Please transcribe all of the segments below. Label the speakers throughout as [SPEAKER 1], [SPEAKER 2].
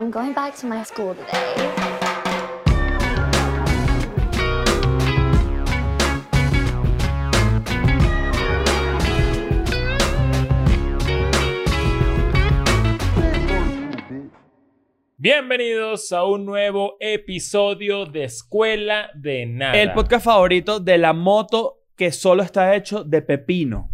[SPEAKER 1] I'm going back to my school today.
[SPEAKER 2] Bienvenidos a un nuevo episodio de Escuela de Nada.
[SPEAKER 3] El podcast favorito de la moto que solo está hecho de pepino,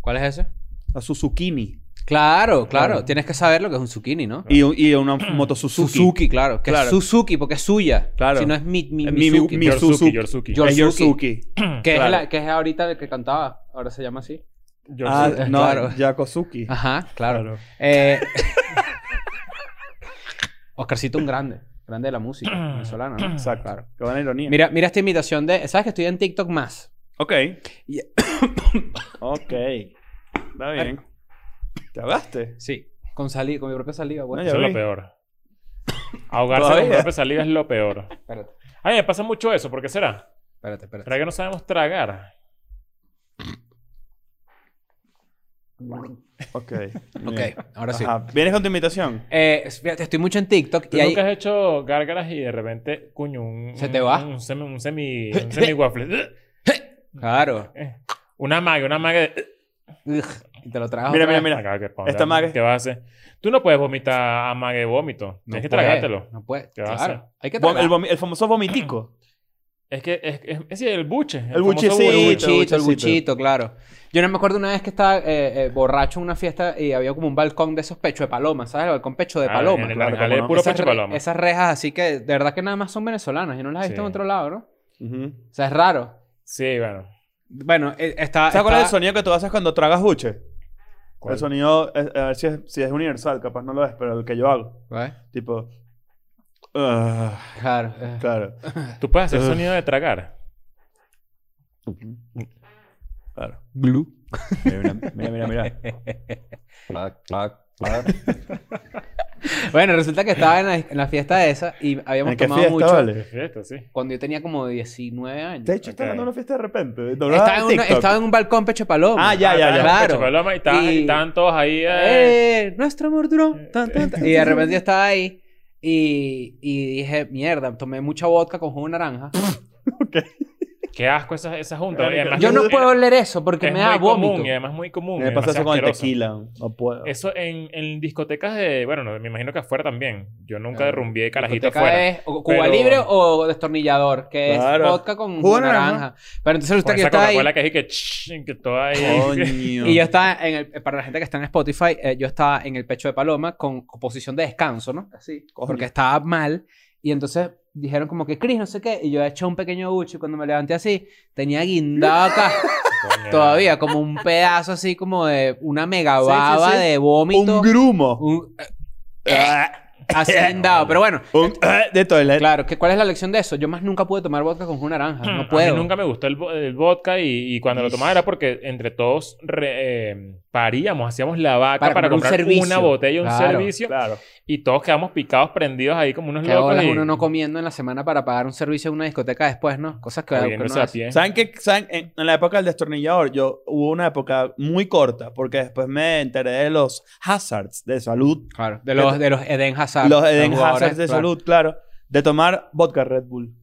[SPEAKER 4] ¿Cuál es ese?
[SPEAKER 3] la Suzuki.
[SPEAKER 4] Claro, claro,
[SPEAKER 3] Claro.
[SPEAKER 4] Tienes que saber lo que es un zucchini, ¿no?
[SPEAKER 3] Y, un- y una moto Suzuki.
[SPEAKER 4] Suzuki, claro. Que
[SPEAKER 3] Claro.
[SPEAKER 4] es Suzuki porque es suya.
[SPEAKER 3] Claro.
[SPEAKER 4] Si no es mi, mi,
[SPEAKER 3] Eh,
[SPEAKER 4] mi,
[SPEAKER 3] mi-
[SPEAKER 4] Suzuki.
[SPEAKER 3] mi-
[SPEAKER 2] Yorsuki,
[SPEAKER 3] Suzuki.
[SPEAKER 2] Yorsuki.
[SPEAKER 4] Yo-
[SPEAKER 3] Es
[SPEAKER 4] Yorsuki.
[SPEAKER 3] Yorsuki.
[SPEAKER 4] que,
[SPEAKER 2] claro.
[SPEAKER 4] es la, que es ahorita el que cantaba. Ahora se llama así.
[SPEAKER 3] Ah,
[SPEAKER 2] Yorsuki.
[SPEAKER 3] no,
[SPEAKER 4] Claro. Ah.
[SPEAKER 3] Yakosuki.
[SPEAKER 4] Ajá, claro.
[SPEAKER 2] Claro.
[SPEAKER 4] Eh, Oscarcito un grande. Grande de la música venezolana, ¿no?
[SPEAKER 3] Exacto.
[SPEAKER 4] Claro.
[SPEAKER 3] Qué buena ironía.
[SPEAKER 4] Mira, mira esta imitación de... ¿Sabes que estoy en TikTok más?
[SPEAKER 3] Ok.
[SPEAKER 4] Y-
[SPEAKER 3] ok. Está bien. ¿Te hablaste?
[SPEAKER 4] Sí. Con saliva, con mi propia saliva. güey.
[SPEAKER 3] No, ya-
[SPEAKER 2] Eso es lo
[SPEAKER 3] vi.
[SPEAKER 2] peor. Ahogarse con
[SPEAKER 3] Todavía.
[SPEAKER 2] propia saliva es lo peor.
[SPEAKER 4] Espérate,
[SPEAKER 2] A mí me pasa mucho eso. ¿Por qué será?
[SPEAKER 4] espérate, espérate.
[SPEAKER 2] ¿Será que no sabemos tragar?
[SPEAKER 3] Ok. Bien.
[SPEAKER 4] Ok, ahora sí.
[SPEAKER 3] Ajá. ¿Vienes con tu invitación?
[SPEAKER 4] Eh, fíjate, estoy mucho en TikTok
[SPEAKER 2] ¿Tú
[SPEAKER 4] y ahí...
[SPEAKER 2] nunca has hecho gárgaras y de repente, cuño, un...
[SPEAKER 4] ¿Se te va?
[SPEAKER 2] Un semi... Un semi, un semi waffle. Eh,
[SPEAKER 4] Claro.
[SPEAKER 2] una maga, una maga de... eh,
[SPEAKER 4] Ugh, y te lo tragas
[SPEAKER 3] Mira,
[SPEAKER 4] otra
[SPEAKER 3] mira,
[SPEAKER 4] vez.
[SPEAKER 3] mira.
[SPEAKER 2] Acá, que ponga-
[SPEAKER 3] Esta maga-
[SPEAKER 2] ¿Qué vas a hacer? Tú no puedes vomitar a maga de vómito.
[SPEAKER 4] No
[SPEAKER 2] Tienes que
[SPEAKER 4] puede,
[SPEAKER 2] tragártelo.
[SPEAKER 4] No puede.
[SPEAKER 2] ¿Qué vas a hacer?
[SPEAKER 4] Claro. Hay que
[SPEAKER 3] Vom-
[SPEAKER 4] tragar.
[SPEAKER 3] el, vomi- el famoso vomitico.
[SPEAKER 2] Es que es, es- es- sí, el buche. El,
[SPEAKER 3] buchecito.
[SPEAKER 2] famoso
[SPEAKER 4] el
[SPEAKER 3] el
[SPEAKER 4] buchito, el
[SPEAKER 3] buchecito.
[SPEAKER 4] buchito, claro. Yo no me acuerdo una vez que estaba eh, eh, borracho en una fiesta y había como un balcón de esos pecho de paloma, ¿sabes? El balcón pecho de
[SPEAKER 2] Ah,
[SPEAKER 4] paloma.
[SPEAKER 2] en el
[SPEAKER 3] claro,
[SPEAKER 2] Naranjal
[SPEAKER 3] cómo
[SPEAKER 2] es
[SPEAKER 3] no.
[SPEAKER 2] puro
[SPEAKER 4] esas,
[SPEAKER 2] pecho
[SPEAKER 4] re-
[SPEAKER 2] paloma.
[SPEAKER 4] esas rejas así que de verdad que nada más son venezolanas. Yo no las he visto
[SPEAKER 2] Sí.
[SPEAKER 4] en otro lado, ¿no? O
[SPEAKER 3] Ujú.
[SPEAKER 4] sea, es raro.
[SPEAKER 2] Sí, bueno.
[SPEAKER 4] Bueno, eh, está...
[SPEAKER 3] ¿Sabes cuál es
[SPEAKER 4] está-
[SPEAKER 3] el sonido que tú haces cuando tragas buche?
[SPEAKER 2] ¿Cuál?
[SPEAKER 3] El sonido, eh, a ver si es, si es universal, capaz no lo es, pero el que yo hago.
[SPEAKER 4] ¿Cuál?
[SPEAKER 3] Tipo. ah,
[SPEAKER 4] Claro. eh.
[SPEAKER 3] claro.
[SPEAKER 2] Tú puedes hacer
[SPEAKER 3] Ugh.
[SPEAKER 2] sonido de tragar.
[SPEAKER 3] Claro.
[SPEAKER 4] Glue.
[SPEAKER 3] Mira, mira, mira. mira.
[SPEAKER 4] Bueno, resulta que estaba en la, en la fiesta esa y habíamos
[SPEAKER 3] ¿En qué
[SPEAKER 4] tomado
[SPEAKER 3] fiesta,
[SPEAKER 4] mucho.
[SPEAKER 2] Es
[SPEAKER 3] vale?
[SPEAKER 2] fiesta, sí.
[SPEAKER 4] Cuando yo tenía como 19 años.
[SPEAKER 3] De hecho, estás
[SPEAKER 2] Ok.
[SPEAKER 3] dando una fiesta de repente.
[SPEAKER 4] Estaba en,
[SPEAKER 3] en
[SPEAKER 4] una- estaba en un balcón pecho de paloma.
[SPEAKER 3] Ah, ya, ya, ya.
[SPEAKER 4] Claro.
[SPEAKER 2] Pecho paloma y, estaban-
[SPEAKER 4] Y-
[SPEAKER 2] y estaban todos ahí. eh,
[SPEAKER 4] ¡Eh! Nuestro amor duró. Tan, tan, tan. Y de repente yo estaba ahí y, y dije, mierda, tomé mucha vodka con jugo de naranja.
[SPEAKER 2] Qué asco esa, esa junta.
[SPEAKER 3] Marica,
[SPEAKER 2] Además,
[SPEAKER 4] Yo no
[SPEAKER 2] es-
[SPEAKER 4] puedo oler eso porque
[SPEAKER 2] es
[SPEAKER 4] me da
[SPEAKER 2] muy común,
[SPEAKER 4] vómito.
[SPEAKER 2] Y además es muy común.
[SPEAKER 3] Me
[SPEAKER 2] y
[SPEAKER 3] pasa eso
[SPEAKER 2] demasiado
[SPEAKER 3] con el
[SPEAKER 2] asqueroso.
[SPEAKER 3] tequila. No puedo.
[SPEAKER 2] Eso en, en discotecas de... Bueno, no, me imagino que afuera también. Yo nunca
[SPEAKER 4] Claro.
[SPEAKER 2] derrumbé carajito
[SPEAKER 4] Ah, Discoteca
[SPEAKER 2] afuera.
[SPEAKER 4] es o Cuba
[SPEAKER 2] pero-
[SPEAKER 4] Libre o destornillador, que
[SPEAKER 3] Claro.
[SPEAKER 4] es vodka con
[SPEAKER 3] Jugo
[SPEAKER 4] jugo
[SPEAKER 3] de
[SPEAKER 4] de naranja. Pero entonces
[SPEAKER 2] Con
[SPEAKER 4] resulta que yo
[SPEAKER 2] esa
[SPEAKER 4] estaba ahí.
[SPEAKER 2] Coca-Cola que es que... ch- que toda ahí...
[SPEAKER 3] Coño.
[SPEAKER 4] Y yo estaba en el, para la gente que está en Spotify, eh, yo estaba en el pecho de paloma con posición de descanso, ¿no? Así.
[SPEAKER 3] Coño.
[SPEAKER 4] Porque estaba mal. Y entonces dijeron como que Chris, no sé qué. Y yo he hecho un pequeño buche y cuando me levanté así, tenía guindado acá
[SPEAKER 2] Coño.
[SPEAKER 4] todavía como un pedazo así como de una megababa
[SPEAKER 3] Sí, sí, sí.
[SPEAKER 4] de
[SPEAKER 3] Un
[SPEAKER 4] vómito.
[SPEAKER 3] grumo.
[SPEAKER 4] Un- eh,
[SPEAKER 3] Ah,
[SPEAKER 4] así guindado. Pero bueno,
[SPEAKER 3] Un ah, de toilet.
[SPEAKER 4] claro, ¿qué, ¿cuál es la lección de eso? Yo más nunca pude tomar vodka con jugo de naranja.
[SPEAKER 2] Mm,
[SPEAKER 4] Ah, No puedo.
[SPEAKER 2] A mí nunca me gustó el, vo- el vodka y, y cuando lo tomaba era porque entre todos re- eh, paríamos, hacíamos la vaca para,
[SPEAKER 4] Para comprar
[SPEAKER 2] comprar
[SPEAKER 4] un servicio.
[SPEAKER 2] una botella, un
[SPEAKER 4] Claro,
[SPEAKER 2] servicio
[SPEAKER 3] Claro.
[SPEAKER 2] y todos quedamos picados, prendidos ahí como unos
[SPEAKER 4] Que
[SPEAKER 2] locos.
[SPEAKER 4] bolas
[SPEAKER 2] y-
[SPEAKER 4] uno no comiendo en la semana para pagar un servicio en una discoteca después, ¿no? Cosas que, que
[SPEAKER 2] Oye,
[SPEAKER 4] uno
[SPEAKER 2] no sé a
[SPEAKER 4] hace.
[SPEAKER 2] pie.
[SPEAKER 3] ¿Saben que ¿Saben? En, en la época del destornillador, yo hubo una época muy corta, porque después me enteré de los hazards de salud.
[SPEAKER 4] Claro, de los, de los Eden Hazard.
[SPEAKER 3] los Eden
[SPEAKER 4] jugadores,
[SPEAKER 3] hazards de
[SPEAKER 4] claro.
[SPEAKER 3] salud, claro. De tomar vodka Red Bull.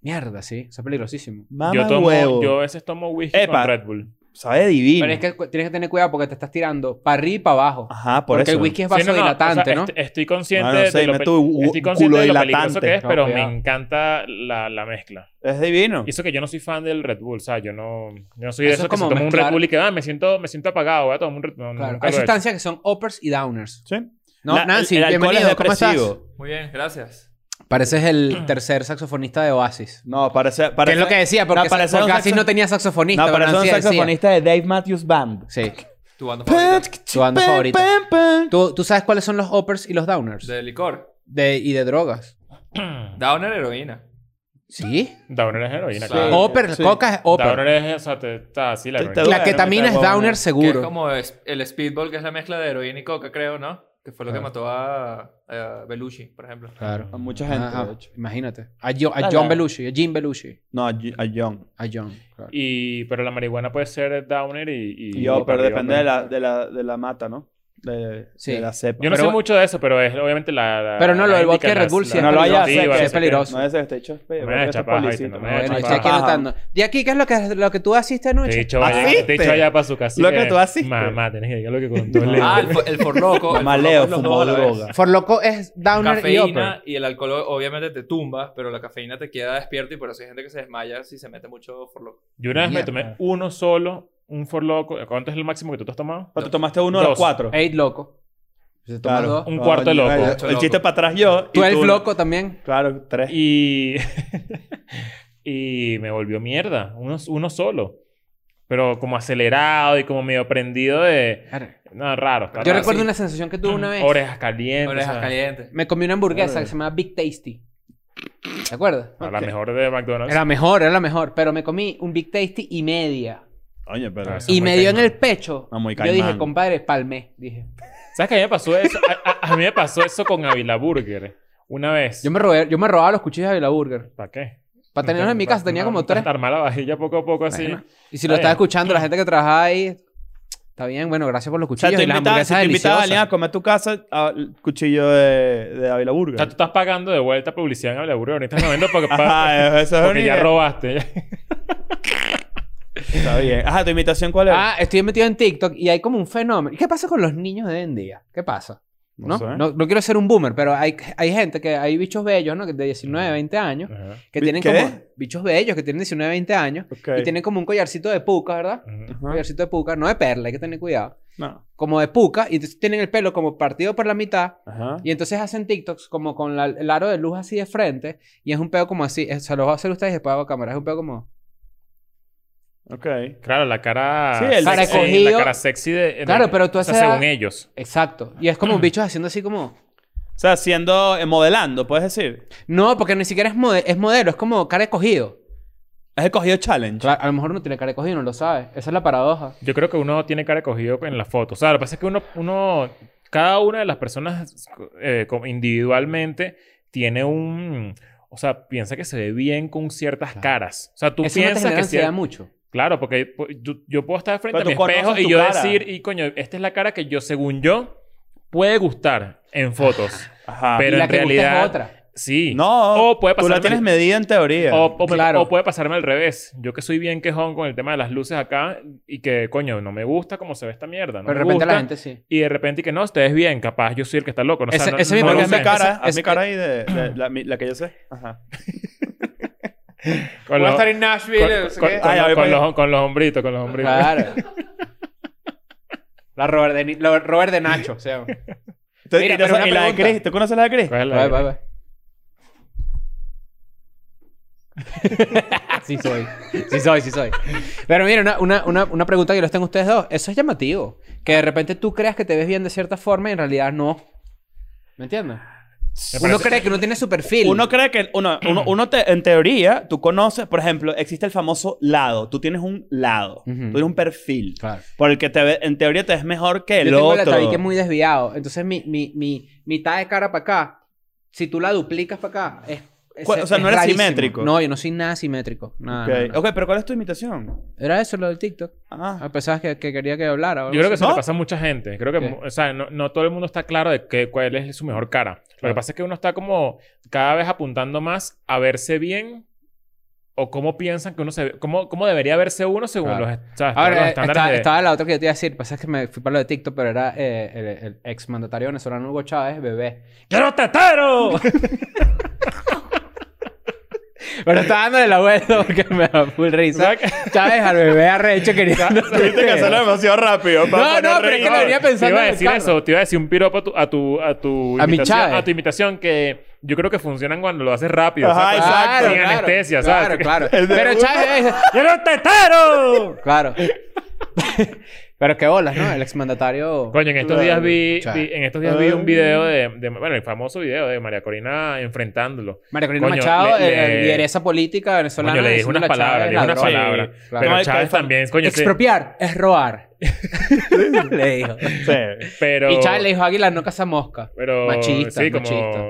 [SPEAKER 4] Mierda, sí. Eso es peligrosísimo.
[SPEAKER 3] Mama
[SPEAKER 2] yo tomo,
[SPEAKER 3] huevo.
[SPEAKER 2] yo a veces tomo whisky
[SPEAKER 3] Epa.
[SPEAKER 2] con Red Bull.
[SPEAKER 3] Sabe divino.
[SPEAKER 4] Pero es que cu- tienes que tener cuidado porque te estás tirando para arriba y para abajo.
[SPEAKER 3] Ajá, Ah, por
[SPEAKER 4] porque
[SPEAKER 3] eso.
[SPEAKER 4] el whisky es
[SPEAKER 2] Sí, no, no,
[SPEAKER 4] vasodilatante,
[SPEAKER 2] o sea, este, mm,
[SPEAKER 4] ¿no?
[SPEAKER 2] est- estoy consciente
[SPEAKER 3] Ah, no sé,
[SPEAKER 2] de lo,
[SPEAKER 3] dime
[SPEAKER 2] pe-
[SPEAKER 3] tú, u-
[SPEAKER 2] estoy consciente de lo
[SPEAKER 3] culoidlatante.
[SPEAKER 2] peligroso que es,
[SPEAKER 4] No,
[SPEAKER 2] pero
[SPEAKER 4] cuidado.
[SPEAKER 2] me encanta la, la mezcla.
[SPEAKER 3] Es divino.
[SPEAKER 2] Y eso que yo no soy fan del Red Bull, o sea, yo no, yo no soy de
[SPEAKER 4] Eso es
[SPEAKER 2] esos que se
[SPEAKER 4] como
[SPEAKER 2] toma un
[SPEAKER 4] mezclar-
[SPEAKER 2] Red Bull y que ah, me siento, me siento apagado, voy a tomar un Red Bull. No,
[SPEAKER 4] Claro.
[SPEAKER 2] nunca
[SPEAKER 4] Hay
[SPEAKER 2] lo he hecho.
[SPEAKER 4] sustancias que son uppers y downers.
[SPEAKER 3] Sí.
[SPEAKER 4] No,
[SPEAKER 3] La- el-
[SPEAKER 4] Nancy,
[SPEAKER 3] el alcohol
[SPEAKER 4] bienvenido.
[SPEAKER 3] es
[SPEAKER 4] ¿Cómo estás?
[SPEAKER 3] depresivo.
[SPEAKER 5] Muy bien, gracias.
[SPEAKER 4] Pareces el tercer saxofonista de Oasis.
[SPEAKER 3] No, parece.
[SPEAKER 4] ¿Qué
[SPEAKER 3] parece
[SPEAKER 4] es lo que decía? Porque,
[SPEAKER 3] no, parece
[SPEAKER 4] porque
[SPEAKER 3] un
[SPEAKER 4] Oasis
[SPEAKER 3] saxo-
[SPEAKER 4] no tenía saxofonista.
[SPEAKER 3] No,
[SPEAKER 4] pero
[SPEAKER 3] parece un
[SPEAKER 4] Nancy decía.
[SPEAKER 3] saxofonista de Dave Matthews Band.
[SPEAKER 4] Sí.
[SPEAKER 5] ¿Tu banda favorita?
[SPEAKER 4] Tu banda
[SPEAKER 3] Pam,
[SPEAKER 4] favorita.
[SPEAKER 3] pam, pam.
[SPEAKER 4] ¿Tú, tú sabes cuáles son los uppers y los downers?
[SPEAKER 5] De licor.
[SPEAKER 4] De- y de drogas.
[SPEAKER 5] Downer, heroína.
[SPEAKER 4] ¿Sí.
[SPEAKER 2] Downer es heroína,
[SPEAKER 5] Sí.
[SPEAKER 2] claro.
[SPEAKER 4] Upper,
[SPEAKER 3] Sí.
[SPEAKER 4] coca es upper.
[SPEAKER 2] Downer es, o sea, te, está así la
[SPEAKER 3] Te-
[SPEAKER 2] heroína.
[SPEAKER 3] te-
[SPEAKER 4] La ketamina
[SPEAKER 3] Bueno,
[SPEAKER 4] es
[SPEAKER 3] está bueno.
[SPEAKER 4] downer
[SPEAKER 5] Que es
[SPEAKER 4] seguro.
[SPEAKER 5] como es- el speedball, que es la mezcla de heroína y coca, creo, ¿no? Que fue lo que
[SPEAKER 4] Claro.
[SPEAKER 5] mató a, a Belushi, por ejemplo.
[SPEAKER 4] Claro.
[SPEAKER 3] A mucha gente,
[SPEAKER 4] Ajá,
[SPEAKER 3] de hecho.
[SPEAKER 4] Imagínate. A, Jo- a
[SPEAKER 3] Dale.
[SPEAKER 4] John Belushi, a Jim Belushi.
[SPEAKER 3] No, a G- a John.
[SPEAKER 4] A John. claro.
[SPEAKER 2] Y, pero la marihuana puede ser downer y... y
[SPEAKER 3] Yo,
[SPEAKER 2] para
[SPEAKER 3] pero
[SPEAKER 2] arriba,
[SPEAKER 3] depende
[SPEAKER 2] ¿no?
[SPEAKER 3] de la, de, la, de la mata, ¿no? de,
[SPEAKER 4] Sí.
[SPEAKER 3] de la cepa.
[SPEAKER 2] Yo no
[SPEAKER 4] Pero
[SPEAKER 2] sé
[SPEAKER 4] bu-
[SPEAKER 2] mucho de eso, pero es obviamente la. la-
[SPEAKER 4] Pero no, lo
[SPEAKER 2] la
[SPEAKER 4] del
[SPEAKER 2] indica,
[SPEAKER 4] vodka de
[SPEAKER 2] la-
[SPEAKER 4] Red Bull
[SPEAKER 2] la-
[SPEAKER 4] sí es
[SPEAKER 3] no lo
[SPEAKER 4] peligroso,
[SPEAKER 3] vayas a
[SPEAKER 2] sí,
[SPEAKER 3] hacer.
[SPEAKER 2] va
[SPEAKER 3] que-
[SPEAKER 2] a
[SPEAKER 4] es peligroso.
[SPEAKER 3] No es este hecho.
[SPEAKER 2] No me echa paja, ¿viste? No me
[SPEAKER 4] Bueno,
[SPEAKER 2] echa
[SPEAKER 4] está aquí
[SPEAKER 3] paja.
[SPEAKER 4] anotando. ¿Y aquí qué es lo que, lo que tú haciste
[SPEAKER 2] Te
[SPEAKER 4] anoche?
[SPEAKER 2] echo allá,
[SPEAKER 3] ¿Asiste?
[SPEAKER 2] te echo allá para su casa.
[SPEAKER 3] Lo que tú asiste.
[SPEAKER 2] Mamá, tenés que decir lo que contó Leo.
[SPEAKER 5] Ah, el, fo- el forloco. el
[SPEAKER 3] Maleo,
[SPEAKER 5] forloco es los dos
[SPEAKER 3] fumó
[SPEAKER 5] a la vez.
[SPEAKER 3] droga.
[SPEAKER 4] Forloco es downer y upper.
[SPEAKER 5] Cafeína y el alcohol obviamente te tumba, pero la cafeína te queda despierto y por eso hay gente que se desmaya si se mete mucho forloco.
[SPEAKER 2] Yo una vez me
[SPEAKER 4] Mierda.
[SPEAKER 2] tomé uno solo, un forloco. ¿Cuánto es el máximo que tú te has tomado?
[SPEAKER 3] O te tomaste uno de los
[SPEAKER 2] Dos.
[SPEAKER 3] cuatro.
[SPEAKER 4] Eight loco. Se toma
[SPEAKER 3] Claro.
[SPEAKER 4] dos.
[SPEAKER 2] Un cuarto de loco.
[SPEAKER 3] Ay, El,
[SPEAKER 5] Loco.
[SPEAKER 3] chiste para atrás yo. y
[SPEAKER 4] 12
[SPEAKER 3] tú-
[SPEAKER 4] loco también.
[SPEAKER 3] Claro, tres.
[SPEAKER 2] Y. y me volvió mierda. Uno, uno solo. Pero como acelerado y como medio prendido de. No, raro. está
[SPEAKER 4] Yo
[SPEAKER 2] raro.
[SPEAKER 4] recuerdo
[SPEAKER 5] sí.
[SPEAKER 4] una sensación que tuve una vez.
[SPEAKER 2] Orejas calientes.
[SPEAKER 5] Orejas
[SPEAKER 2] o sea,
[SPEAKER 5] calientes.
[SPEAKER 4] Me comí una hamburguesa que se llamaba Big Tasty. ¿Te acuerdas?
[SPEAKER 2] a la
[SPEAKER 3] Ok.
[SPEAKER 2] mejor de McDonald's.
[SPEAKER 4] Era la mejor, era la mejor. Pero me comí un Big Tasty y media.
[SPEAKER 3] Oye, pero.
[SPEAKER 2] Ah, sí.
[SPEAKER 4] Y
[SPEAKER 2] muy
[SPEAKER 4] me dio en
[SPEAKER 2] caimán.
[SPEAKER 4] el pecho.
[SPEAKER 3] Ah, muy
[SPEAKER 4] Yo dije,
[SPEAKER 3] caimán.
[SPEAKER 4] compadre, palmé. Dije.
[SPEAKER 2] ¿Sabes que a mí me pasó eso? A, a- a mí me pasó eso con Avila Burger. Una vez.
[SPEAKER 4] Yo me, robé, yo me robaba los cuchillos de la burger.
[SPEAKER 2] ¿Para qué?
[SPEAKER 4] Para tenerlos en mi casa tenía como tres.
[SPEAKER 2] Para armar la vajilla poco a poco así.
[SPEAKER 4] Bueno, Y si
[SPEAKER 2] Está
[SPEAKER 4] lo estaba
[SPEAKER 2] bien.
[SPEAKER 4] escuchando, la gente que trabajaba ahí. Está bien, bueno, gracias por los
[SPEAKER 3] O sea,
[SPEAKER 4] cuchillos.
[SPEAKER 3] te
[SPEAKER 4] y las
[SPEAKER 3] invitaba, si
[SPEAKER 4] hamburguesas
[SPEAKER 3] te invitaba a alguien
[SPEAKER 4] deliciosas.
[SPEAKER 3] a comer a tu casa, a- el cuchillo de, de Ávila
[SPEAKER 2] O
[SPEAKER 3] Burger.
[SPEAKER 2] sea, tú estás pagando de vuelta publicidad en Avila Burger. Ahorita no vendo porque,
[SPEAKER 3] Ajá, eso es
[SPEAKER 2] porque
[SPEAKER 3] una
[SPEAKER 2] ya
[SPEAKER 3] idea.
[SPEAKER 2] robaste.
[SPEAKER 3] Está bien. Ajá, ¿tu invitación cuál es?
[SPEAKER 4] Ah, estoy metido en TikTok y hay como un fenómeno. ¿Qué pasa con los niños de hoy en día? ¿Qué pasa? No,
[SPEAKER 3] sé.
[SPEAKER 4] no, no quiero ser un boomer, pero hay, hay gente que hay bichos bellos, ¿no? Que De 19, 20 años,
[SPEAKER 2] Ajá.
[SPEAKER 4] que
[SPEAKER 3] ¿Bi-
[SPEAKER 4] tienen
[SPEAKER 3] qué?
[SPEAKER 4] como bichos bellos, que tienen 19, 20 años
[SPEAKER 3] Ok.
[SPEAKER 4] y tienen como un collarcito de puca, ¿verdad?
[SPEAKER 2] Ajá.
[SPEAKER 4] Un
[SPEAKER 3] Ajá.
[SPEAKER 4] collarcito de puca, no de perla, hay que tener cuidado.
[SPEAKER 3] No.
[SPEAKER 4] Como de puca y entonces tienen el pelo como partido por la mitad
[SPEAKER 3] Ajá.
[SPEAKER 4] y entonces hacen TikToks como con la- el aro de luz así de frente y es un pedo como así, eh, se los voy a hacer ustedes y después hago cámara, es un pedo como
[SPEAKER 3] Ok.
[SPEAKER 2] Claro, la cara.
[SPEAKER 3] Sí, el
[SPEAKER 2] sexy,
[SPEAKER 3] Cara
[SPEAKER 4] cogido.
[SPEAKER 2] La cara sexy de.
[SPEAKER 4] Claro, pero tú
[SPEAKER 2] o sea,
[SPEAKER 4] haces-
[SPEAKER 2] según ellos.
[SPEAKER 4] exacto, y es como bichos haciendo así como
[SPEAKER 3] O sea, siendo, eh, modelando, puedes decir.
[SPEAKER 4] No, porque ni siquiera es, mode- es modelo, es como cara de cogido.
[SPEAKER 3] Es el cogido challenge.
[SPEAKER 4] Claro, a lo mejor no tiene cara de cogido, no lo sabe. Esa es la paradoja.
[SPEAKER 2] Yo creo que uno tiene cara cogido en las fotos. O sea, lo que pasa es que uno, uno cada una de las personas eh, como individualmente tiene un, o sea, piensa que se ve bien con ciertas caras. O sea, tú
[SPEAKER 4] Eso no te
[SPEAKER 2] piensas
[SPEAKER 4] genera
[SPEAKER 2] que
[SPEAKER 4] ansiedad
[SPEAKER 2] cier-
[SPEAKER 4] mucho.
[SPEAKER 2] claro, porque po- yo, yo puedo estar frente
[SPEAKER 3] Pero tú
[SPEAKER 2] a mi espejo
[SPEAKER 3] conoces
[SPEAKER 2] y
[SPEAKER 3] tu
[SPEAKER 2] yo
[SPEAKER 3] cara.
[SPEAKER 2] decir, y coño, esta es la cara que yo, según yo, puede gustar en fotos.
[SPEAKER 3] Ajá.
[SPEAKER 2] Pero
[SPEAKER 4] y la
[SPEAKER 2] en
[SPEAKER 4] que gusta
[SPEAKER 2] realidad-
[SPEAKER 4] es otra.
[SPEAKER 2] Sí.
[SPEAKER 3] No,
[SPEAKER 2] O puede
[SPEAKER 3] tú la
[SPEAKER 2] pasarme-
[SPEAKER 3] tienes medida en teoría.
[SPEAKER 2] O, o me-
[SPEAKER 4] Claro.
[SPEAKER 2] o puede pasarme al revés. Yo que soy bien quejón con el tema de las luces acá y que, coño, no me gusta cómo se ve esta mierda. No
[SPEAKER 4] Pero de
[SPEAKER 2] me
[SPEAKER 4] repente la
[SPEAKER 2] gusta.
[SPEAKER 4] gente sí.
[SPEAKER 2] y de repente y que no, ustedes bien, capaz yo soy el que está loco. No, O sea,
[SPEAKER 4] Ese-
[SPEAKER 2] no-
[SPEAKER 4] ese mismo
[SPEAKER 2] no
[SPEAKER 3] Porque
[SPEAKER 2] lo
[SPEAKER 3] es mi
[SPEAKER 2] sé.
[SPEAKER 3] cara,
[SPEAKER 4] Esa-
[SPEAKER 3] haz
[SPEAKER 4] es-
[SPEAKER 3] mi cara ahí de, de- la, mi- la que yo sé. Ajá.
[SPEAKER 2] Con
[SPEAKER 5] Voy a
[SPEAKER 2] los,
[SPEAKER 5] estar en
[SPEAKER 2] con-
[SPEAKER 5] Nashville. no sé
[SPEAKER 2] con-
[SPEAKER 5] qué.
[SPEAKER 2] con-
[SPEAKER 3] Ah, ya
[SPEAKER 2] con
[SPEAKER 3] voy para
[SPEAKER 2] los- con los hombritos, con los hombritos.
[SPEAKER 4] Claro. la Robert de, Ni- la Robert de Nacho. o sea.
[SPEAKER 3] Entonces,
[SPEAKER 4] Mira,
[SPEAKER 3] y te-
[SPEAKER 4] pero una
[SPEAKER 3] y la de
[SPEAKER 4] pregunta.
[SPEAKER 3] Chris, ¿tú conoces la de Chris?
[SPEAKER 2] ¿Cuál es la-
[SPEAKER 4] Bye, bye, bye. sí soy. Sí soy, sí soy. Pero mira, una, una, una, una pregunta que les tengo a ustedes dos. Eso es llamativo. Que de repente tú creas que te ves bien de cierta forma y en realidad no. ¿Me entiendes?
[SPEAKER 2] Me
[SPEAKER 4] Uno
[SPEAKER 2] parece-
[SPEAKER 4] cree que no tiene su perfil.
[SPEAKER 3] Uno cree que, uno, uno, uno te- en teoría, tú conoces, por ejemplo, existe el famoso lado. Tú tienes un lado,
[SPEAKER 4] Ujú.
[SPEAKER 3] tú tienes un perfil
[SPEAKER 4] Claro.
[SPEAKER 3] por el que te ve- en teoría te ves mejor que el
[SPEAKER 4] Yo tengo el
[SPEAKER 3] otro.
[SPEAKER 4] tabique muy desviado. Entonces, mi, mi, mi mitad de cara para acá, si tú la duplicas para acá, es. es-
[SPEAKER 3] ¿Cuál- o sea,
[SPEAKER 4] es
[SPEAKER 3] no eres
[SPEAKER 4] rarísimo.
[SPEAKER 3] simétrico?
[SPEAKER 4] No, yo no soy nada simétrico. Nada,
[SPEAKER 3] Ok.
[SPEAKER 4] nada, nada.
[SPEAKER 3] ok, pero ¿cuál es tu imitación?
[SPEAKER 4] Era eso lo del TikTok.
[SPEAKER 3] Ah.
[SPEAKER 4] Ah, pensabas que, que quería que hablara. o algo
[SPEAKER 2] Yo creo que
[SPEAKER 4] así.
[SPEAKER 2] eso
[SPEAKER 3] ¿No?
[SPEAKER 2] le pasa a mucha gente. Creo que,
[SPEAKER 4] ¿Qué?
[SPEAKER 2] mu- o sea, no, no todo el mundo está claro de qué- cuál es su mejor cara. Lo que pasa es que uno está como cada vez apuntando más a verse bien o cómo piensan que uno se ve, cómo, cómo debería verse uno según
[SPEAKER 4] Claro.
[SPEAKER 2] los, est- o sea, todos los
[SPEAKER 4] Ahora, eh,
[SPEAKER 2] estándares
[SPEAKER 4] estaba,
[SPEAKER 2] de-
[SPEAKER 4] estaba la otra que yo te iba a decir. Pasa que me fui para lo de TikTok, pero era eh, el, el ex mandatario venezolano Hugo Chávez, bebé. ¡Quiero tetero! pero estaba dándole la vuelta porque me da full risa.
[SPEAKER 2] ¿Sabes qué?
[SPEAKER 4] Chávez al bebé arrecho quería...
[SPEAKER 3] Tuviste que hacerlo demasiado rápido.
[SPEAKER 4] No, no, pero es que
[SPEAKER 3] reír.
[SPEAKER 4] lo venía
[SPEAKER 2] Te
[SPEAKER 4] pensando
[SPEAKER 2] iba a
[SPEAKER 4] en el
[SPEAKER 2] decir
[SPEAKER 4] carro.
[SPEAKER 2] eso, te iba a decir un piropo a tu, a tu, a tu
[SPEAKER 4] A mi
[SPEAKER 2] imitación,
[SPEAKER 4] Chávez.
[SPEAKER 2] a tu imitación que yo creo que funcionan cuando lo haces rápido.
[SPEAKER 3] Ajá,
[SPEAKER 2] ¿sabes?
[SPEAKER 3] exacto.
[SPEAKER 2] Sin anestesia,
[SPEAKER 4] claro,
[SPEAKER 2] ¿sabes?
[SPEAKER 4] Claro,
[SPEAKER 3] El de
[SPEAKER 4] Pero
[SPEAKER 3] uno.
[SPEAKER 4] Chávez...
[SPEAKER 2] ¡Quiero tetero!
[SPEAKER 4] Claro. pero qué bolas, ¿no? El exmandatario...
[SPEAKER 2] Coño, en estos
[SPEAKER 3] Claro.
[SPEAKER 2] días vi,
[SPEAKER 4] Chávez.
[SPEAKER 2] vi- en estos días vi un video de, de- bueno, el famoso video de María Corina enfrentándolo.
[SPEAKER 4] María Corina
[SPEAKER 2] Coño,
[SPEAKER 4] Machado,
[SPEAKER 2] le-
[SPEAKER 4] eh,
[SPEAKER 2] le-
[SPEAKER 4] lideresa política venezolana.
[SPEAKER 2] Coño, le dije
[SPEAKER 4] diciendo
[SPEAKER 2] unas
[SPEAKER 4] la Chávez
[SPEAKER 2] palabras, le dije unas
[SPEAKER 4] ladrón.
[SPEAKER 2] palabras.
[SPEAKER 4] Sí, claro.
[SPEAKER 2] Pero
[SPEAKER 3] No,
[SPEAKER 2] Chávez
[SPEAKER 3] que-
[SPEAKER 2] también, coño, sí.
[SPEAKER 4] Expropiar es robar. le dijo.
[SPEAKER 3] Sí.
[SPEAKER 2] Pero,
[SPEAKER 4] Y Chávez le dijo, Águila no caza mosca.
[SPEAKER 2] pero,
[SPEAKER 4] machista,
[SPEAKER 2] sí, como,
[SPEAKER 4] machista.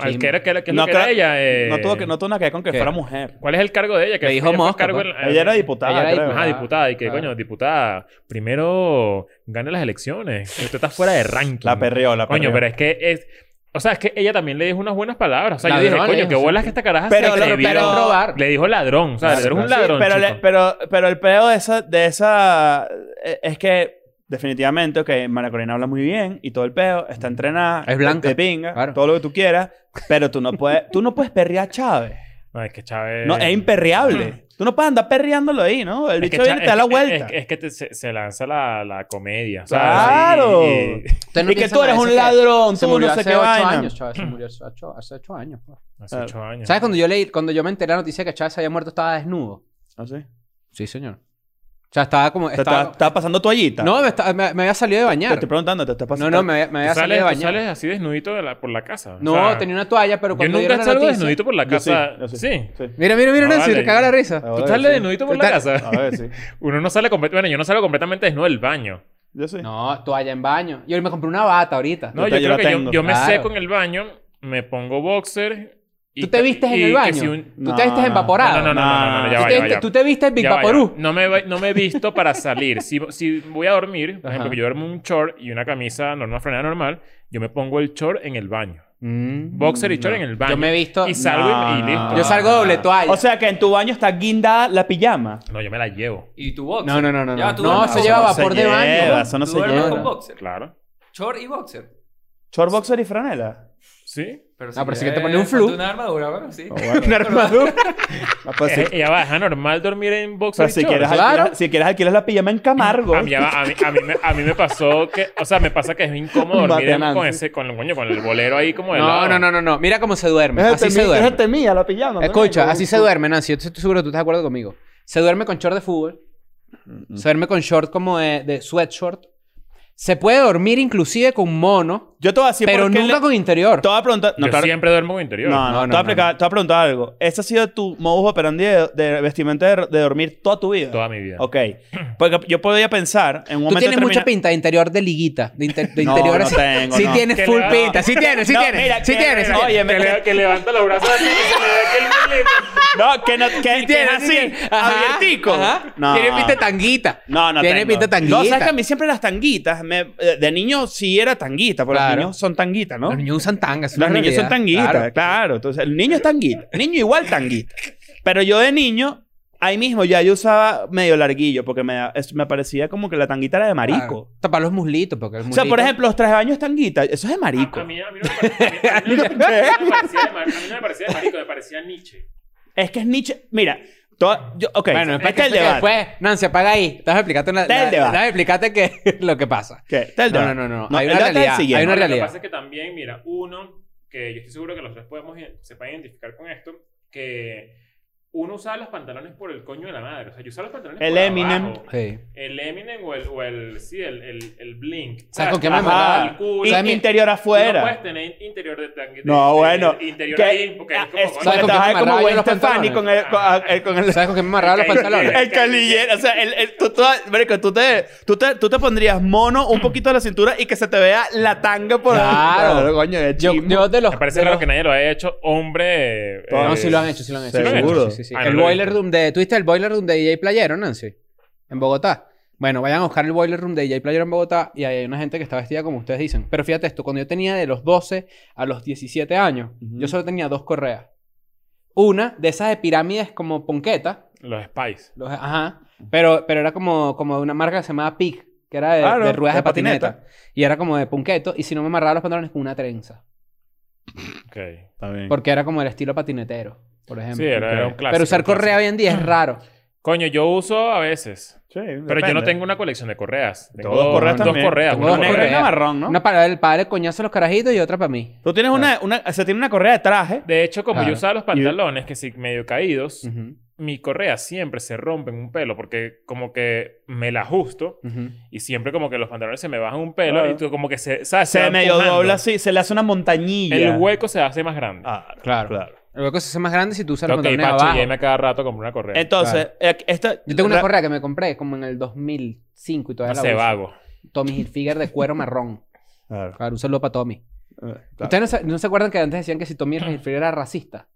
[SPEAKER 2] Al
[SPEAKER 4] Sí.
[SPEAKER 2] que era, que era- que es lo
[SPEAKER 3] No
[SPEAKER 2] que era
[SPEAKER 3] creo-
[SPEAKER 2] ella. eh,
[SPEAKER 3] no, tuvo que, no tuvo nada que ver con que
[SPEAKER 4] ¿qué?
[SPEAKER 3] fuera mujer.
[SPEAKER 2] ¿Cuál es el cargo de ella?
[SPEAKER 4] Le dijo
[SPEAKER 2] ella fue
[SPEAKER 4] mosca,
[SPEAKER 2] cargo
[SPEAKER 4] pues.
[SPEAKER 2] en la-
[SPEAKER 3] Ella era diputada,
[SPEAKER 4] Ella era
[SPEAKER 3] creo.
[SPEAKER 4] diputada.
[SPEAKER 2] Ajá, diputada. Y que,
[SPEAKER 4] claro.
[SPEAKER 2] coño, diputada, primero gane las elecciones. que Usted está fuera de ranking.
[SPEAKER 3] La perreó, la perreó.
[SPEAKER 2] Coño, pero es que es... O sea, es que ella también le dijo unas buenas palabras. O sea, yo dije,
[SPEAKER 4] Ladrona, le
[SPEAKER 2] coño,
[SPEAKER 4] dijo,
[SPEAKER 2] qué
[SPEAKER 4] sí,
[SPEAKER 2] bolas
[SPEAKER 4] sí.
[SPEAKER 2] que esta caraja
[SPEAKER 3] Pero-
[SPEAKER 2] se atrevió.
[SPEAKER 4] pero robar.
[SPEAKER 2] Le dijo ladrón. O sea,
[SPEAKER 4] Claro,
[SPEAKER 2] eres un
[SPEAKER 4] claro. Sí,
[SPEAKER 2] ladrón,
[SPEAKER 3] pero, le-
[SPEAKER 2] chico.
[SPEAKER 3] pero, pero el pedo de esa, de esa eh, es que definitivamente, ok, María Corina habla muy bien y todo el pedo, está entrenada,
[SPEAKER 4] Es blanca,
[SPEAKER 3] de pinga,
[SPEAKER 4] claro.
[SPEAKER 3] todo lo que tú quieras, pero tú no puedes, tú no puedes perrear a Chávez.
[SPEAKER 2] No, es que Chávez...
[SPEAKER 3] No, es imperreable. Tú no puedes andar perreándolo ahí, ¿no? El
[SPEAKER 2] Eh. Es que
[SPEAKER 3] bicho viene y
[SPEAKER 2] Chá-
[SPEAKER 3] te da la
[SPEAKER 2] es que-
[SPEAKER 3] vuelta.
[SPEAKER 2] Es, es que te- se, se lanza la, la comedia.
[SPEAKER 3] ¡Claro!
[SPEAKER 4] Ustedes no
[SPEAKER 3] y que
[SPEAKER 4] piensan
[SPEAKER 3] tú
[SPEAKER 4] a
[SPEAKER 3] eres
[SPEAKER 4] veces
[SPEAKER 3] un
[SPEAKER 4] que
[SPEAKER 3] ladrón,
[SPEAKER 4] Se
[SPEAKER 3] tú
[SPEAKER 4] murió
[SPEAKER 3] no sé
[SPEAKER 4] hace
[SPEAKER 3] qué
[SPEAKER 4] ocho
[SPEAKER 3] vaina.
[SPEAKER 4] años, Chávez. Se murió hace ocho, hace ocho años. pues.
[SPEAKER 2] Hace
[SPEAKER 3] Claro.
[SPEAKER 2] ocho años.
[SPEAKER 4] ¿Sabes? Cuando yo leí, cuando yo me enteré la noticia que Chávez se había muerto, estaba desnudo.
[SPEAKER 3] Ah, sí.
[SPEAKER 4] Sí, señor. O sea, estaba como.
[SPEAKER 3] Te está-
[SPEAKER 4] Estaba,
[SPEAKER 3] está pasando toallita.
[SPEAKER 4] no, me, está- me- me había salido de
[SPEAKER 3] te
[SPEAKER 4] bañar.
[SPEAKER 3] estoy preguntando, te estás
[SPEAKER 4] No,
[SPEAKER 3] pasando.
[SPEAKER 4] no, me, había- me
[SPEAKER 2] Tú
[SPEAKER 4] había salido
[SPEAKER 2] sales,
[SPEAKER 4] de
[SPEAKER 2] tú
[SPEAKER 4] bañar.
[SPEAKER 2] sales así desnudito de la- por la casa. o
[SPEAKER 4] No,
[SPEAKER 2] sea,
[SPEAKER 4] tenía una toalla, pero
[SPEAKER 2] Yo
[SPEAKER 4] cuando
[SPEAKER 2] nunca
[SPEAKER 4] dieron la
[SPEAKER 2] salgo
[SPEAKER 4] noticia...
[SPEAKER 2] desnudito por la
[SPEAKER 3] Yo sí,
[SPEAKER 2] casa.
[SPEAKER 3] yo sí.
[SPEAKER 2] sí.
[SPEAKER 3] Sí.
[SPEAKER 4] Mira, mira, mira,
[SPEAKER 2] Ah,
[SPEAKER 4] Nancy,
[SPEAKER 2] vale.
[SPEAKER 4] le caga la risa.
[SPEAKER 2] Tú
[SPEAKER 3] Ahora
[SPEAKER 2] sales
[SPEAKER 3] sí.
[SPEAKER 2] desnudito por la
[SPEAKER 4] Tal-
[SPEAKER 2] casa.
[SPEAKER 3] A ver, sí.
[SPEAKER 2] Uno no sale completamente... Bueno, yo no salgo completamente desnudo del baño.
[SPEAKER 3] Yo sí.
[SPEAKER 4] No, toalla en baño. Yo me compré una bata ahorita.
[SPEAKER 2] No,
[SPEAKER 3] Yo
[SPEAKER 2] yo
[SPEAKER 3] te- yo
[SPEAKER 2] creo
[SPEAKER 3] la
[SPEAKER 2] que yo,
[SPEAKER 3] tengo.
[SPEAKER 2] yo me
[SPEAKER 4] Claro.
[SPEAKER 2] seco en el baño, me pongo boxer... y-
[SPEAKER 4] ¿Tú te vistes en
[SPEAKER 2] y
[SPEAKER 4] el
[SPEAKER 2] que
[SPEAKER 4] baño?
[SPEAKER 2] si un-
[SPEAKER 4] ¿Tú te
[SPEAKER 3] No,
[SPEAKER 4] vistes
[SPEAKER 3] no.
[SPEAKER 4] evaporado?
[SPEAKER 2] No, no, no, no, no, no, ya
[SPEAKER 4] ¿Tú,
[SPEAKER 2] va,
[SPEAKER 4] te,
[SPEAKER 2] ya va, ya va.
[SPEAKER 4] tú te vistes Big
[SPEAKER 2] Ya va, ya va.
[SPEAKER 4] Vaporú?
[SPEAKER 2] No me, va- no me he visto para salir. Si, si voy a dormir,
[SPEAKER 4] Ajá.
[SPEAKER 2] por ejemplo, que yo duermo un short y una camisa normal, franela normal, yo me pongo el short en el baño.
[SPEAKER 4] Mm.
[SPEAKER 2] Boxer y
[SPEAKER 3] no.
[SPEAKER 2] short en el baño.
[SPEAKER 4] Yo me he visto...
[SPEAKER 2] Y salgo y-
[SPEAKER 3] No,
[SPEAKER 2] y, listo.
[SPEAKER 3] no.
[SPEAKER 4] Yo salgo doble toalla.
[SPEAKER 3] O sea que en tu baño está guinda la pijama.
[SPEAKER 2] No, yo me la llevo.
[SPEAKER 5] Y tu boxer.
[SPEAKER 4] No, no, no, no.
[SPEAKER 5] Ya,
[SPEAKER 4] No,
[SPEAKER 5] tú
[SPEAKER 4] no
[SPEAKER 5] duermes
[SPEAKER 4] eso
[SPEAKER 5] con-
[SPEAKER 4] lleva
[SPEAKER 3] no se
[SPEAKER 4] vapor de
[SPEAKER 3] lleva,
[SPEAKER 4] baño.
[SPEAKER 3] eso no
[SPEAKER 5] tú
[SPEAKER 3] se
[SPEAKER 5] duermes
[SPEAKER 4] lleva.
[SPEAKER 5] con boxer.
[SPEAKER 2] Claro.
[SPEAKER 5] Short y boxer.
[SPEAKER 3] Short boxer y franela.
[SPEAKER 2] Sí.
[SPEAKER 5] Pero
[SPEAKER 4] pero
[SPEAKER 5] ya
[SPEAKER 4] si que te pone
[SPEAKER 5] es-
[SPEAKER 4] un flu. Oh,
[SPEAKER 5] ponte Una armadura, bueno, sí.
[SPEAKER 4] Una armadura.
[SPEAKER 3] Ah, pues, sí.
[SPEAKER 2] Eh, ya va, es anormal dormir en boxer
[SPEAKER 4] Pues
[SPEAKER 2] y
[SPEAKER 3] Pero si
[SPEAKER 2] short.
[SPEAKER 3] quieres,
[SPEAKER 4] Claro. Ah,
[SPEAKER 3] alquilar, si quieres alquilar la pijama en Camargo.
[SPEAKER 2] A mí, ya va, a mí- a mí me, a mí me pasó que... O sea, me pasa que es incómodo dormir en- con
[SPEAKER 3] Bateanansi.
[SPEAKER 2] ese... Con, coño, con el bolero ahí como de
[SPEAKER 4] No,
[SPEAKER 2] lado.
[SPEAKER 4] no, no, no, no. Mira cómo se duerme.
[SPEAKER 3] el
[SPEAKER 4] Así
[SPEAKER 3] temi-
[SPEAKER 4] se
[SPEAKER 3] es
[SPEAKER 4] duerme.
[SPEAKER 3] el temía, la pijama.
[SPEAKER 4] Escucha, así se duerme, Nancy. Yo estoy seguro que tú estás de acuerdo conmigo. Se duerme con short de fútbol. Se duerme con short como de, de sweatshirt. Se puede dormir inclusive con mono,
[SPEAKER 3] Yo te voy a decir
[SPEAKER 4] pero
[SPEAKER 3] por qué
[SPEAKER 4] nunca
[SPEAKER 3] le-
[SPEAKER 4] con interior.
[SPEAKER 3] Te voy a preguntar... No,
[SPEAKER 2] yo
[SPEAKER 3] claro-
[SPEAKER 2] siempre duermo con interior.
[SPEAKER 3] No,
[SPEAKER 4] No,
[SPEAKER 3] no, te,
[SPEAKER 4] no,
[SPEAKER 3] voy a
[SPEAKER 4] no,
[SPEAKER 3] aplicar- te voy a preguntar algo. ¿Ese ha sido tu modus operandi de, de vestimenta de, de dormir toda tu vida?
[SPEAKER 2] Toda mi vida.
[SPEAKER 3] Ok. Porque yo podía pensar en un
[SPEAKER 4] Tú
[SPEAKER 3] momento
[SPEAKER 4] tienes mucha
[SPEAKER 3] determinado-
[SPEAKER 4] pinta de interior de liguita, de, inter- de
[SPEAKER 3] No,
[SPEAKER 4] interior
[SPEAKER 3] no
[SPEAKER 4] así.
[SPEAKER 3] tengo,
[SPEAKER 4] sí
[SPEAKER 3] no.
[SPEAKER 4] tienes
[SPEAKER 2] Que
[SPEAKER 4] full
[SPEAKER 2] le va-
[SPEAKER 4] pinta, sí tienes, sí
[SPEAKER 3] No,
[SPEAKER 4] tienes.
[SPEAKER 3] mira,
[SPEAKER 4] sí
[SPEAKER 3] que-
[SPEAKER 4] tienes, sí
[SPEAKER 3] no,
[SPEAKER 4] tienes.
[SPEAKER 3] oye, me-
[SPEAKER 2] Que, le- que levanta los brazos así y se le ve aquel milito.
[SPEAKER 3] No, que, no, que, que
[SPEAKER 4] Tienes,
[SPEAKER 3] es
[SPEAKER 4] sí
[SPEAKER 3] así,
[SPEAKER 4] tienes. Ajá,
[SPEAKER 3] abiertico.
[SPEAKER 4] ajá.
[SPEAKER 3] No.
[SPEAKER 4] Tiene pinta de tanguita.
[SPEAKER 3] No, no
[SPEAKER 4] Tiene
[SPEAKER 3] tengo.
[SPEAKER 4] pinta de tanguita.
[SPEAKER 3] No, sabes que a mí siempre las tanguitas... me- de niño sí era tanguita. Porque
[SPEAKER 4] Claro.
[SPEAKER 3] los niños son tanguitas, ¿no?
[SPEAKER 4] Los niños usan tangas. es
[SPEAKER 3] Los
[SPEAKER 4] una
[SPEAKER 3] niños son
[SPEAKER 4] realidad.
[SPEAKER 3] tanguitas, claro. Entonces, el niño es tanguita. El niño igual tanguita. Pero yo de niño, ahí mismo ya yo usaba medio larguillo porque me, es- me parecía como que la tanguita era de
[SPEAKER 4] Claro.
[SPEAKER 3] marico.
[SPEAKER 4] Tapar los muslitos, porque el
[SPEAKER 3] O sea, por
[SPEAKER 4] muslito-
[SPEAKER 3] ejemplo, los trajes de baño es tanguita. Eso es de marico.
[SPEAKER 2] A, a mí, a mí no me parecía, a mí- a mí no- a mí no me parecía de mar- a mí no me parecía de marico, me parecía Nietzsche.
[SPEAKER 3] Es que es Nietzsche. Mira, toda- yo, ok.
[SPEAKER 4] Bueno,
[SPEAKER 3] este
[SPEAKER 4] después,
[SPEAKER 3] es el
[SPEAKER 4] que
[SPEAKER 3] debate.
[SPEAKER 4] después, Nancy, apaga ahí. Estás explicando la,
[SPEAKER 3] Este es el
[SPEAKER 4] la-
[SPEAKER 3] debate.
[SPEAKER 4] estás explicando que, lo que pasa.
[SPEAKER 3] ¿Qué? Este es el
[SPEAKER 4] No,
[SPEAKER 3] debate.
[SPEAKER 4] no, no, no.
[SPEAKER 3] No,
[SPEAKER 4] Hay
[SPEAKER 3] el
[SPEAKER 4] una
[SPEAKER 3] debate es el
[SPEAKER 4] realidad. Hay una
[SPEAKER 3] siguiente.
[SPEAKER 2] No, Lo que
[SPEAKER 4] realidad.
[SPEAKER 2] pasa es que también, mira, uno, que yo estoy seguro que los tres podemos i- se pueden identificar con esto, que uno usaba los pantalones por el coño de la madre. O sea, yo usaba los pantalones
[SPEAKER 3] El
[SPEAKER 2] por
[SPEAKER 3] Eminem.
[SPEAKER 2] abajo.
[SPEAKER 4] Sí.
[SPEAKER 2] El Eminem o el, o el sí, el, el, el Blink.
[SPEAKER 4] ¿Sabes con qué me
[SPEAKER 2] Ajá.
[SPEAKER 4] mataba?
[SPEAKER 2] El culo.
[SPEAKER 3] Y-
[SPEAKER 4] ¿Sabes mi-
[SPEAKER 3] interior
[SPEAKER 2] Tú No puedes
[SPEAKER 3] afuera.
[SPEAKER 2] tener interior de tanque.
[SPEAKER 3] No, bueno.
[SPEAKER 2] Este, Interior
[SPEAKER 3] que-
[SPEAKER 2] ahí, porque es
[SPEAKER 3] ah,
[SPEAKER 2] como,
[SPEAKER 3] es-
[SPEAKER 4] ¿Sabes
[SPEAKER 2] coño,
[SPEAKER 3] porque
[SPEAKER 4] con quién
[SPEAKER 3] trabajas
[SPEAKER 4] me
[SPEAKER 3] como
[SPEAKER 4] amarraba yo
[SPEAKER 3] Gwen
[SPEAKER 4] los
[SPEAKER 3] Stefani
[SPEAKER 4] pantalones?
[SPEAKER 3] con el, con, ah, el- con el-
[SPEAKER 4] ¿Sabes con qué me amarraba los
[SPEAKER 2] Ok,
[SPEAKER 4] pantalones?
[SPEAKER 2] ok.
[SPEAKER 3] El calillero, o sea, el, el- tú, tú- marico, tú te, tú, te, tú te pondrías mono un poquito a la cintura y que se te vea la tanga por
[SPEAKER 4] Claro.
[SPEAKER 3] coño, es
[SPEAKER 4] Yo,
[SPEAKER 3] chismo.
[SPEAKER 4] yo de los.
[SPEAKER 2] Me parece
[SPEAKER 4] de
[SPEAKER 2] raro
[SPEAKER 4] los-
[SPEAKER 2] que nadie lo haya hecho hombre.
[SPEAKER 4] No,
[SPEAKER 2] eh,
[SPEAKER 4] sí lo han hecho, sí lo han hecho.
[SPEAKER 2] ¿Sí lo han hecho?
[SPEAKER 3] Seguro.
[SPEAKER 4] Sí, sí, sí.
[SPEAKER 2] Ah, no
[SPEAKER 4] el
[SPEAKER 2] lo he
[SPEAKER 4] Boiler
[SPEAKER 2] visto.
[SPEAKER 4] Room de. ¿Tuviste el Boiler Room de DJ Playero, Nancy? En Bogotá. Bueno, vayan a buscar el Boiler Room de DJ Playero en Bogotá y ahí hay una gente que está vestida como ustedes dicen. Pero fíjate esto: cuando yo tenía de los 12 a los 17 años,
[SPEAKER 3] Ujú.
[SPEAKER 4] yo solo tenía dos correas. Una de esas de pirámides como ponqueta.
[SPEAKER 2] Los Spice.
[SPEAKER 4] Los- ajá. Pero, pero era como, como de una marca que se llamaba Pig, que era de,
[SPEAKER 2] Ah,
[SPEAKER 3] Claro,
[SPEAKER 4] de ruedas
[SPEAKER 3] de
[SPEAKER 4] de patineta.
[SPEAKER 3] patineta.
[SPEAKER 4] Y era como de punqueto. Y si no me amarraba los pantalones con una trenza.
[SPEAKER 2] Ok.
[SPEAKER 3] Está bien.
[SPEAKER 4] Porque era como el estilo patinetero, por ejemplo.
[SPEAKER 2] Sí, era, era un
[SPEAKER 3] Ok.
[SPEAKER 2] clásico.
[SPEAKER 4] pero usar
[SPEAKER 2] un clásico.
[SPEAKER 4] correa hoy en día
[SPEAKER 3] Ah.
[SPEAKER 4] es raro.
[SPEAKER 2] Coño, yo uso a veces.
[SPEAKER 3] Sí,
[SPEAKER 2] Pero yo no
[SPEAKER 3] depende.
[SPEAKER 2] tengo una colección de correas. Tengo
[SPEAKER 3] dos correas
[SPEAKER 2] dos
[SPEAKER 3] también.
[SPEAKER 2] correas.
[SPEAKER 4] Tengo
[SPEAKER 2] una
[SPEAKER 4] dos
[SPEAKER 3] Una negra y
[SPEAKER 2] correa
[SPEAKER 3] una
[SPEAKER 4] correas.
[SPEAKER 3] marrón, ¿no?
[SPEAKER 4] Una para el padre coñazo a los carajitos y otra para mí.
[SPEAKER 3] Tú tienes
[SPEAKER 2] Ah.
[SPEAKER 3] una, una, o sea, tiene una correa de traje.
[SPEAKER 2] De hecho, como
[SPEAKER 4] Claro.
[SPEAKER 2] yo usaba los pantalones, que sí, medio caídos,
[SPEAKER 4] Ujú,
[SPEAKER 2] mi correa siempre se rompe en un pelo porque como que me la ajusto
[SPEAKER 4] ujú.
[SPEAKER 2] y siempre como que los pantalones se me bajan un pelo
[SPEAKER 3] Claro.
[SPEAKER 2] y tú como que se, ¿sabes?
[SPEAKER 3] Se
[SPEAKER 2] va
[SPEAKER 3] medio
[SPEAKER 2] empujando.
[SPEAKER 3] dobla así, se le hace una montañilla.
[SPEAKER 2] El hueco se hace más grande.
[SPEAKER 3] Ah,
[SPEAKER 4] Claro.
[SPEAKER 3] claro.
[SPEAKER 4] El hueco se hace más grande si tú usas los
[SPEAKER 2] Tengo que ir
[SPEAKER 4] pantalones
[SPEAKER 2] para
[SPEAKER 4] abajo.
[SPEAKER 2] chillarme a cada rato como una correa.
[SPEAKER 3] Entonces, eh, esta...
[SPEAKER 4] Yo tengo una
[SPEAKER 3] ra-
[SPEAKER 4] correa que me compré como en el 2005 y todavía la
[SPEAKER 2] se
[SPEAKER 4] uso.
[SPEAKER 2] vago.
[SPEAKER 4] Tommy Hilfiger de cuero marrón.
[SPEAKER 3] Claro.
[SPEAKER 2] eh,
[SPEAKER 4] Claro, un saludo para Tommy. ¿Ustedes no se, no se acuerdan que antes decían que si Tommy el refrigerador era racista?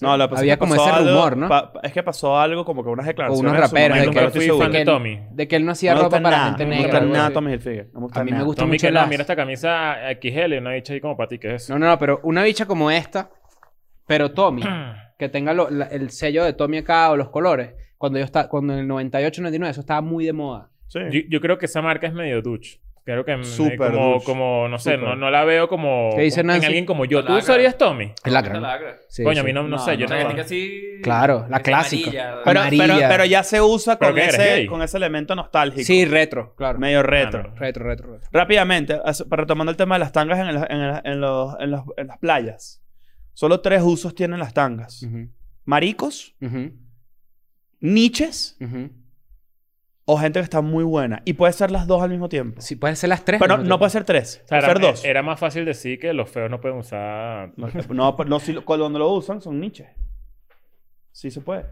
[SPEAKER 3] No, lo que pasa
[SPEAKER 4] Había
[SPEAKER 3] es que
[SPEAKER 4] como
[SPEAKER 3] pasó
[SPEAKER 4] ese
[SPEAKER 3] algo-
[SPEAKER 4] rumor, ¿no?
[SPEAKER 3] pa- es que pasó algo como que unas declaraciones. en su
[SPEAKER 4] raperos,
[SPEAKER 3] momento,
[SPEAKER 4] de que-
[SPEAKER 3] pero
[SPEAKER 2] Nunca
[SPEAKER 3] estoy
[SPEAKER 2] fui
[SPEAKER 3] seguro.
[SPEAKER 2] fan de
[SPEAKER 4] que-
[SPEAKER 2] Tommy.
[SPEAKER 4] De que él no hacía
[SPEAKER 3] No me
[SPEAKER 4] ropa
[SPEAKER 3] gusta
[SPEAKER 4] para
[SPEAKER 3] nada.
[SPEAKER 4] gente
[SPEAKER 3] No me
[SPEAKER 4] negra.
[SPEAKER 3] gusta
[SPEAKER 4] algo
[SPEAKER 3] nada
[SPEAKER 4] así.
[SPEAKER 3] Tommy Hilfiger. No me gusta
[SPEAKER 4] a mí me
[SPEAKER 3] nada.
[SPEAKER 4] gusta
[SPEAKER 2] Tommy,
[SPEAKER 4] mucho
[SPEAKER 2] que
[SPEAKER 4] el
[SPEAKER 2] la
[SPEAKER 4] as.
[SPEAKER 2] mira esta camisa XL, una bicha ahí como para ti, ¿qué es?
[SPEAKER 4] No, no, no, pero una bicha como esta, pero Tommy, que tenga lo- la- el sello de Tommy acá o los colores, cuando yo estaba, cuando en el 98, 99, eso estaba muy de moda.
[SPEAKER 2] Yo,
[SPEAKER 3] Sí.
[SPEAKER 2] yo creo que esa marca es medio Dutch. Creo que me-
[SPEAKER 6] Súper
[SPEAKER 2] como,
[SPEAKER 6] Dutch.
[SPEAKER 2] como, no sé,
[SPEAKER 3] Súper.
[SPEAKER 2] no, no la veo como
[SPEAKER 4] ¿Qué dice
[SPEAKER 2] como- en
[SPEAKER 4] Nancy?
[SPEAKER 2] alguien como yo. ¿Tú
[SPEAKER 5] Lacra.
[SPEAKER 2] usarías Tommy?
[SPEAKER 4] El lacra. ¿no?
[SPEAKER 5] lacra.
[SPEAKER 4] Sí,
[SPEAKER 2] Coño, a
[SPEAKER 4] sí.
[SPEAKER 2] mí no, no,
[SPEAKER 3] No,
[SPEAKER 2] sé. Yo
[SPEAKER 5] Una
[SPEAKER 3] no.
[SPEAKER 2] no,
[SPEAKER 5] caneca así...
[SPEAKER 4] Claro, la
[SPEAKER 5] esa
[SPEAKER 4] clásica.
[SPEAKER 5] amarilla.
[SPEAKER 3] Pero, pero,
[SPEAKER 4] Amarilla.
[SPEAKER 3] pero ya se usa
[SPEAKER 2] ¿Pero
[SPEAKER 3] con
[SPEAKER 2] qué eres,
[SPEAKER 3] ese,
[SPEAKER 2] gay?
[SPEAKER 3] con ese elemento nostálgico.
[SPEAKER 4] Sí, retro, claro.
[SPEAKER 3] Medio retro.
[SPEAKER 2] Ah, no.
[SPEAKER 4] Retro, retro, retro.
[SPEAKER 3] Rápidamente, as- para retomando el tema de las tangas en, el- en el- en los- en los- en las playas. Solo tres usos tienen las tangas.
[SPEAKER 4] Ujú,
[SPEAKER 3] Maricos,
[SPEAKER 4] ujú,
[SPEAKER 3] niches
[SPEAKER 4] ujú.
[SPEAKER 3] o gente que está muy buena. Y puede ser las dos al mismo tiempo.
[SPEAKER 4] Sí, pueden ser las tres.
[SPEAKER 3] Pero
[SPEAKER 4] al
[SPEAKER 3] no,
[SPEAKER 4] mismo
[SPEAKER 3] puede ser tres.
[SPEAKER 2] O sea,
[SPEAKER 3] puede ser
[SPEAKER 2] era,
[SPEAKER 3] dos.
[SPEAKER 2] era más fácil decir que los feos no pueden usar.
[SPEAKER 3] No, no, pero no, si lo- cuando lo usan son niches. Sí se puede.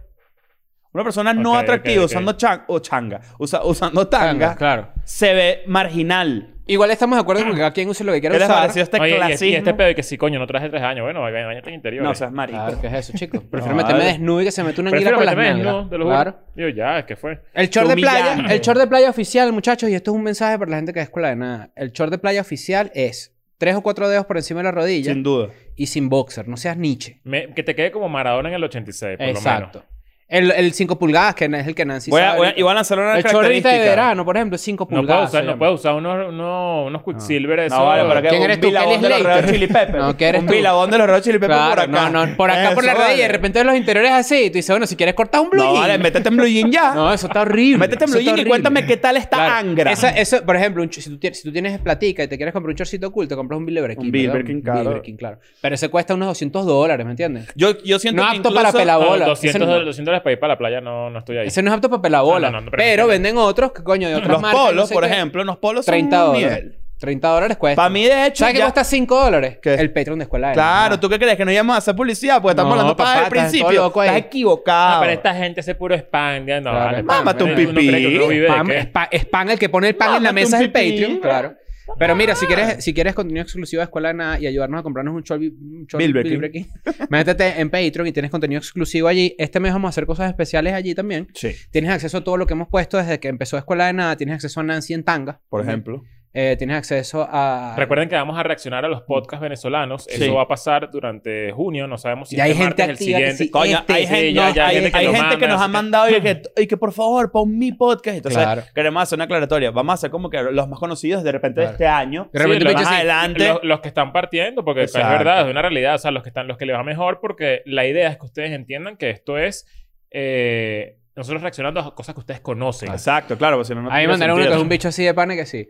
[SPEAKER 3] Una persona no
[SPEAKER 2] Ok, ok,
[SPEAKER 3] atractiva
[SPEAKER 2] ok.
[SPEAKER 3] usando chan- o changa, usa- usando
[SPEAKER 4] tiempo.
[SPEAKER 3] tanga,
[SPEAKER 4] Tanga, claro.
[SPEAKER 3] se ve marginal.
[SPEAKER 4] Igual estamos de acuerdo con que cada quien use lo que quiera
[SPEAKER 3] ¿Qué les
[SPEAKER 4] usar.
[SPEAKER 3] pareció este
[SPEAKER 2] Oye, y- y,
[SPEAKER 3] clasismo?
[SPEAKER 2] este pedo de que sí, coño, no traje tres años. Bueno, vaya, bañate en interior.
[SPEAKER 3] No, o sea, es marico.
[SPEAKER 4] Claro, ¿qué es eso, chicos? Prefiero
[SPEAKER 3] No,
[SPEAKER 4] meterme
[SPEAKER 3] vale.
[SPEAKER 4] desnudo y que se mete una anguila
[SPEAKER 2] Prefiero
[SPEAKER 4] por las
[SPEAKER 2] meterme
[SPEAKER 4] nalgas.
[SPEAKER 2] desnudo, te lo juro.
[SPEAKER 4] Claro.
[SPEAKER 2] Digo, ya, es que fue.
[SPEAKER 4] El short
[SPEAKER 3] Qué
[SPEAKER 4] de playa,
[SPEAKER 3] humillante.
[SPEAKER 4] el short de playa oficial, muchachos, y esto es un mensaje para la gente que es escuela de nada. El short de playa oficial es tres o cuatro dedos por encima de la rodilla
[SPEAKER 3] Sin duda.
[SPEAKER 4] y sin boxer, no seas Nietzsche.
[SPEAKER 2] Me- que te quede como Maradona en el 86, por lo
[SPEAKER 4] Exacto. El, el 5 pulgadas, que es el que Nancy
[SPEAKER 3] Voy a,
[SPEAKER 4] sabe
[SPEAKER 3] voy a-
[SPEAKER 4] ahorita.
[SPEAKER 3] y voy a lanzar una
[SPEAKER 4] El short ahorita de
[SPEAKER 3] característica.
[SPEAKER 4] verano, por ejemplo, es 5
[SPEAKER 2] menos. No puedo
[SPEAKER 4] pulgadas.
[SPEAKER 2] usar,
[SPEAKER 4] se
[SPEAKER 2] no
[SPEAKER 4] llama.
[SPEAKER 2] puedo usar unos, unos, unos Quicksilver esos.
[SPEAKER 3] No, vale, pero que
[SPEAKER 4] ¿Quién
[SPEAKER 3] un
[SPEAKER 4] eres tú,
[SPEAKER 3] bilabón
[SPEAKER 4] Kelly
[SPEAKER 3] de los Red
[SPEAKER 4] Slater?
[SPEAKER 3] Chili Peppers.
[SPEAKER 4] No, ¿qué eres
[SPEAKER 3] Un
[SPEAKER 4] tú?
[SPEAKER 3] bilabón de los Red Chili Peppers
[SPEAKER 4] Claro,
[SPEAKER 3] por acá.
[SPEAKER 4] No, no, por acá por la
[SPEAKER 3] Eso,
[SPEAKER 4] rodilla y de
[SPEAKER 3] vale.
[SPEAKER 4] repente los interiores así. Y tú dices, bueno, si quieres cortas un blue
[SPEAKER 3] No,
[SPEAKER 4] jean.
[SPEAKER 3] vale, métete en Blue Jean ya.
[SPEAKER 4] No, eso está horrible.
[SPEAKER 3] métete en
[SPEAKER 4] eso
[SPEAKER 3] Blue
[SPEAKER 4] está
[SPEAKER 3] Jean y
[SPEAKER 4] horrible.
[SPEAKER 3] cuéntame qué tal está
[SPEAKER 4] Claro.
[SPEAKER 3] Angra.
[SPEAKER 4] Esa- eso, por ejemplo, un ch- si, tú tienes, si tú tienes platica y te quieres comprar un chorcito oculto, compras un Bilderberg
[SPEAKER 3] Un Bilderberg King, claro.
[SPEAKER 4] claro. Pero ese cuesta unos 200 dólares, ¿me entiendes?
[SPEAKER 3] yo, yo siento
[SPEAKER 4] No
[SPEAKER 3] que
[SPEAKER 4] apto para
[SPEAKER 3] incluso- Ah,
[SPEAKER 4] pelabola.
[SPEAKER 2] No,
[SPEAKER 4] bola.
[SPEAKER 2] 200,
[SPEAKER 4] Ese no-
[SPEAKER 2] Ah, dólares- 200 dólares para ir para la playa, no, no estoy ahí.
[SPEAKER 4] Ese no es apto para pelabola.
[SPEAKER 2] No, no, no, pero-
[SPEAKER 4] pero venden otros que, coño, de otras
[SPEAKER 3] Los
[SPEAKER 4] marcas, no
[SPEAKER 3] polos,
[SPEAKER 4] sé
[SPEAKER 3] por
[SPEAKER 4] qué.
[SPEAKER 3] ejemplo. Los polos son
[SPEAKER 4] 30
[SPEAKER 3] un
[SPEAKER 4] dólares.
[SPEAKER 3] nivel.
[SPEAKER 4] 30 dólares cuesta.
[SPEAKER 3] Para mí, de hecho,
[SPEAKER 4] ¿Sabes qué
[SPEAKER 3] ya-
[SPEAKER 4] cuesta 5 dólares?
[SPEAKER 3] ¿Qué?
[SPEAKER 4] El Patreon de Escuela de
[SPEAKER 3] Claro,
[SPEAKER 4] Nada.
[SPEAKER 3] ¿tú qué crees? ¿Que no íbamos a hacer publicidad? Porque estamos
[SPEAKER 4] No,
[SPEAKER 3] hablando
[SPEAKER 4] papá,
[SPEAKER 3] para el
[SPEAKER 4] estás todo
[SPEAKER 3] principio.
[SPEAKER 4] loco ahí.
[SPEAKER 3] Estás equivocado.
[SPEAKER 2] Ah, pero esta gente hace puro spam. ya, No,
[SPEAKER 4] Claro.
[SPEAKER 2] vale,
[SPEAKER 3] Mámate un
[SPEAKER 2] ¿Uno cree que
[SPEAKER 3] pipí.
[SPEAKER 2] uno vive de
[SPEAKER 4] Spam-
[SPEAKER 2] qué?
[SPEAKER 4] spa- spam, el que pone el pan en la
[SPEAKER 3] Mámate
[SPEAKER 4] mesa
[SPEAKER 3] un
[SPEAKER 4] es el
[SPEAKER 3] pipí,
[SPEAKER 4] Patreon.
[SPEAKER 3] bro.
[SPEAKER 4] Claro. Pero mira, si quieres, si quieres contenido exclusivo de Escuela de Nada y ayudarnos a comprarnos un short, bi- un short
[SPEAKER 3] Bilberkin.
[SPEAKER 4] Bilberkin, métete en Patreon y tienes contenido exclusivo allí. Este mes vamos a hacer cosas especiales allí también.
[SPEAKER 3] Sí,
[SPEAKER 4] Tienes acceso a todo lo que hemos puesto desde que empezó Escuela de Nada. Tienes acceso a Nancy en tanga.
[SPEAKER 3] por ejemplo.
[SPEAKER 4] Eh, tienes acceso a...
[SPEAKER 2] Recuerden que vamos a reaccionar a los podcasts venezolanos.
[SPEAKER 3] Sí.
[SPEAKER 2] Eso va a pasar durante junio. No sabemos si
[SPEAKER 4] Ya hay
[SPEAKER 2] este
[SPEAKER 4] gente
[SPEAKER 2] martes,
[SPEAKER 4] activa que
[SPEAKER 2] el siguiente.
[SPEAKER 4] sí.
[SPEAKER 3] Coño,
[SPEAKER 4] Este,
[SPEAKER 3] hay
[SPEAKER 4] sí,
[SPEAKER 3] gente,
[SPEAKER 2] ya-
[SPEAKER 3] no,
[SPEAKER 2] ya hay
[SPEAKER 3] hay,
[SPEAKER 2] gente que
[SPEAKER 3] hay
[SPEAKER 2] lo
[SPEAKER 3] gente que
[SPEAKER 2] mama,
[SPEAKER 3] nos ha
[SPEAKER 2] así que-
[SPEAKER 3] mandado y que, y que, por favor, pon mi podcast. Entonces,
[SPEAKER 4] Claro.
[SPEAKER 3] queremos hacer una aclaratoria. Vamos a hacer como que los más conocidos de repente
[SPEAKER 4] Claro.
[SPEAKER 3] de este año.
[SPEAKER 4] De repente
[SPEAKER 2] Sí, lo-
[SPEAKER 4] pinches-
[SPEAKER 3] Más adelante.
[SPEAKER 2] Los, los que están partiendo, porque es
[SPEAKER 3] Exacto.
[SPEAKER 2] verdad, es una realidad. O sea, los que están, los que les va mejor, porque la idea es que ustedes entiendan que esto es eh, nosotros reaccionando a cosas que ustedes conocen.
[SPEAKER 3] Exacto, claro, porque si no, no
[SPEAKER 4] Ahí
[SPEAKER 3] tiene
[SPEAKER 4] mandaron uno que
[SPEAKER 3] sentido.
[SPEAKER 4] es un bicho así de pana que sí.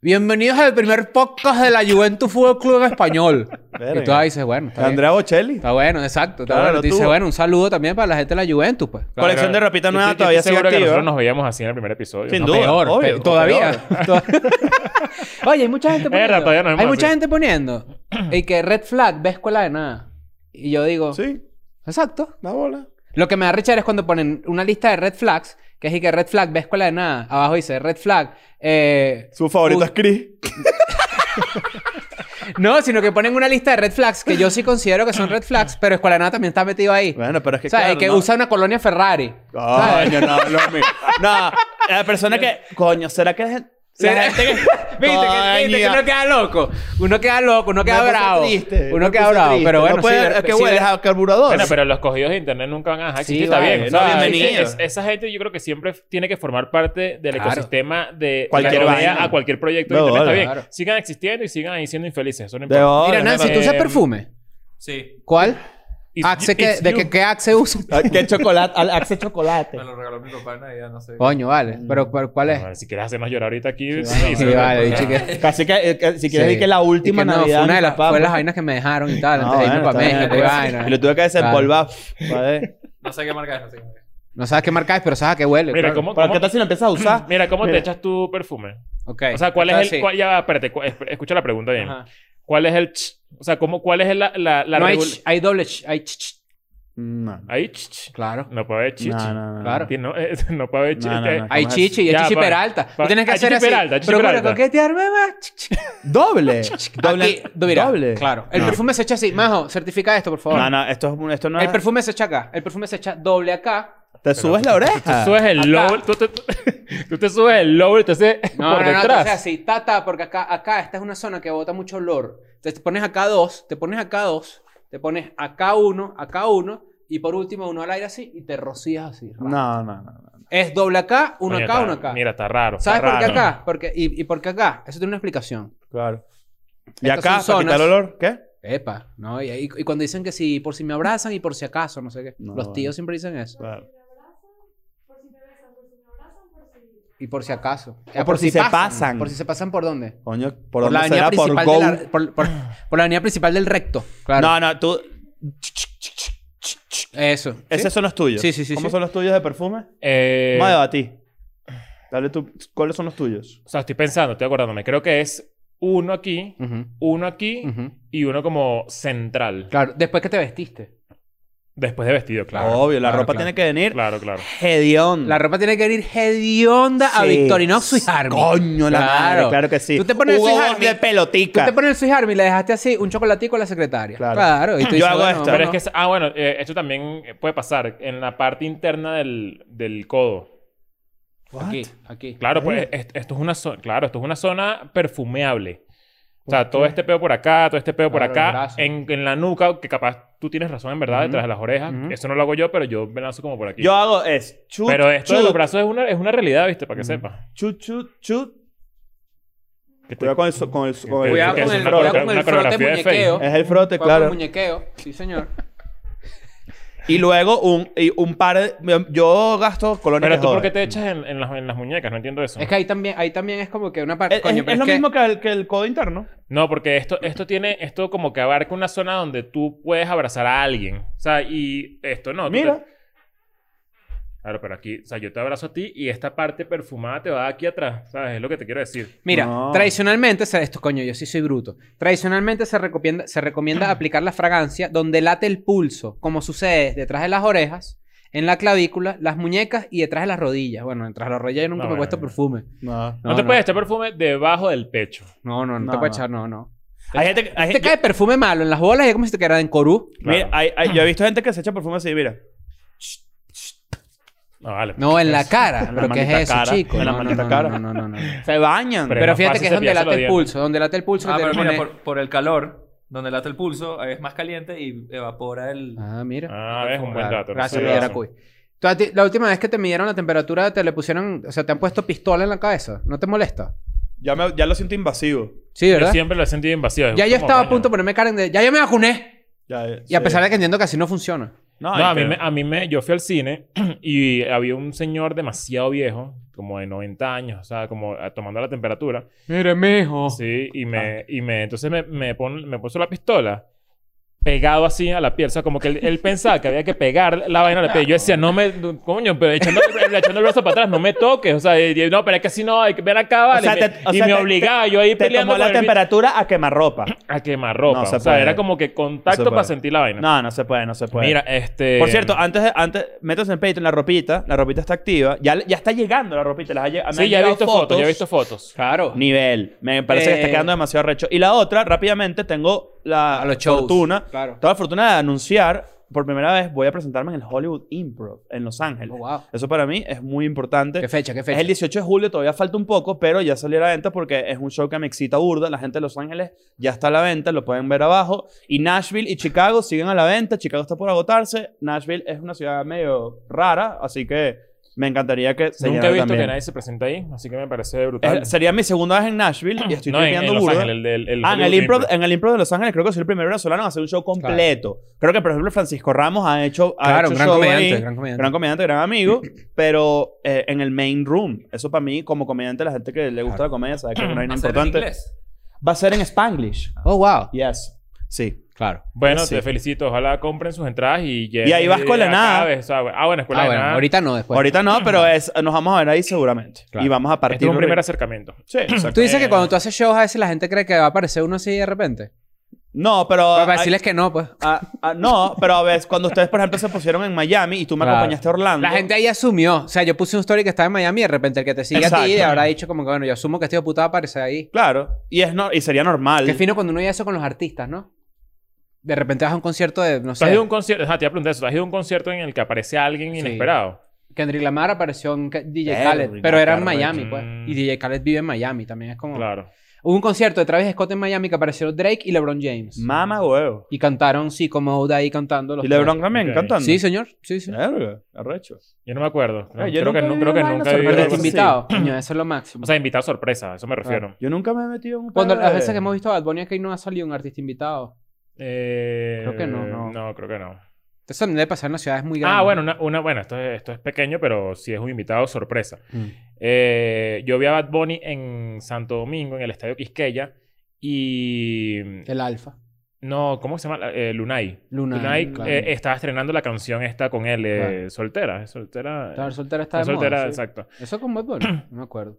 [SPEAKER 4] Bienvenidos al primer podcast de la Juventus Fútbol Club Español.
[SPEAKER 3] Verga.
[SPEAKER 4] y tú ahí dices, bueno, está, bien.
[SPEAKER 3] Andrea Bocelli.
[SPEAKER 4] Está bueno, exacto. Está
[SPEAKER 3] Claro,
[SPEAKER 4] bueno. Te
[SPEAKER 3] tú.
[SPEAKER 4] dice, bueno, un saludo también para la gente de la Juventus, pues. Claro.
[SPEAKER 3] Colección de ropita
[SPEAKER 2] Yo
[SPEAKER 3] nueva
[SPEAKER 2] estoy- yo
[SPEAKER 3] todavía
[SPEAKER 2] estoy
[SPEAKER 3] sigue
[SPEAKER 2] seguro que
[SPEAKER 3] activa.
[SPEAKER 2] nosotros nos veíamos así en el primer episodio.
[SPEAKER 3] Sin
[SPEAKER 2] No,
[SPEAKER 3] duda,
[SPEAKER 4] peor,
[SPEAKER 3] obvio,
[SPEAKER 4] pe- todavía. To- Oye, hay mucha gente
[SPEAKER 2] verdad,
[SPEAKER 4] poniendo.
[SPEAKER 2] todavía nos vemos
[SPEAKER 4] hay mucha
[SPEAKER 2] así.
[SPEAKER 4] gente poniendo. y que red flag, ve escuela de nada. Y yo digo,
[SPEAKER 3] Sí,
[SPEAKER 4] exacto.
[SPEAKER 3] la bola.
[SPEAKER 4] Lo que me da rechar es cuando ponen una lista de red flags, que es y que red flag, ve escuela de nada. Abajo dice red flag. Eh,
[SPEAKER 3] Su favorito
[SPEAKER 4] Uy.
[SPEAKER 3] es Chris.
[SPEAKER 4] no, sino que ponen una lista de red flags que yo sí considero que son red flags, pero escuela de nada también está metido ahí.
[SPEAKER 3] Bueno, pero es que
[SPEAKER 4] o sea,
[SPEAKER 3] claro,
[SPEAKER 4] y que
[SPEAKER 3] no.
[SPEAKER 4] usa una colonia Ferrari.
[SPEAKER 3] Coño, no, lo mismo. No, la persona que... Coño, ¿será que... es el-
[SPEAKER 4] ¿Será-
[SPEAKER 3] La gente que...
[SPEAKER 4] ¿Viste, que, viste que
[SPEAKER 3] Coño.
[SPEAKER 4] uno queda loco. Uno queda loco, uno queda
[SPEAKER 3] Me puse
[SPEAKER 4] bravo.
[SPEAKER 3] triste,
[SPEAKER 4] uno
[SPEAKER 3] me
[SPEAKER 4] queda
[SPEAKER 3] puse
[SPEAKER 4] bravo,
[SPEAKER 3] triste.
[SPEAKER 4] pero bueno,
[SPEAKER 3] No puede-
[SPEAKER 4] sí,
[SPEAKER 3] ¿a qué
[SPEAKER 4] sí,
[SPEAKER 3] huele? ¿A carburador?
[SPEAKER 2] Bueno, pero los cogidos de internet nunca van a dejar existir,
[SPEAKER 4] Sí,
[SPEAKER 2] está
[SPEAKER 4] vale.
[SPEAKER 2] bien.
[SPEAKER 4] No,
[SPEAKER 3] eh, bienvenido.
[SPEAKER 2] es- esa gente yo creo que siempre tiene que formar parte del
[SPEAKER 4] Claro.
[SPEAKER 2] ecosistema de
[SPEAKER 3] Cualquier
[SPEAKER 2] que rodea
[SPEAKER 3] vaina.
[SPEAKER 2] a cualquier proyecto de
[SPEAKER 3] No,
[SPEAKER 2] internet.
[SPEAKER 3] vale.
[SPEAKER 2] está bien.
[SPEAKER 4] Claro.
[SPEAKER 2] Sigan existiendo y sigan ahí siendo infelices. Eso no
[SPEAKER 3] De
[SPEAKER 2] importa.
[SPEAKER 3] bola.
[SPEAKER 4] Mira, Nancy, ¿tú usas
[SPEAKER 2] Eh,
[SPEAKER 4] perfume?
[SPEAKER 5] Sí,
[SPEAKER 4] ¿Cuál?
[SPEAKER 2] It's-
[SPEAKER 4] Axe que,
[SPEAKER 2] it's
[SPEAKER 4] ¿De
[SPEAKER 2] you.
[SPEAKER 4] qué, qué Axe usa?
[SPEAKER 3] Ay, ¿Qué chocolate? Al- Axe chocolate.
[SPEAKER 5] me lo regaló mi papá en Navidad, no sé.
[SPEAKER 4] Coño, vale. Pero, pero ¿cuál es?
[SPEAKER 2] Bueno, si quieres hacernos llorar ahorita aquí.
[SPEAKER 4] Sí, vale, dicho que...
[SPEAKER 3] Casi que... eh, que- si quieres
[SPEAKER 4] sí.
[SPEAKER 3] decir que la última
[SPEAKER 4] Y que no,
[SPEAKER 3] Navidad...
[SPEAKER 4] fue una de las,
[SPEAKER 3] papá,
[SPEAKER 4] fue
[SPEAKER 3] pues-
[SPEAKER 4] las vainas que me dejaron y tal.
[SPEAKER 3] No,
[SPEAKER 4] antes de irme
[SPEAKER 3] bueno,
[SPEAKER 4] para
[SPEAKER 3] está
[SPEAKER 4] México y
[SPEAKER 3] bien.
[SPEAKER 4] vaina.
[SPEAKER 3] Y lo tuve que desempolvar. joder.
[SPEAKER 5] No sé qué marca es, no sé qué marca es.
[SPEAKER 4] No sabes qué marca es, pero sabes a qué huele.
[SPEAKER 2] Mira,
[SPEAKER 4] Este, claro.
[SPEAKER 2] ¿cómo,
[SPEAKER 3] Pero
[SPEAKER 2] cómo-
[SPEAKER 3] ¿qué tal si lo empiezas a usar?
[SPEAKER 2] mira, ¿cómo te
[SPEAKER 3] Mira.
[SPEAKER 2] echas tu perfume?
[SPEAKER 4] Ok.
[SPEAKER 2] O sea, ¿cuál es
[SPEAKER 4] Entonces,
[SPEAKER 2] el...?
[SPEAKER 4] sí.
[SPEAKER 2] cuál- ya, va, espérate. cu- esp- Escucha la pregunta bien.
[SPEAKER 5] Ah,
[SPEAKER 4] Ajá.
[SPEAKER 2] ¿Cuál es el... ch? O sea, ¿cómo, ¿cuál es la... la, la
[SPEAKER 4] No hay,
[SPEAKER 2] regul-
[SPEAKER 4] ch- hay doble ch- hay ch- ch-
[SPEAKER 3] No.
[SPEAKER 2] Ahí, ch, ch.
[SPEAKER 4] Claro.
[SPEAKER 2] No puede haber chichi.
[SPEAKER 3] No, no, no.
[SPEAKER 4] Claro.
[SPEAKER 2] Ti- No, eh, no puede haber chichi.
[SPEAKER 3] No, no,
[SPEAKER 2] Eh,
[SPEAKER 3] no.
[SPEAKER 4] Hay
[SPEAKER 3] ¿Cómo
[SPEAKER 4] chichi, y es
[SPEAKER 2] Ya,
[SPEAKER 4] chichi
[SPEAKER 2] pa-
[SPEAKER 4] peralta.
[SPEAKER 2] pa-
[SPEAKER 4] Tú tienes que
[SPEAKER 2] hay
[SPEAKER 4] hacer
[SPEAKER 2] chichi
[SPEAKER 4] así.
[SPEAKER 2] peralta, chichi
[SPEAKER 4] Procura
[SPEAKER 2] peralta.
[SPEAKER 4] coquetearme más. Ch, ch.
[SPEAKER 3] ¡Doble! ¡Doble!
[SPEAKER 4] Aquí, mira,
[SPEAKER 3] ¡Doble!
[SPEAKER 4] Claro. El
[SPEAKER 3] No.
[SPEAKER 4] perfume se echa así. Majo, certifica esto, por favor.
[SPEAKER 3] No, no, esto, es- esto no es...
[SPEAKER 4] El perfume se echa acá. El perfume se echa doble acá.
[SPEAKER 3] Te subes la oreja.
[SPEAKER 2] Tú subes el lower, tú te, tú te subes el lower y te haces
[SPEAKER 4] No,
[SPEAKER 2] por
[SPEAKER 4] no, no, no,
[SPEAKER 2] detrás.
[SPEAKER 4] o sea, así, ta, ta, porque acá, acá, esta es una zona que bota mucho olor. Entonces te pones acá dos, te pones acá dos, te pones acá uno, acá uno, y por último uno al aire así, y te rocías así. ra.
[SPEAKER 3] No, no, no. no.
[SPEAKER 4] Es doble acá, uno
[SPEAKER 2] Coño,
[SPEAKER 4] acá,
[SPEAKER 2] está-
[SPEAKER 4] uno acá.
[SPEAKER 2] Mira, está raro.
[SPEAKER 4] ¿Sabes
[SPEAKER 2] está
[SPEAKER 4] por qué
[SPEAKER 2] raro.
[SPEAKER 4] acá? Porque, y, y por qué acá. Eso tiene una explicación.
[SPEAKER 3] Claro. ¿Y
[SPEAKER 4] Estas
[SPEAKER 3] acá,
[SPEAKER 4] son
[SPEAKER 3] para quitar el
[SPEAKER 4] zonas-
[SPEAKER 3] olor? ¿Qué?
[SPEAKER 4] Epa, ¿no? Y, y- y cuando dicen que si por si me abrazan y por si acaso, no sé qué.
[SPEAKER 3] No,
[SPEAKER 4] Los
[SPEAKER 3] vale.
[SPEAKER 4] tíos siempre dicen eso.
[SPEAKER 3] Claro.
[SPEAKER 4] Y por si acaso.
[SPEAKER 3] O por si se pasan.
[SPEAKER 4] Por si se pasan por dónde.
[SPEAKER 3] Coño, ¿por,
[SPEAKER 4] Por, la
[SPEAKER 3] dónde
[SPEAKER 4] avenida
[SPEAKER 3] será? ¿Por
[SPEAKER 4] principal
[SPEAKER 3] Go?
[SPEAKER 4] de la- por- por- por la avenida principal del recto. Claro.
[SPEAKER 3] No, no, tú...
[SPEAKER 4] Eso. ¿sí?
[SPEAKER 3] Esos son los tuyos.
[SPEAKER 4] Sí, sí, sí,
[SPEAKER 3] ¿Cómo
[SPEAKER 4] sí.
[SPEAKER 3] son los tuyos de perfume?
[SPEAKER 2] Eh,
[SPEAKER 3] Vamos a debatir. Dale tú, ¿cuáles son los tuyos?
[SPEAKER 2] o sea, estoy pensando, estoy acordándome. Creo que es uno aquí,
[SPEAKER 4] Ujú,
[SPEAKER 2] uno aquí
[SPEAKER 4] Mm. ujú.
[SPEAKER 2] y uno como central.
[SPEAKER 4] Claro, después que te vestiste.
[SPEAKER 2] Después de vestido, claro.
[SPEAKER 3] Obvio, la
[SPEAKER 4] claro,
[SPEAKER 3] ropa
[SPEAKER 4] claro.
[SPEAKER 3] tiene que venir
[SPEAKER 2] Claro, claro.
[SPEAKER 3] hedionda.
[SPEAKER 4] La ropa tiene que ir hedionda a
[SPEAKER 3] Mm. Sí.
[SPEAKER 4] Victorinox Swiss Army.
[SPEAKER 3] Coño, la
[SPEAKER 4] Claro.
[SPEAKER 3] madre, claro que sí.
[SPEAKER 4] Tú te pones
[SPEAKER 3] Hugo
[SPEAKER 4] Swiss
[SPEAKER 3] Boss
[SPEAKER 4] Army.
[SPEAKER 3] de
[SPEAKER 4] Tú
[SPEAKER 3] pelotica.
[SPEAKER 4] te pones el Swiss Army y le dejaste así un chocolatico a la secretaria.
[SPEAKER 3] Claro.
[SPEAKER 4] Claro. y tú
[SPEAKER 3] Yo
[SPEAKER 4] dices,
[SPEAKER 3] hago
[SPEAKER 4] bueno,
[SPEAKER 3] esto.
[SPEAKER 4] vámonos.
[SPEAKER 2] Pero es que, es- ah, bueno, eh, esto también eh, puede pasar en la parte interna del, del codo.
[SPEAKER 4] Aquí, aquí.
[SPEAKER 2] Claro,
[SPEAKER 3] Ahí.
[SPEAKER 2] pues es- esto es una zona, claro, esto es una zona perfumeable. O sea, todo este peo por acá, todo este peo por
[SPEAKER 4] Claro, los
[SPEAKER 2] acá,
[SPEAKER 4] brazos.
[SPEAKER 2] en, en la nuca, que capaz tú tienes razón en verdad,
[SPEAKER 4] Ujú.
[SPEAKER 2] detrás de las orejas.
[SPEAKER 4] Ujú.
[SPEAKER 2] Eso no lo hago yo, pero yo me lanzo como por aquí.
[SPEAKER 3] Yo hago es chut,
[SPEAKER 2] pero esto de
[SPEAKER 3] chut,
[SPEAKER 2] los brazos es una, es una realidad, ¿viste? Para que sepas.
[SPEAKER 3] chut, chut, chut.
[SPEAKER 2] Que te-
[SPEAKER 3] Cuidado con el, so- con el,
[SPEAKER 2] que-
[SPEAKER 3] con el-
[SPEAKER 4] Cuidado
[SPEAKER 2] que
[SPEAKER 4] con
[SPEAKER 2] es
[SPEAKER 4] el-
[SPEAKER 2] una
[SPEAKER 4] cuidado
[SPEAKER 2] coreo-
[SPEAKER 4] con el
[SPEAKER 2] una
[SPEAKER 4] frote
[SPEAKER 2] coreografía de
[SPEAKER 4] muñequeo.
[SPEAKER 2] Facebook.
[SPEAKER 3] Es el frote,
[SPEAKER 4] Juega con
[SPEAKER 3] claro.
[SPEAKER 4] muñequeo, sí señor.
[SPEAKER 3] Y luego un, y un par de... Yo gasto colonia
[SPEAKER 2] Pero
[SPEAKER 3] que
[SPEAKER 2] tú, ¿por
[SPEAKER 3] jode.
[SPEAKER 2] qué te echas en, en las, en las muñecas? No entiendo eso.
[SPEAKER 4] Es que ahí también, ahí también es como que una parte.
[SPEAKER 3] Es, es- es lo mismo que el, que el codo interno.
[SPEAKER 2] No, porque esto, esto tiene, esto como que abarca una zona donde tú puedes abrazar a alguien. O sea, y esto no. tú te-
[SPEAKER 3] Mira.
[SPEAKER 2] Claro, pero aquí, o sea, yo te abrazo a ti y esta parte perfumada te va aquí atrás, ¿sabes? Es lo que te quiero decir.
[SPEAKER 4] Mira,
[SPEAKER 3] No.
[SPEAKER 4] tradicionalmente, se- esto coño, yo sí soy bruto. Tradicionalmente se recomienda, se recomienda aplicar la fragancia donde late el pulso, como sucede detrás de las orejas, en la clavícula, las muñecas y detrás de las rodillas. Bueno, detrás de las rodillas yo nunca
[SPEAKER 2] No,
[SPEAKER 4] me he
[SPEAKER 2] bueno,
[SPEAKER 4] puesto
[SPEAKER 2] no.
[SPEAKER 4] perfume.
[SPEAKER 3] No.
[SPEAKER 2] No,
[SPEAKER 4] No,
[SPEAKER 2] te
[SPEAKER 4] no.
[SPEAKER 2] puedes echar perfume debajo del pecho.
[SPEAKER 4] No, no, no, te
[SPEAKER 3] No,
[SPEAKER 4] puedes
[SPEAKER 3] no.
[SPEAKER 4] echar, no, no.
[SPEAKER 3] Hay gente que... hay
[SPEAKER 4] Te
[SPEAKER 3] gente-
[SPEAKER 4] cae perfume malo en las bolas y es como si te quedara en corú.
[SPEAKER 3] Mira,
[SPEAKER 2] Claro.
[SPEAKER 3] hay- hay- yo he visto gente que se echa perfume así, mira.
[SPEAKER 2] No, vale.
[SPEAKER 4] No, en la cara.
[SPEAKER 3] En la
[SPEAKER 4] ¿Pero qué
[SPEAKER 3] maldita
[SPEAKER 4] es eso,
[SPEAKER 3] cara,
[SPEAKER 4] chico?
[SPEAKER 3] en
[SPEAKER 4] No,
[SPEAKER 3] la
[SPEAKER 4] no,
[SPEAKER 3] maldita
[SPEAKER 4] no,
[SPEAKER 3] cara.
[SPEAKER 4] No, no, no, no. no.
[SPEAKER 3] Se bañan.
[SPEAKER 2] Pero-
[SPEAKER 4] Pero
[SPEAKER 2] más
[SPEAKER 4] fíjate
[SPEAKER 2] fácil
[SPEAKER 4] que es donde
[SPEAKER 2] cepillarse los
[SPEAKER 4] late el
[SPEAKER 2] dientes.
[SPEAKER 4] pulso. Donde late el pulso.
[SPEAKER 5] Ah,
[SPEAKER 4] que te
[SPEAKER 5] pero
[SPEAKER 4] pone-
[SPEAKER 5] mira, por, por el calor, donde late el pulso, ahí es más caliente y evapora el...
[SPEAKER 4] Ah, mira.
[SPEAKER 2] Ah, es un buen
[SPEAKER 4] Claro.
[SPEAKER 2] dato. no
[SPEAKER 4] Gracias,
[SPEAKER 2] sabía
[SPEAKER 4] Piedra
[SPEAKER 2] eso.
[SPEAKER 4] Cuy. Tú a ti- La última vez que te midieron la temperatura, te le pusieron, o sea, te han puesto pistola en la cabeza. ¿No te molesta?
[SPEAKER 3] Ya, me- ya lo siento invasivo.
[SPEAKER 4] Sí,
[SPEAKER 2] Yo
[SPEAKER 4] ¿verdad?
[SPEAKER 2] siempre lo he sentido invasivo. es
[SPEAKER 4] Ya yo
[SPEAKER 2] como,
[SPEAKER 4] estaba a
[SPEAKER 2] coño.
[SPEAKER 4] punto de ponerme Karen de, ya yo me vacuné.
[SPEAKER 3] Ya, eh,
[SPEAKER 4] Y a
[SPEAKER 3] sí.
[SPEAKER 4] pesar de que entiendo que así no funciona.
[SPEAKER 3] No,
[SPEAKER 2] No, a mí, me, a mí me... Yo fui al cine y había un señor demasiado viejo, como de 90 años, o sea, como ah, tomando la temperatura.
[SPEAKER 4] Mire, mijo.
[SPEAKER 2] Sí, y me,
[SPEAKER 3] Ah.
[SPEAKER 2] y me, entonces me, me, pon- me puso la pistola pegado así a la piel. O sea, como que él, él pensaba que había que pegar la vaina a la piel. Yo decía, no me, coño, pero echando, el- echando el brazo para atrás, no me toques. O sea, y- y- no, pero es que si no, hay que ver acá, vale.
[SPEAKER 3] sea,
[SPEAKER 2] Me-
[SPEAKER 3] te- o
[SPEAKER 2] y
[SPEAKER 3] sea,
[SPEAKER 2] me
[SPEAKER 3] te-
[SPEAKER 2] obligaba yo ahí
[SPEAKER 3] Te
[SPEAKER 2] peleando
[SPEAKER 3] tomó la
[SPEAKER 2] con el bicho
[SPEAKER 3] temperatura a quemarropa.
[SPEAKER 2] a quemarropa.
[SPEAKER 3] No se
[SPEAKER 2] o sea,
[SPEAKER 3] puede.
[SPEAKER 2] era como que
[SPEAKER 3] No se
[SPEAKER 2] contacto
[SPEAKER 3] puede.
[SPEAKER 2] para sentir la vaina.
[SPEAKER 3] No, no se puede, no se puede.
[SPEAKER 2] Mira, este...
[SPEAKER 3] Por cierto, antes, de- antes métanse en Patreon la ropita. La ropita está activa. Ya, ya está llegando la ropita. Las ha, lle- me
[SPEAKER 2] sí, ya
[SPEAKER 3] han
[SPEAKER 2] he
[SPEAKER 3] llegado
[SPEAKER 2] visto fotos. ya he visto fotos.
[SPEAKER 4] Claro.
[SPEAKER 3] Nivel. Me parece que está
[SPEAKER 4] Eh.
[SPEAKER 3] quedando demasiado recho. Y la otra, rápidamente, tengo la
[SPEAKER 4] A los shows.
[SPEAKER 3] fortuna.
[SPEAKER 4] Claro.
[SPEAKER 3] Toda la fortuna de anunciar, por primera vez, voy a presentarme en el Hollywood Improv en Los Ángeles.
[SPEAKER 4] Oh, wow.
[SPEAKER 3] Eso para mí es muy importante.
[SPEAKER 4] ¿Qué fecha? ¿Qué
[SPEAKER 3] Es
[SPEAKER 4] fecha?
[SPEAKER 3] el 18 de julio, todavía falta un poco, pero ya salió a la venta porque es un show que me excita burda. La gente de Los Ángeles ya está a la venta, lo pueden ver abajo. Y Nashville y Chicago siguen a la venta. Chicago está por agotarse. Nashville es una ciudad medio rara, así que me encantaría que se
[SPEAKER 2] Nunca he
[SPEAKER 3] llenara
[SPEAKER 2] visto que
[SPEAKER 3] también.
[SPEAKER 2] nadie se presenta ahí, así que me parece brutal.
[SPEAKER 4] Ah,
[SPEAKER 3] Es- Eh, sería mi segunda vez en Nashville y estoy
[SPEAKER 2] no, en, en
[SPEAKER 3] tripeando
[SPEAKER 2] Los
[SPEAKER 3] burda.
[SPEAKER 2] Ángeles, el, del- el
[SPEAKER 3] Ah, en el,
[SPEAKER 2] Hollywood
[SPEAKER 3] improv, en el improv de Los Ángeles creo que soy el primer venezolano en hacer un show completo. Creo que, por ejemplo, Francisco Ramos ha hecho, ha
[SPEAKER 4] Claro,
[SPEAKER 3] hecho
[SPEAKER 4] un gran
[SPEAKER 3] show
[SPEAKER 4] comediante,
[SPEAKER 3] ahí.
[SPEAKER 4] gran comediante.
[SPEAKER 3] Gran comediante, gran amigo, pero eh, en el main room. Eso para mí, como comediante, la gente que le gusta
[SPEAKER 4] Claro.
[SPEAKER 3] la comedia sabe que es una vaina
[SPEAKER 5] Hacer en
[SPEAKER 3] importante.
[SPEAKER 5] inglés.
[SPEAKER 3] Va a ser en Spanglish.
[SPEAKER 4] Oh, wow.
[SPEAKER 3] Yes. Sí.
[SPEAKER 4] Claro.
[SPEAKER 2] Bueno,
[SPEAKER 3] Eh, Sí.
[SPEAKER 2] te felicito. Ojalá compren sus entradas y lleguen.
[SPEAKER 3] Y ahí va Escuela de
[SPEAKER 2] acá,
[SPEAKER 3] Nada.
[SPEAKER 2] ¿ves? O sea, ah, bueno, escuela
[SPEAKER 4] Ah,
[SPEAKER 2] de
[SPEAKER 4] bueno,
[SPEAKER 2] nada.
[SPEAKER 4] ahorita no, después.
[SPEAKER 3] Ahorita no, pero es, nos vamos a ver ahí seguramente.
[SPEAKER 4] Claro.
[SPEAKER 3] Y vamos a
[SPEAKER 2] Este
[SPEAKER 3] partir.
[SPEAKER 2] es un primer acercamiento.
[SPEAKER 3] Sí, exacto.
[SPEAKER 4] Tú dices
[SPEAKER 2] Eh.
[SPEAKER 4] que cuando tú haces shows a veces la gente cree que va a aparecer uno así de repente.
[SPEAKER 3] No, pero...
[SPEAKER 4] Para
[SPEAKER 3] hay-
[SPEAKER 4] decirles que no, pues.
[SPEAKER 3] Ah, ah, no, pero a veces, cuando ustedes, por ejemplo, se pusieron en Miami y tú me
[SPEAKER 4] Claro.
[SPEAKER 3] acompañaste a Orlando.
[SPEAKER 4] La gente ahí asumió. O sea, yo puse un story que estaba en Miami y de repente el que te sigue a ti
[SPEAKER 3] Exacto.
[SPEAKER 4] habrá dicho como que, bueno, yo asumo que este hijo de puta va a aparecer ahí.
[SPEAKER 3] Claro. Y, es no- y sería normal.
[SPEAKER 4] Qué fino cuando uno oye eso con los artistas, ¿no? De repente vas a un concierto de, no
[SPEAKER 2] ¿Tú has ido
[SPEAKER 4] sé,
[SPEAKER 2] a un concierto? Ajá, te iba a preguntar eso. ¿Tú has ido a un concierto en el que aparece alguien
[SPEAKER 4] Sí.
[SPEAKER 2] inesperado?
[SPEAKER 4] Kendrick Lamar apareció en Ca- DJ
[SPEAKER 3] Verga,
[SPEAKER 4] Khaled, pero era en
[SPEAKER 3] carnal.
[SPEAKER 4] Miami, pues.
[SPEAKER 2] Mm.
[SPEAKER 4] Y DJ Khaled vive en Miami también. Es como...
[SPEAKER 2] Claro.
[SPEAKER 4] Hubo un concierto de Travis Scott en Miami que apareció Drake y LeBron James.
[SPEAKER 3] Mama huevo.
[SPEAKER 4] Y cantaron, sí, como Oda ahí cantando. Los
[SPEAKER 3] Y LeBron también,
[SPEAKER 2] Ok.
[SPEAKER 3] cantando.
[SPEAKER 4] tres. Sí, señor. Sí, sí.
[SPEAKER 3] Verga, arrecho.
[SPEAKER 2] Yo no me acuerdo. No,
[SPEAKER 3] Eh, yo
[SPEAKER 2] creo, que,
[SPEAKER 3] nunca
[SPEAKER 2] nu- creo
[SPEAKER 3] he ido
[SPEAKER 2] que
[SPEAKER 3] a una
[SPEAKER 2] nunca he ido a
[SPEAKER 4] Pero
[SPEAKER 3] sorpresa.
[SPEAKER 2] algo
[SPEAKER 3] Pero Ah.
[SPEAKER 4] de
[SPEAKER 2] así.
[SPEAKER 4] invitado. Coño, eso es lo máximo.
[SPEAKER 2] O sea, invitado sorpresa. A eso me refiero.
[SPEAKER 3] Yo nunca me he metido en un
[SPEAKER 4] Cuando
[SPEAKER 3] pedo
[SPEAKER 4] las
[SPEAKER 3] de-
[SPEAKER 4] veces que hemos visto a Bad Bunny aquí no ha salido un artista invitado.
[SPEAKER 2] Eh,
[SPEAKER 4] Creo que no, no.
[SPEAKER 2] No, creo que no.
[SPEAKER 4] Eso también debe pasar en las ciudades muy grandes.
[SPEAKER 2] Ah, bueno, una, una- bueno, esto es, esto es pequeño, pero sí es un invitado sorpresa.
[SPEAKER 4] Mm.
[SPEAKER 2] Eh, yo vi a Bad Bunny en Santo Domingo, en el Estadio Quisqueya, y...
[SPEAKER 4] El Alfa.
[SPEAKER 2] No, ¿cómo se llama? Eh, Lunay.
[SPEAKER 4] Luna.
[SPEAKER 2] Lunay
[SPEAKER 4] claro.
[SPEAKER 2] eh, estaba estrenando la canción esta con él, eh,
[SPEAKER 4] Claro.
[SPEAKER 2] Soltera. es Soltera.
[SPEAKER 4] Estar soltera está
[SPEAKER 2] No,
[SPEAKER 4] de
[SPEAKER 2] soltera,
[SPEAKER 4] moda, sí.
[SPEAKER 2] exacto.
[SPEAKER 4] Eso con Bad Bunny. No me acuerdo.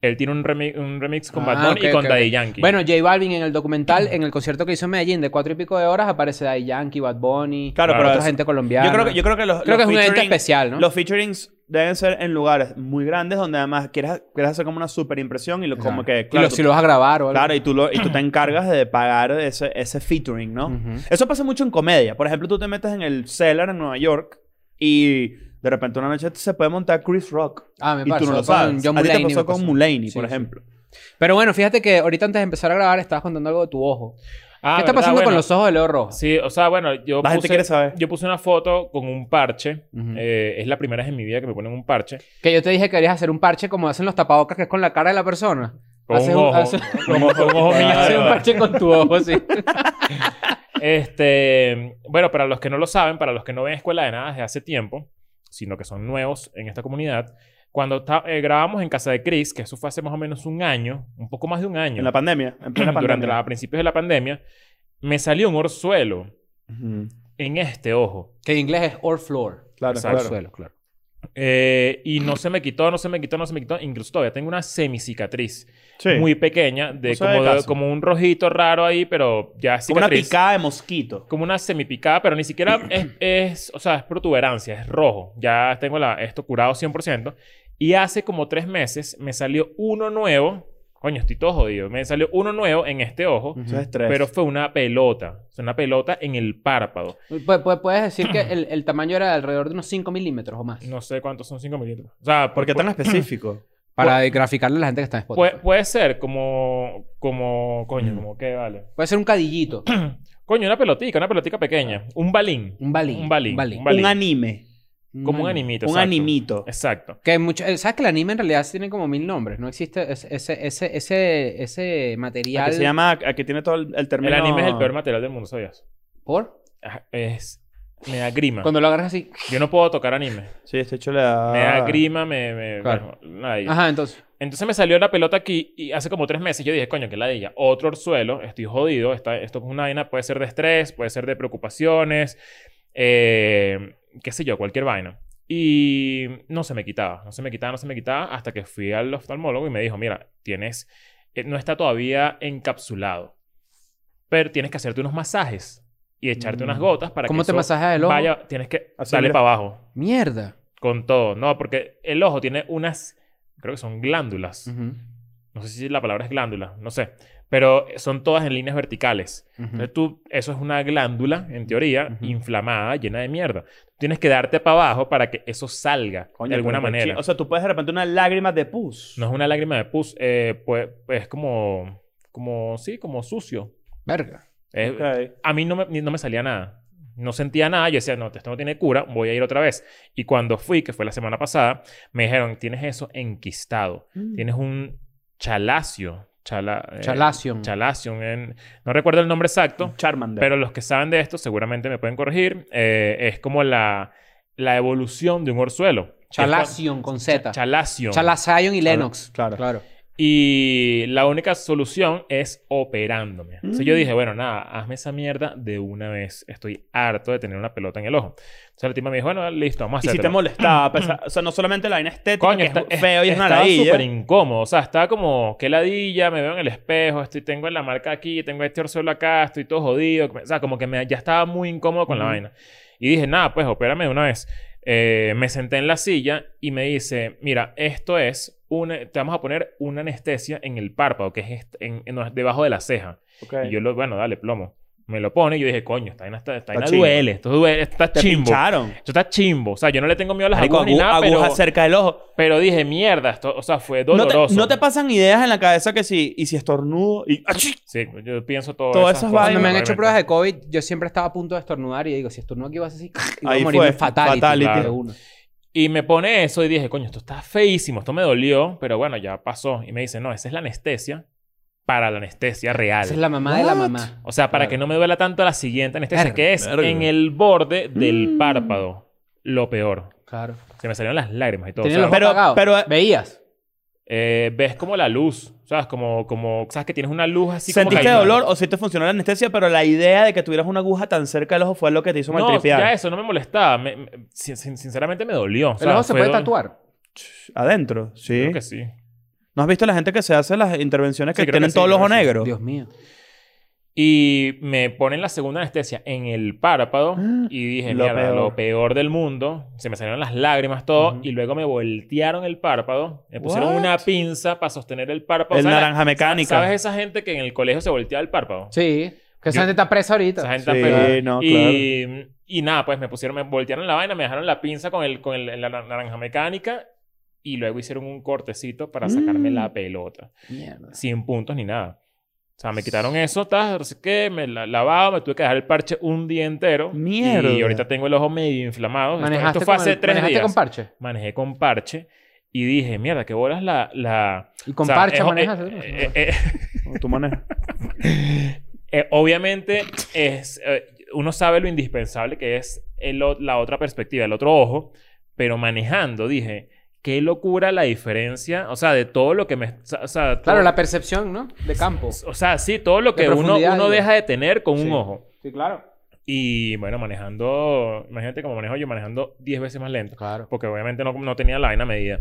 [SPEAKER 2] Él tiene un, remi- un remix con
[SPEAKER 4] Ah,
[SPEAKER 2] Bad Bunny
[SPEAKER 4] ok,
[SPEAKER 2] y con
[SPEAKER 4] ok,
[SPEAKER 2] Daddy
[SPEAKER 4] ok.
[SPEAKER 2] Yankee.
[SPEAKER 4] Bueno, J Balvin en el documental, en el concierto que hizo en Medellín de cuatro y pico de horas, aparece Daddy Yankee, Bad Bunny,
[SPEAKER 3] Claro,
[SPEAKER 2] Claro,
[SPEAKER 3] pero
[SPEAKER 4] otra
[SPEAKER 3] es-
[SPEAKER 4] gente colombiana.
[SPEAKER 3] yo creo que, yo creo que los,
[SPEAKER 4] Creo
[SPEAKER 3] los
[SPEAKER 4] que es un evento
[SPEAKER 3] featuring-
[SPEAKER 4] especial, ¿no?
[SPEAKER 3] Los featurings deben ser en lugares muy grandes donde además quieras, quieras hacer como una super impresión y lo,
[SPEAKER 4] Claro.
[SPEAKER 3] como que...
[SPEAKER 4] y
[SPEAKER 3] Claro,
[SPEAKER 4] los,
[SPEAKER 3] tú-
[SPEAKER 4] si lo vas a grabar o algo.
[SPEAKER 3] claro, y tú, lo, y tú te encargas de pagar ese, ese featuring, ¿no?
[SPEAKER 4] Ujú.
[SPEAKER 3] Eso pasa mucho en comedia. Por ejemplo, tú te metes en el Cellar en Nueva York y de repente una noche se puede montar Chris Rock.
[SPEAKER 4] Ah, me
[SPEAKER 3] Y tú
[SPEAKER 4] pasó
[SPEAKER 3] no lo
[SPEAKER 4] con
[SPEAKER 3] sabes.
[SPEAKER 4] John
[SPEAKER 3] a ti te
[SPEAKER 4] Mulaney, me
[SPEAKER 3] pasó con
[SPEAKER 4] pasó.
[SPEAKER 3] Mulaney,
[SPEAKER 4] Sí,
[SPEAKER 3] por
[SPEAKER 4] sí.
[SPEAKER 3] ejemplo.
[SPEAKER 4] Pero bueno, fíjate que ahorita antes de empezar a grabar estabas contando algo de tu ojo.
[SPEAKER 2] Ah,
[SPEAKER 4] ¿Qué está
[SPEAKER 2] ¿verdad?
[SPEAKER 4] pasando con
[SPEAKER 2] Bueno,
[SPEAKER 4] los ojos de Leo Rojo?
[SPEAKER 2] Sí, o sea, bueno, yo
[SPEAKER 3] La gente
[SPEAKER 2] puse,
[SPEAKER 3] quiere saber.
[SPEAKER 2] yo puse una foto con un parche.
[SPEAKER 4] Ujú.
[SPEAKER 2] Eh, es la primera vez en mi vida que me ponen un parche.
[SPEAKER 4] Que yo te dije que querías hacer un parche como hacen los tapabocas, que es con la cara de la persona.
[SPEAKER 2] Con
[SPEAKER 4] Haces
[SPEAKER 2] un
[SPEAKER 4] un-
[SPEAKER 2] ojo.
[SPEAKER 4] haces-
[SPEAKER 2] con un ojo- con un ojo mío.
[SPEAKER 4] Hacer un parche con tu ojo, sí.
[SPEAKER 2] Este, bueno, para los que no lo saben, para los que no ven Escuela de Nada desde hace tiempo, sino que son nuevos en esta comunidad, cuando ta- eh, grabamos en casa de Chris, que eso fue hace más o menos un año, un poco más de un año,
[SPEAKER 3] En la pandemia. En plena
[SPEAKER 2] durante la-
[SPEAKER 3] pandemia.
[SPEAKER 2] a principios de la pandemia, me salió un orzuelo
[SPEAKER 3] Ujú.
[SPEAKER 2] en este ojo.
[SPEAKER 4] Que en inglés es or floor.
[SPEAKER 3] Claro,
[SPEAKER 4] O sea,
[SPEAKER 3] claro.
[SPEAKER 4] Or suelo, claro.
[SPEAKER 2] Eh, y no se me quitó, no se me quitó, no se me quitó. Incluso todavía tengo una semicicatriz
[SPEAKER 3] Sí.
[SPEAKER 2] muy pequeña, de,
[SPEAKER 3] O sea,
[SPEAKER 2] como,
[SPEAKER 3] de
[SPEAKER 2] de-
[SPEAKER 3] caso.
[SPEAKER 2] como un rojito raro ahí, pero ya
[SPEAKER 3] como una
[SPEAKER 2] cicatriz.
[SPEAKER 3] picada de mosquito.
[SPEAKER 2] como una semipicada, pero ni siquiera es, es- o sea, es protuberancia, es rojo. Ya tengo la, esto curado 100%. Y hace como tres meses me salió uno nuevo. Coño, estoy todo jodido. Me salió uno nuevo en este ojo,
[SPEAKER 4] Ujú.
[SPEAKER 3] Eso es estrés.
[SPEAKER 2] pero fue una pelota. O sea, una pelota en el párpado.
[SPEAKER 4] Pu- pu- Puedes decir que el, el tamaño era de alrededor de unos 5 milímetros o más.
[SPEAKER 2] No sé cuántos son 5 milímetros. O sea,
[SPEAKER 3] ¿Por qué
[SPEAKER 2] porque
[SPEAKER 3] tan específico?
[SPEAKER 4] Para graficarle a la gente que está en Spotify.
[SPEAKER 2] puede,
[SPEAKER 4] Puede,
[SPEAKER 2] puede ser como, como, coño,
[SPEAKER 3] Mm.
[SPEAKER 2] como que vale.
[SPEAKER 4] ser un cadillito,
[SPEAKER 2] Coño, una pelotica, una pelotica pequeña. Un balín.
[SPEAKER 4] un balín.
[SPEAKER 2] Un balín.
[SPEAKER 4] Un balín.
[SPEAKER 2] Un balín.
[SPEAKER 3] Un anime.
[SPEAKER 2] Como un
[SPEAKER 4] anime.
[SPEAKER 2] animito.
[SPEAKER 3] Un
[SPEAKER 2] exacto.
[SPEAKER 3] animito.
[SPEAKER 2] Exacto.
[SPEAKER 4] Que mucho- eh, ¿Sabes que el anime en realidad tiene como mil nombres? No existe ese, ese, ese, ese, ese
[SPEAKER 3] El
[SPEAKER 4] material.
[SPEAKER 3] que se llama, el que tiene todo el, el término.
[SPEAKER 2] El anime es el peor material del mundo, ¿sabías?
[SPEAKER 4] ¿Por?
[SPEAKER 2] Ajá, Es... Me da grima.
[SPEAKER 4] Cuando lo agarras así.
[SPEAKER 2] Yo no puedo tocar anime.
[SPEAKER 3] Sí, este hecho le da.
[SPEAKER 2] Me da grima, me... me-
[SPEAKER 4] Claro.
[SPEAKER 2] bueno, ladilla.
[SPEAKER 4] Ajá, entonces.
[SPEAKER 2] Entonces me salió la pelota aquí y hace como tres meses yo dije, coño, que ladilla. Otro orzuelo, estoy jodido. Está, esto es una vaina, puede ser de estrés, puede ser de preocupaciones, eh, qué sé yo, cualquier vaina. Y no se me quitaba, no se me quitaba, no se me quitaba, hasta que fui al oftalmólogo y me dijo, mira, tienes... eh, no está todavía encapsulado, pero tienes que hacerte unos masajes y echarte unas gotas para
[SPEAKER 4] Mm. ¿Cómo
[SPEAKER 2] que
[SPEAKER 4] te
[SPEAKER 2] eso
[SPEAKER 4] masajeas el ojo?
[SPEAKER 2] Vaya, tienes que
[SPEAKER 3] Así,
[SPEAKER 2] darle
[SPEAKER 3] mira.
[SPEAKER 2] para abajo
[SPEAKER 4] Mierda.
[SPEAKER 2] con todo. No, porque el ojo tiene unas, creo que son glándulas.
[SPEAKER 4] Ujú,
[SPEAKER 2] No sé si la palabra es glándula, no sé. Pero son todas en líneas verticales.
[SPEAKER 4] ujú.
[SPEAKER 2] Entonces tú, eso es una glándula, en teoría,
[SPEAKER 4] Ujú.
[SPEAKER 2] inflamada, llena de mierda. Tienes que darte para abajo para que eso salga
[SPEAKER 3] Coño,
[SPEAKER 2] de alguna
[SPEAKER 3] pero qué
[SPEAKER 2] manera.
[SPEAKER 3] chi- O sea, tú puedes de repente unas lágrimas de pus.
[SPEAKER 2] no es una lágrima de pus, eh, pues es como, como, sí, como sucio.
[SPEAKER 4] Verga.
[SPEAKER 2] Es-
[SPEAKER 3] Ok.
[SPEAKER 2] a mí no me, ni- no me salía nada. No sentía nada. Yo decía, no, esto no tiene cura, voy a ir otra vez. Y cuando fui, que fue la semana pasada, me dijeron, tienes eso enquistado.
[SPEAKER 3] Mm.
[SPEAKER 2] Tienes un chalacio. Chala, eh,
[SPEAKER 4] Chalación.
[SPEAKER 2] chalación en- no recuerdo el nombre exacto,
[SPEAKER 3] Charmander.
[SPEAKER 2] pero los que saben de esto seguramente me pueden corregir. Eh, es como la, la evolución de un orzuelo.
[SPEAKER 4] Chalación con Z.
[SPEAKER 2] Chalación.
[SPEAKER 4] Chalazion y Lennox.
[SPEAKER 3] claro.
[SPEAKER 4] Claro.
[SPEAKER 2] Y la única solución es operándome. Entonces yo dije, bueno, nada, hazme esa mierda de una vez. Estoy harto de tener una pelota en el ojo. Entonces la tipa me dijo, bueno, listo, vamos a
[SPEAKER 3] Y si te
[SPEAKER 2] hacértelo.
[SPEAKER 3] molestaba, a pesar- o sea, no solamente la vaina estética,
[SPEAKER 2] Coño,
[SPEAKER 3] que
[SPEAKER 2] está-
[SPEAKER 3] es feo y es una
[SPEAKER 2] estaba
[SPEAKER 3] ladilla.
[SPEAKER 2] súper incómodo. O sea, estaba como, qué ladilla, me veo en el espejo, estoy, tengo la marca aquí, tengo este orzuelo acá, estoy todo jodido. O sea, como que me- ya estaba muy incómodo con la
[SPEAKER 3] Ujú.
[SPEAKER 2] vaina. Y dije, nada, pues opérame de una vez. Eh, me senté en la silla y me dice, mira, esto es, una, te vamos a poner una anestesia en el párpado, que es est- en- en- debajo de la ceja.
[SPEAKER 3] Ok.
[SPEAKER 2] Y yo, lo, bueno, dale, plomo. Me lo pone y yo dije, coño, esta vaina está, esta
[SPEAKER 3] Está
[SPEAKER 2] vaina
[SPEAKER 3] chimbo.
[SPEAKER 2] duele, esto duele, esto está
[SPEAKER 3] te
[SPEAKER 2] chimbo. Esto
[SPEAKER 3] pincharon.
[SPEAKER 2] está chimbo. O sea, yo no le tengo miedo a las
[SPEAKER 3] Marico,
[SPEAKER 2] agujas ni
[SPEAKER 3] agu-
[SPEAKER 2] nada, pero...
[SPEAKER 3] agujas cerca del ojo.
[SPEAKER 2] Pero dije, mierda, esto, o sea, fue
[SPEAKER 3] ¿No te,
[SPEAKER 2] doloroso.
[SPEAKER 3] no te pasan ideas en la cabeza que si, y si estornudo y ¡achí!
[SPEAKER 2] Sí, yo pienso todo
[SPEAKER 3] Todas esas vainas.
[SPEAKER 4] Cuando me han
[SPEAKER 2] realmente.
[SPEAKER 4] hecho pruebas de COVID, yo siempre estaba a punto de estornudar y digo, si estornudo aquí vas así, y voy
[SPEAKER 3] Ahí
[SPEAKER 4] a morirme
[SPEAKER 3] fue,
[SPEAKER 4] fatality.
[SPEAKER 3] fatality.
[SPEAKER 4] claro, uno.
[SPEAKER 2] Y me pone eso y dije, coño, esto está feísimo, esto me dolió, pero bueno, ya pasó. Y me dice, no, esa es la anestesia para la anestesia real.
[SPEAKER 4] Esa es la mamá de la
[SPEAKER 3] What?
[SPEAKER 4] mamá.
[SPEAKER 2] O sea, para
[SPEAKER 4] Claro.
[SPEAKER 2] que no me duela tanto la siguiente anestesia,
[SPEAKER 4] Verga,
[SPEAKER 2] que es
[SPEAKER 5] verga.
[SPEAKER 2] en el borde del
[SPEAKER 3] Mm.
[SPEAKER 2] párpado. Lo peor.
[SPEAKER 4] Claro.
[SPEAKER 2] Se me salieron las lágrimas y todo. o
[SPEAKER 4] Tenía
[SPEAKER 2] sea,
[SPEAKER 4] los ojos
[SPEAKER 3] pero-
[SPEAKER 4] apagados.
[SPEAKER 3] pero-
[SPEAKER 4] Veías.
[SPEAKER 2] eh, ves como la luz, ¿sabes? Como, como, ¿sabes que tienes una luz así como
[SPEAKER 3] ¿Sentiste
[SPEAKER 2] caliente?
[SPEAKER 3] dolor o si te funcionó la anestesia? Pero la idea de que tuvieras una aguja tan cerca del ojo fue lo que te hizo
[SPEAKER 2] No, ya
[SPEAKER 3] maltripear.
[SPEAKER 2] eso no me molestaba. Me- me- sin- sin- sinceramente me dolió. o
[SPEAKER 4] El
[SPEAKER 2] sea,
[SPEAKER 4] ojo se
[SPEAKER 2] fue
[SPEAKER 4] puede
[SPEAKER 2] do-
[SPEAKER 4] tatuar.
[SPEAKER 3] Adentro, sí.
[SPEAKER 2] Creo que sí.
[SPEAKER 3] ¿No has visto la gente que se hace las intervenciones que
[SPEAKER 2] Sí, creo que
[SPEAKER 3] tienen
[SPEAKER 2] sí,
[SPEAKER 3] todo el
[SPEAKER 2] creo
[SPEAKER 3] ojo
[SPEAKER 2] que sí.
[SPEAKER 3] negro?
[SPEAKER 4] Dios mío.
[SPEAKER 2] Y me ponen la segunda anestesia en el párpado
[SPEAKER 3] Ah,
[SPEAKER 2] y dije,
[SPEAKER 3] lo
[SPEAKER 2] mierda,
[SPEAKER 3] peor.
[SPEAKER 2] lo peor del mundo. Se me salieron las lágrimas, todo.
[SPEAKER 3] Ujú.
[SPEAKER 2] Y luego me voltearon el párpado. Me pusieron
[SPEAKER 3] What?
[SPEAKER 2] una pinza para sostener el párpado.
[SPEAKER 3] El
[SPEAKER 2] ¿Sabes?
[SPEAKER 3] naranja mecánica.
[SPEAKER 2] ¿Sabes esa gente que en el colegio se volteaba el párpado?
[SPEAKER 4] Sí. Que
[SPEAKER 2] Yo-
[SPEAKER 4] esa gente está presa ahorita.
[SPEAKER 2] Esa gente
[SPEAKER 3] Sí,
[SPEAKER 2] apenas-
[SPEAKER 3] no,
[SPEAKER 2] y, y nada, pues me pusieron, me voltearon la vaina, me dejaron la pinza con, el, con el- la naranja mecánica y luego hicieron un cortecito para sacarme
[SPEAKER 3] Mm.
[SPEAKER 2] la pelota.
[SPEAKER 4] Mierda.
[SPEAKER 2] sin puntos ni nada. O sea, me quitaron eso, tal, no sé qué, me la, lavaba, me tuve que dejar el parche un día entero.
[SPEAKER 3] Mierda.
[SPEAKER 2] Y ahorita tengo el ojo medio inflamado. Esto-
[SPEAKER 4] Manejaste
[SPEAKER 2] esto fue
[SPEAKER 4] con
[SPEAKER 2] hace
[SPEAKER 4] el-
[SPEAKER 2] tres
[SPEAKER 4] manejaste
[SPEAKER 2] días.
[SPEAKER 4] con parche.
[SPEAKER 2] Manejé con parche y dije, mierda, qué bolas la... la...
[SPEAKER 4] Y con
[SPEAKER 2] o sea,
[SPEAKER 4] parche
[SPEAKER 2] es-
[SPEAKER 4] manejaste.
[SPEAKER 2] eh, eh, eh,
[SPEAKER 3] No, tú manejas.
[SPEAKER 2] eh, obviamente es, eh, uno sabe lo indispensable que es el o- la otra perspectiva, el otro ojo, pero manejando dije, qué locura la diferencia, o sea, de todo lo que me... O sea, todo-
[SPEAKER 4] claro, la percepción, ¿no? De campo.
[SPEAKER 2] O sea, sí, todo lo
[SPEAKER 4] De
[SPEAKER 2] que uno,
[SPEAKER 4] profundidad,
[SPEAKER 2] uno
[SPEAKER 4] digo.
[SPEAKER 2] deja de tener con
[SPEAKER 4] Sí.
[SPEAKER 2] un ojo.
[SPEAKER 4] Sí, claro.
[SPEAKER 2] Y bueno, manejando, imagínate cómo manejo yo, manejando 10 veces más lento.
[SPEAKER 4] Claro.
[SPEAKER 2] Porque obviamente no, no tenía la vaina medida.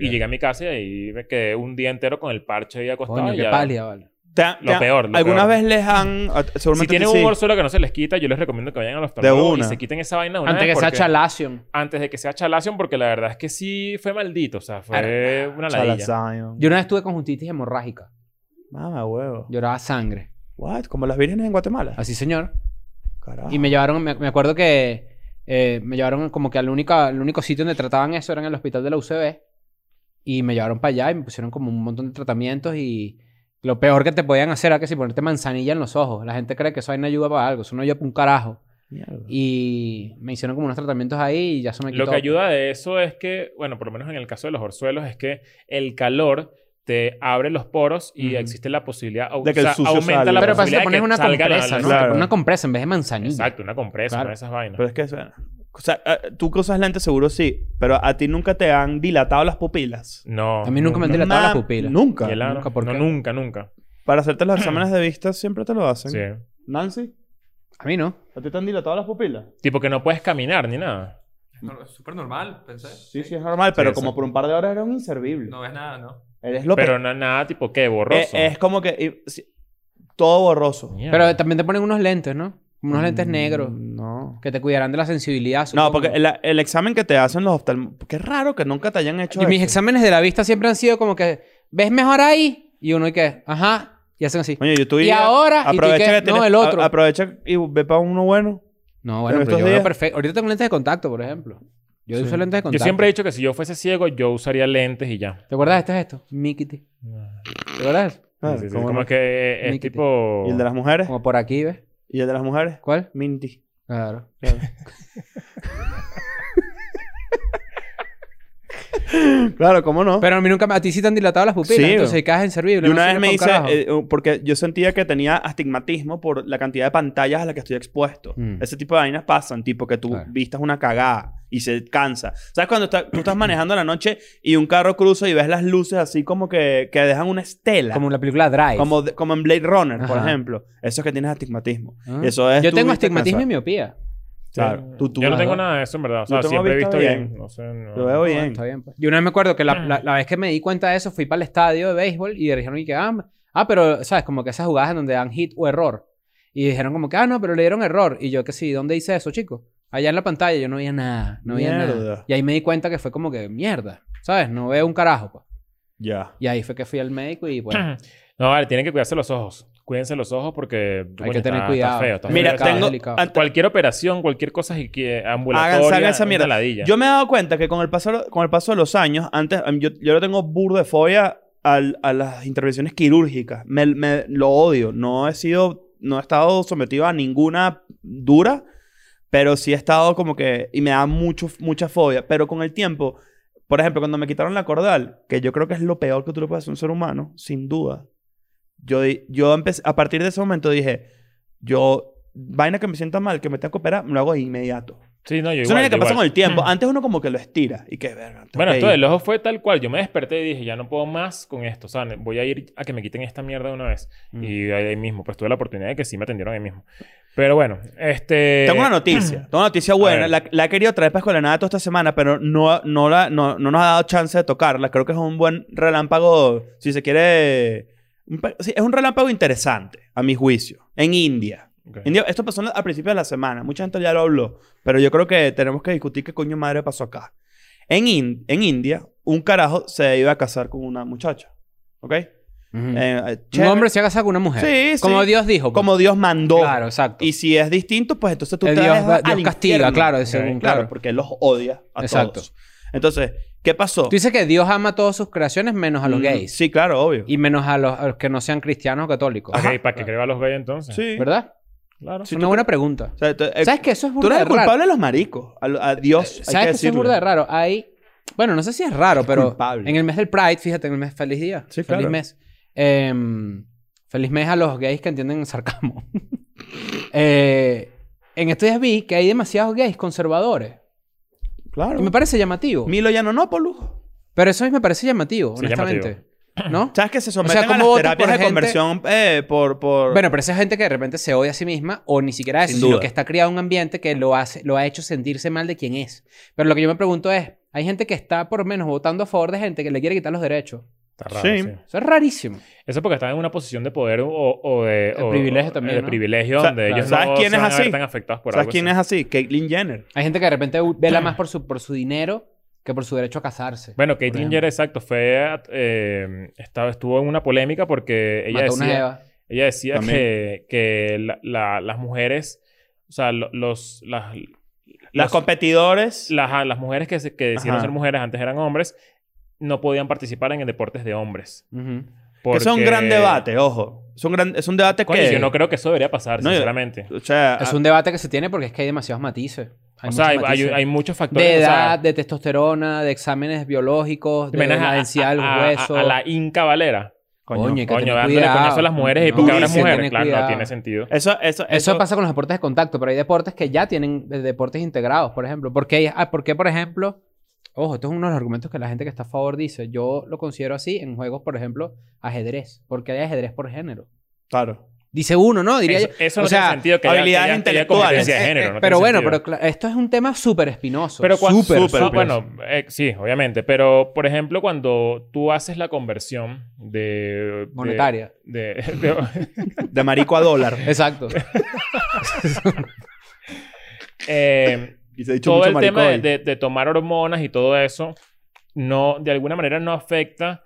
[SPEAKER 2] Y llegué a mi casa y ahí me quedé un día entero con el parche ahí acostado.
[SPEAKER 4] Coño,
[SPEAKER 2] y
[SPEAKER 4] qué
[SPEAKER 2] ya-
[SPEAKER 4] pálida, vale.
[SPEAKER 3] Te han-
[SPEAKER 2] Lo
[SPEAKER 3] te han-
[SPEAKER 2] peor, lo
[SPEAKER 3] ¿Alguna
[SPEAKER 2] peor.
[SPEAKER 3] vez les han... a-
[SPEAKER 2] Si
[SPEAKER 3] Seguramente
[SPEAKER 2] tienen
[SPEAKER 3] sí.
[SPEAKER 2] un orzuelo que no se les quita, yo les recomiendo que vayan a los
[SPEAKER 3] una.
[SPEAKER 2] y se quiten esa vaina de una
[SPEAKER 4] Antes
[SPEAKER 2] vez
[SPEAKER 4] que sea
[SPEAKER 2] porque-
[SPEAKER 4] chalación.
[SPEAKER 2] Antes de que sea chalación, porque la verdad es que sí fue maldito. O sea, fue una ladilla.
[SPEAKER 3] Chalazion.
[SPEAKER 4] Yo una vez tuve conjuntitis hemorrágica.
[SPEAKER 3] Mamá, huevo.
[SPEAKER 4] Lloraba sangre.
[SPEAKER 3] What? Como las vírgenes en Guatemala.
[SPEAKER 4] Así, señor.
[SPEAKER 3] Carajo.
[SPEAKER 4] Y me llevaron, me, me acuerdo que eh, me llevaron como que al único, al único sitio donde trataban eso era en el hospital de la UCB. Y me llevaron para allá y me pusieron como un montón de tratamientos y lo peor que te podían hacer era que si ponerte manzanilla en los ojos. La gente cree que eso ahí no ayuda para algo, eso no ayuda para un carajo.
[SPEAKER 3] Mierda.
[SPEAKER 4] Y me hicieron como unos tratamientos ahí y ya se me quitó.
[SPEAKER 2] Lo que ayuda de eso es que, bueno, por lo menos en el caso de los orzuelos, es que el calor te abre los poros y
[SPEAKER 4] Ujú.
[SPEAKER 2] existe la posibilidad, au-
[SPEAKER 3] De que el sucio
[SPEAKER 2] aumenta
[SPEAKER 3] salga.
[SPEAKER 4] Pero
[SPEAKER 2] la
[SPEAKER 4] para eso
[SPEAKER 2] posibilidad
[SPEAKER 4] te
[SPEAKER 2] de
[SPEAKER 4] pones
[SPEAKER 2] que
[SPEAKER 4] una
[SPEAKER 2] salga la-
[SPEAKER 4] compresa,
[SPEAKER 2] la-
[SPEAKER 4] ¿no?
[SPEAKER 3] Claro.
[SPEAKER 4] Te pones una compresa en vez de manzanilla.
[SPEAKER 2] Exacto, una compresa,
[SPEAKER 4] Claro.
[SPEAKER 2] una de esas vainas.
[SPEAKER 3] Pero es que... suena- O sea, eh, tú que usas lentes seguro sí, pero a ti nunca te han dilatado las pupilas.
[SPEAKER 2] no.
[SPEAKER 4] A mí nunca me han
[SPEAKER 2] no,
[SPEAKER 4] dilatado la
[SPEAKER 3] Mam-
[SPEAKER 4] pupila.
[SPEAKER 3] Nunca.
[SPEAKER 2] no, claro.
[SPEAKER 4] nunca, ¿por
[SPEAKER 2] No,
[SPEAKER 4] qué?
[SPEAKER 2] nunca, nunca.
[SPEAKER 3] Para hacerte los exámenes de vista siempre te lo hacen.
[SPEAKER 2] Sí.
[SPEAKER 3] Nancy,
[SPEAKER 4] A mí no.
[SPEAKER 3] ¿a ti te han dilatado las pupilas?
[SPEAKER 2] Tipo que no puedes caminar ni nada.
[SPEAKER 5] No, es súper normal, pensé.
[SPEAKER 3] Sí, sí, es normal, pero
[SPEAKER 2] Sí,
[SPEAKER 3] como
[SPEAKER 2] sí.
[SPEAKER 3] por un par de horas era un inservible.
[SPEAKER 5] No ves nada, ¿no?
[SPEAKER 3] Eres lo
[SPEAKER 2] Pero
[SPEAKER 3] pe-
[SPEAKER 2] no, nada, tipo que
[SPEAKER 3] Eh,
[SPEAKER 2] borroso.
[SPEAKER 3] Es como que... eh, sí, todo borroso.
[SPEAKER 2] Mierda.
[SPEAKER 4] Pero también te ponen unos lentes, ¿no? Unos lentes
[SPEAKER 3] Mm,
[SPEAKER 4] negros
[SPEAKER 3] No.
[SPEAKER 4] que te cuidarán de la sensibilidad.
[SPEAKER 3] No,
[SPEAKER 4] supongo.
[SPEAKER 3] porque el, el examen que te hacen los oftalmólogos... Qué raro que nunca te hayan hecho
[SPEAKER 4] Y mis
[SPEAKER 3] eso.
[SPEAKER 4] exámenes de la vista siempre han sido como que, ¿ves mejor ahí? Y uno y que, ajá, y hacen así.
[SPEAKER 3] Oye, yo
[SPEAKER 4] Y
[SPEAKER 3] tuve...
[SPEAKER 4] ahora, y tú
[SPEAKER 3] aprovecha
[SPEAKER 4] qué,
[SPEAKER 3] que
[SPEAKER 4] no,
[SPEAKER 3] tienes-
[SPEAKER 4] el otro.
[SPEAKER 3] a- aprovecha y ve para uno bueno.
[SPEAKER 4] No, bueno,
[SPEAKER 3] Pero
[SPEAKER 4] pero
[SPEAKER 3] estos
[SPEAKER 4] yo veo
[SPEAKER 3] días-
[SPEAKER 4] perfecto. Ahorita tengo lentes de contacto, por ejemplo. Yo
[SPEAKER 3] Sí.
[SPEAKER 4] uso lentes de
[SPEAKER 2] Yo
[SPEAKER 4] contacto.
[SPEAKER 2] siempre he dicho que si yo fuese ciego, yo usaría lentes y ya.
[SPEAKER 4] ¿Te acuerdas de este esto? Mikiti. ¿Te acuerdas? de eso?
[SPEAKER 3] Ah,
[SPEAKER 2] Sí, sí, sí.
[SPEAKER 3] ¿cómo
[SPEAKER 2] Como
[SPEAKER 3] no?
[SPEAKER 2] que eh, es
[SPEAKER 4] Níquete.
[SPEAKER 2] tipo...
[SPEAKER 3] ¿Y el de las mujeres?
[SPEAKER 4] Como por aquí, ¿ves?
[SPEAKER 3] ¿Y el de las mujeres?
[SPEAKER 4] ¿Cuál?
[SPEAKER 3] Minty.
[SPEAKER 4] Claro.
[SPEAKER 3] Claro. claro, ¿cómo no?
[SPEAKER 4] Pero a mí nunca... me- A ti sí te han dilatado las pupilas.
[SPEAKER 3] Sí,
[SPEAKER 4] entonces
[SPEAKER 3] güey.
[SPEAKER 4] quedas inservible.
[SPEAKER 3] y
[SPEAKER 4] no
[SPEAKER 3] una vez
[SPEAKER 4] sirve
[SPEAKER 3] me
[SPEAKER 4] pa' un
[SPEAKER 3] hice,
[SPEAKER 4] carajo.
[SPEAKER 3] eh, un- porque yo sentía que tenía astigmatismo por la cantidad de pantallas a las que estoy expuesto.
[SPEAKER 4] Mm.
[SPEAKER 3] Ese tipo de vainas pasan, tipo que tú
[SPEAKER 4] Claro.
[SPEAKER 3] vistas una cagada y se cansa. ¿Sabes cuando está- tú estás manejando en la noche y un carro cruza y ves las luces así como que, que dejan una estela?
[SPEAKER 4] Como
[SPEAKER 3] Como,
[SPEAKER 4] en la película Drive.
[SPEAKER 3] de- como en Blade Runner, por
[SPEAKER 4] Ajá.
[SPEAKER 3] ejemplo. Eso es que tienes astigmatismo.
[SPEAKER 4] Ah.
[SPEAKER 3] Eso es
[SPEAKER 4] Yo
[SPEAKER 3] tu
[SPEAKER 4] tengo
[SPEAKER 3] vista
[SPEAKER 4] astigmatismo y
[SPEAKER 3] cansada.
[SPEAKER 4] miopía.
[SPEAKER 3] Claro. Tú- tú-
[SPEAKER 2] yo no tengo
[SPEAKER 3] Ajá.
[SPEAKER 2] nada de eso, en verdad. O
[SPEAKER 3] Yo
[SPEAKER 2] sea,
[SPEAKER 3] tengo
[SPEAKER 2] siempre he
[SPEAKER 3] vista
[SPEAKER 2] visto
[SPEAKER 3] bien.
[SPEAKER 2] bien. No sé, no.
[SPEAKER 3] Lo veo
[SPEAKER 4] Ah,
[SPEAKER 3] bien.
[SPEAKER 4] está bien, pues. Yo una vez me acuerdo que la, la- la vez que me di cuenta de eso, fui para el estadio de béisbol y dijeron y que, ah, m- ah, pero, ¿sabes? Como que esas jugadas en donde dan hit o error. Y dijeron como que, ah, no, pero le dieron error. Y yo que sí, ¿dónde dice eso, chico? Allá en la pantalla yo no veía nada, no veía nada.
[SPEAKER 3] Mierda.
[SPEAKER 4] Y ahí me di cuenta que fue como que, mierda, ¿sabes? No veo un carajo, pues.
[SPEAKER 3] Ya.
[SPEAKER 4] Y ahí fue que fui al médico y, bueno,
[SPEAKER 2] No, vale, tienen que cuidarse los ojos. Cuídense los ojos porque.
[SPEAKER 4] hay
[SPEAKER 2] coño,
[SPEAKER 4] que tener
[SPEAKER 2] está-
[SPEAKER 4] cuidado.
[SPEAKER 2] Está feo, está
[SPEAKER 4] Es
[SPEAKER 3] Mira,
[SPEAKER 2] delicado.
[SPEAKER 3] tengo-
[SPEAKER 4] delicado.
[SPEAKER 3] an-
[SPEAKER 2] Cualquier operación, cualquier cosa y que ambulatoria.
[SPEAKER 3] Hagan, salgan esa
[SPEAKER 2] una
[SPEAKER 3] mierda.
[SPEAKER 2] ladilla.
[SPEAKER 3] Yo me he dado cuenta que con el paso, con el paso de los años, antes a mí- yo, yo le tengo burro de fobia al- a las intervenciones quirúrgicas. Me, me- lo odio. No he sido, no he estado sometido a ninguna dura, pero sí he estado como que y me da mucho mucha fobia. Pero con el tiempo, por ejemplo, cuando me quitaron la cordal, que yo creo que es lo peor que tú le puedes hacer a un ser humano, sin duda. Yo, di- yo empecé, a partir de ese momento dije, yo, vaina que me sienta mal, que me tenga que operar, me lo hago de inmediato.
[SPEAKER 2] Sí, no, yo
[SPEAKER 3] Eso
[SPEAKER 2] igual,
[SPEAKER 3] no
[SPEAKER 2] yo
[SPEAKER 3] es lo que pasa
[SPEAKER 2] igual.
[SPEAKER 3] con el
[SPEAKER 4] Mm.
[SPEAKER 3] tiempo. Antes uno como que lo estira y que verga. tengo
[SPEAKER 2] Bueno,
[SPEAKER 3] que
[SPEAKER 2] esto
[SPEAKER 3] ir.
[SPEAKER 2] del ojo fue tal cual. Yo me desperté y dije, ya no puedo más con esto. O sea, ne- voy a ir a que me quiten esta mierda de una vez.
[SPEAKER 3] Mm.
[SPEAKER 2] Y ahí mismo, pues tuve la oportunidad de que sí me atendieron ahí mismo. Pero bueno, este...
[SPEAKER 3] Tengo una noticia. Tengo una noticia buena.
[SPEAKER 2] ver.
[SPEAKER 3] La, la he querido traer para Escuela de Nada toda esta semana, pero no, no, la, no, no nos ha dado chance de tocarla. Creo que es un buen relámpago, si se quiere... un pe- sí, es un relámpago interesante, a mi juicio. En India.
[SPEAKER 2] Ok.
[SPEAKER 3] India- esto pasó a principios de la semana. Mucha gente ya lo habló. Pero yo creo que tenemos que discutir qué coño madre pasó acá. En, In- en India, un carajo se iba a casar con una muchacha. ¿Ok?
[SPEAKER 2] Mm.
[SPEAKER 4] Ujú.
[SPEAKER 3] Eh, eh,
[SPEAKER 4] un
[SPEAKER 3] chévere.
[SPEAKER 4] hombre se casa con una mujer.
[SPEAKER 3] Sí, sí.
[SPEAKER 4] Como Dios dijo. pues.
[SPEAKER 3] Como Dios mandó.
[SPEAKER 4] Claro, exacto.
[SPEAKER 3] Y si es distinto, pues entonces tú
[SPEAKER 4] El
[SPEAKER 3] te
[SPEAKER 4] Eh, Dios,
[SPEAKER 3] dejas
[SPEAKER 4] da- Dios
[SPEAKER 3] al
[SPEAKER 4] castiga,
[SPEAKER 3] infierno.
[SPEAKER 4] claro, según,
[SPEAKER 3] Claro,
[SPEAKER 4] claro.
[SPEAKER 3] porque él los odia a
[SPEAKER 4] Exacto.
[SPEAKER 3] todos. Entonces, ¿qué pasó?
[SPEAKER 4] Tú dices que Dios ama a todas sus creaciones menos a los
[SPEAKER 3] Mm,
[SPEAKER 4] gays.
[SPEAKER 3] Sí, claro, obvio.
[SPEAKER 4] Y menos a los, a los que no sean cristianos o católicos.
[SPEAKER 2] Ok, para que creo a los gays entonces.
[SPEAKER 3] ¿Ah, sí.
[SPEAKER 4] ¿Verdad?
[SPEAKER 2] Claro.
[SPEAKER 4] es una buena pregunta.
[SPEAKER 3] O sea, tú- eh,
[SPEAKER 4] ¿Sabes que eso es
[SPEAKER 3] Tú
[SPEAKER 4] burda
[SPEAKER 3] eres
[SPEAKER 4] de
[SPEAKER 3] el
[SPEAKER 4] raro?
[SPEAKER 3] culpable de los maricos. A, a Dios. hay
[SPEAKER 4] ¿Sabes que eso es
[SPEAKER 3] decirlo.
[SPEAKER 4] burda de raro? Hay... Bueno, no sé si es raro, pero
[SPEAKER 3] culpable.
[SPEAKER 4] en el mes del Pride, fíjate, en el mes Feliz Día.
[SPEAKER 3] Sí,
[SPEAKER 4] feliz
[SPEAKER 3] claro.
[SPEAKER 4] mes. Em, feliz mes a los gays que entienden el sarcasmo. Eh, en estos días vi que hay demasiados gays conservadores.
[SPEAKER 3] Claro.
[SPEAKER 4] Y me parece llamativo.
[SPEAKER 3] Milo Yanonopoulos.
[SPEAKER 4] Pero eso a mí me parece llamativo,
[SPEAKER 2] Sí,
[SPEAKER 4] honestamente. ¿No?
[SPEAKER 3] ¿Sabes que se someten
[SPEAKER 4] ¿cómo
[SPEAKER 3] a las
[SPEAKER 4] votas por
[SPEAKER 3] terapias de
[SPEAKER 4] gente?
[SPEAKER 3] conversión eh, por, por...
[SPEAKER 4] Bueno, pero esa gente que de repente se odia a sí misma o ni siquiera eso,
[SPEAKER 3] Sin
[SPEAKER 4] sino
[SPEAKER 3] duda.
[SPEAKER 4] que está criada en un ambiente que lo, hace, lo ha hecho sentirse mal de quién es. Pero lo que yo me pregunto es, hay gente que está por lo menos votando a favor de gente que le quiere quitar los derechos.
[SPEAKER 2] Está raro,
[SPEAKER 3] Sí.
[SPEAKER 2] sí.
[SPEAKER 4] Eso es rarísimo.
[SPEAKER 2] Eso es porque están en una posición de poder o, o de...
[SPEAKER 4] De
[SPEAKER 2] o-
[SPEAKER 4] privilegio también,
[SPEAKER 2] De
[SPEAKER 4] ¿no?
[SPEAKER 2] privilegio
[SPEAKER 3] O sea,
[SPEAKER 2] donde
[SPEAKER 4] claro.
[SPEAKER 2] ellos
[SPEAKER 3] ¿sabes
[SPEAKER 2] no
[SPEAKER 3] quién
[SPEAKER 2] se
[SPEAKER 3] es
[SPEAKER 2] van a ver
[SPEAKER 3] así?
[SPEAKER 2] tan afectados por
[SPEAKER 3] ¿Sabes
[SPEAKER 2] algo
[SPEAKER 3] quién
[SPEAKER 2] así.
[SPEAKER 3] es así? Caitlyn Jenner.
[SPEAKER 4] Hay gente que de repente u- vela más por su, por su dinero que por su derecho a casarse.
[SPEAKER 2] Bueno, Kate
[SPEAKER 4] ejemplo.
[SPEAKER 2] Jenner, exacto, fue... eh, estaba, estuvo en una polémica porque ella
[SPEAKER 4] Mató a una
[SPEAKER 2] decía...
[SPEAKER 4] jeva.
[SPEAKER 2] Ella decía
[SPEAKER 3] También.
[SPEAKER 2] que, que la- la- las mujeres, o sea, lo- los, las,
[SPEAKER 3] Las
[SPEAKER 2] los-
[SPEAKER 3] competidores.
[SPEAKER 2] las, ah, las mujeres que, se- que decidieron
[SPEAKER 3] Ajá.
[SPEAKER 2] ser mujeres antes eran hombres, no podían participar en deportes de hombres.
[SPEAKER 4] Ujú.
[SPEAKER 3] Que eso es un
[SPEAKER 2] Porque-
[SPEAKER 3] gran debate, ojo. Es un, gran, es un debate
[SPEAKER 2] Coño,
[SPEAKER 3] que...
[SPEAKER 2] yo no creo que eso debería pasar,
[SPEAKER 3] No, yo-
[SPEAKER 2] sinceramente.
[SPEAKER 3] O sea, ah,
[SPEAKER 4] Es un debate que se tiene porque es que hay demasiados matices. Hay
[SPEAKER 2] Ah. o sea, hay,
[SPEAKER 4] muchos
[SPEAKER 2] hay-
[SPEAKER 4] matices.
[SPEAKER 2] hay muchos factores.
[SPEAKER 4] de
[SPEAKER 2] o sea,
[SPEAKER 4] edad, de testosterona, de exámenes biológicos, de
[SPEAKER 2] menos
[SPEAKER 4] la
[SPEAKER 2] a-
[SPEAKER 4] densidad del
[SPEAKER 2] a- a-
[SPEAKER 4] hueso.
[SPEAKER 2] A, la Inca Valera.
[SPEAKER 3] coño.
[SPEAKER 4] Coño, hay que
[SPEAKER 2] Coño,
[SPEAKER 4] tener
[SPEAKER 2] dándole
[SPEAKER 4] cuidado.
[SPEAKER 2] coñazo a las mujeres y
[SPEAKER 4] No,
[SPEAKER 2] porque ahora es
[SPEAKER 4] dicen,
[SPEAKER 2] mujer.
[SPEAKER 4] tener
[SPEAKER 2] Claro, no
[SPEAKER 4] cuidado.
[SPEAKER 2] tiene sentido.
[SPEAKER 3] Eso, eso,
[SPEAKER 4] Eso, pasa con los deportes de contacto, pero hay deportes que ya tienen eh, deportes integrados, por ejemplo. Porque, hay- ah, porque, por ejemplo, ojo, esto es uno de los argumentos que la gente que está a favor dice. Yo lo considero así en juegos, por ejemplo, ajedrez. Porque hay ajedrez por género.
[SPEAKER 3] Claro.
[SPEAKER 4] Dice uno, ¿no? Diría
[SPEAKER 2] Eso,
[SPEAKER 4] yo.
[SPEAKER 2] eso
[SPEAKER 4] o
[SPEAKER 2] no
[SPEAKER 4] sea,
[SPEAKER 2] tiene sentido que
[SPEAKER 3] habilidades
[SPEAKER 2] haya, que haya- que haya
[SPEAKER 3] intelectuales.
[SPEAKER 2] competencia de
[SPEAKER 4] eh,
[SPEAKER 2] género.
[SPEAKER 4] eh,
[SPEAKER 2] no
[SPEAKER 4] pero
[SPEAKER 2] tiene
[SPEAKER 4] bueno,
[SPEAKER 2] sentido.
[SPEAKER 4] pero cla- esto es un tema súper espinoso.
[SPEAKER 2] Pero cuando,
[SPEAKER 4] súper, pues.
[SPEAKER 2] su-
[SPEAKER 4] súper
[SPEAKER 2] bueno, eh, sí, obviamente, pero por ejemplo, cuando tú haces la conversión de de-
[SPEAKER 4] monetaria.
[SPEAKER 2] de, de-
[SPEAKER 3] De marico a dólar.
[SPEAKER 4] Exacto.
[SPEAKER 2] eh,
[SPEAKER 3] Y se ha dicho
[SPEAKER 2] todo
[SPEAKER 3] mucho
[SPEAKER 2] el
[SPEAKER 3] marico
[SPEAKER 2] tema de,
[SPEAKER 3] hoy.
[SPEAKER 2] de- de tomar hormonas y todo eso, no, de alguna manera no afecta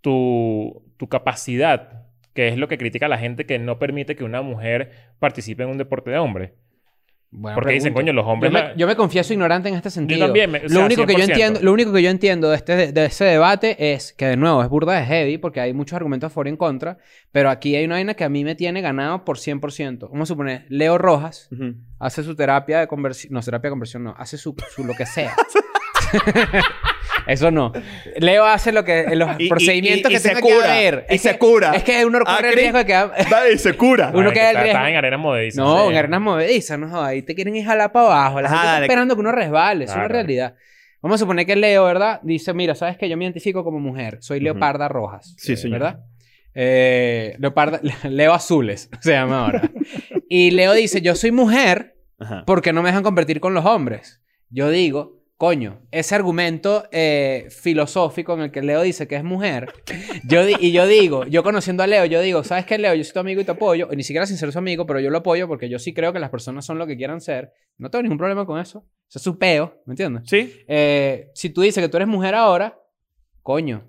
[SPEAKER 2] tu, tu capacidad, que es lo que critica la gente que no permite que una mujer participe en un deporte de hombre.
[SPEAKER 4] Buena
[SPEAKER 2] Porque dicen,
[SPEAKER 4] pregunta.
[SPEAKER 2] coño, los
[SPEAKER 4] Yo
[SPEAKER 2] hombres...
[SPEAKER 4] me,
[SPEAKER 2] la-
[SPEAKER 4] yo me confieso ignorante en este sentido.
[SPEAKER 2] también, me- o
[SPEAKER 4] lo,
[SPEAKER 2] sea,
[SPEAKER 4] único que yo
[SPEAKER 2] 100%.
[SPEAKER 4] entiendo, lo único que yo entiendo de, este, de ese debate es que, de nuevo, es burda de heavy porque hay muchos argumentos a favor y en contra, pero aquí hay una vaina que a mí me tiene ganado por 100%. Vamos a suponer, Leo Rojas
[SPEAKER 3] Ujú.
[SPEAKER 4] hace su terapia de conversión, no, terapia de conversión no, hace su, su lo que sea. Eso no. Leo hace lo que los
[SPEAKER 3] Y- y-
[SPEAKER 4] procedimientos
[SPEAKER 3] y- y
[SPEAKER 4] que
[SPEAKER 3] se
[SPEAKER 4] tenga que
[SPEAKER 3] cura,
[SPEAKER 4] haber.
[SPEAKER 3] y
[SPEAKER 4] Es
[SPEAKER 3] se
[SPEAKER 4] que-
[SPEAKER 3] cura.
[SPEAKER 4] Es que uno corre el
[SPEAKER 3] Acri-
[SPEAKER 4] riesgo de que...
[SPEAKER 3] Dale, y se cura.
[SPEAKER 4] Uno
[SPEAKER 2] Bueno,
[SPEAKER 4] queda el
[SPEAKER 2] está-
[SPEAKER 4] riesgo.
[SPEAKER 2] Estás en arena movediza.
[SPEAKER 4] No,
[SPEAKER 2] sí.
[SPEAKER 4] en arenas movedizas, no jodas. Ahí te quieren ir jalar para abajo. La
[SPEAKER 3] Ajá,
[SPEAKER 4] gente está
[SPEAKER 3] dale.
[SPEAKER 4] esperando que uno resbale. Es
[SPEAKER 2] Claro.
[SPEAKER 4] una realidad. Vamos a suponer que Leo, ¿verdad? Dice, mira, ¿sabes que Yo me identifico como mujer. Soy
[SPEAKER 2] Ujú.
[SPEAKER 4] Leoparda Rojas.
[SPEAKER 3] Sí, señor.
[SPEAKER 4] ¿Verdad? Eh, leoparda... Leo Azules se llama ahora. y Leo dice, yo soy mujer
[SPEAKER 3] Ajá.
[SPEAKER 4] porque no me dejan competir con los hombres. Yo digo... Coño, ese argumento eh, filosófico en el que Leo dice que es mujer, yo di- y yo digo, yo conociendo a Leo, yo digo, ¿sabes qué, Leo? Yo soy tu amigo y te apoyo. Y ni siquiera sin ser su amigo, pero yo lo apoyo porque yo sí creo que las personas son lo que quieran ser. No tengo ningún problema con eso. Eso es su peo, ¿me entiendes?
[SPEAKER 3] Sí,
[SPEAKER 4] Eh, si tú dices que tú eres mujer ahora, coño.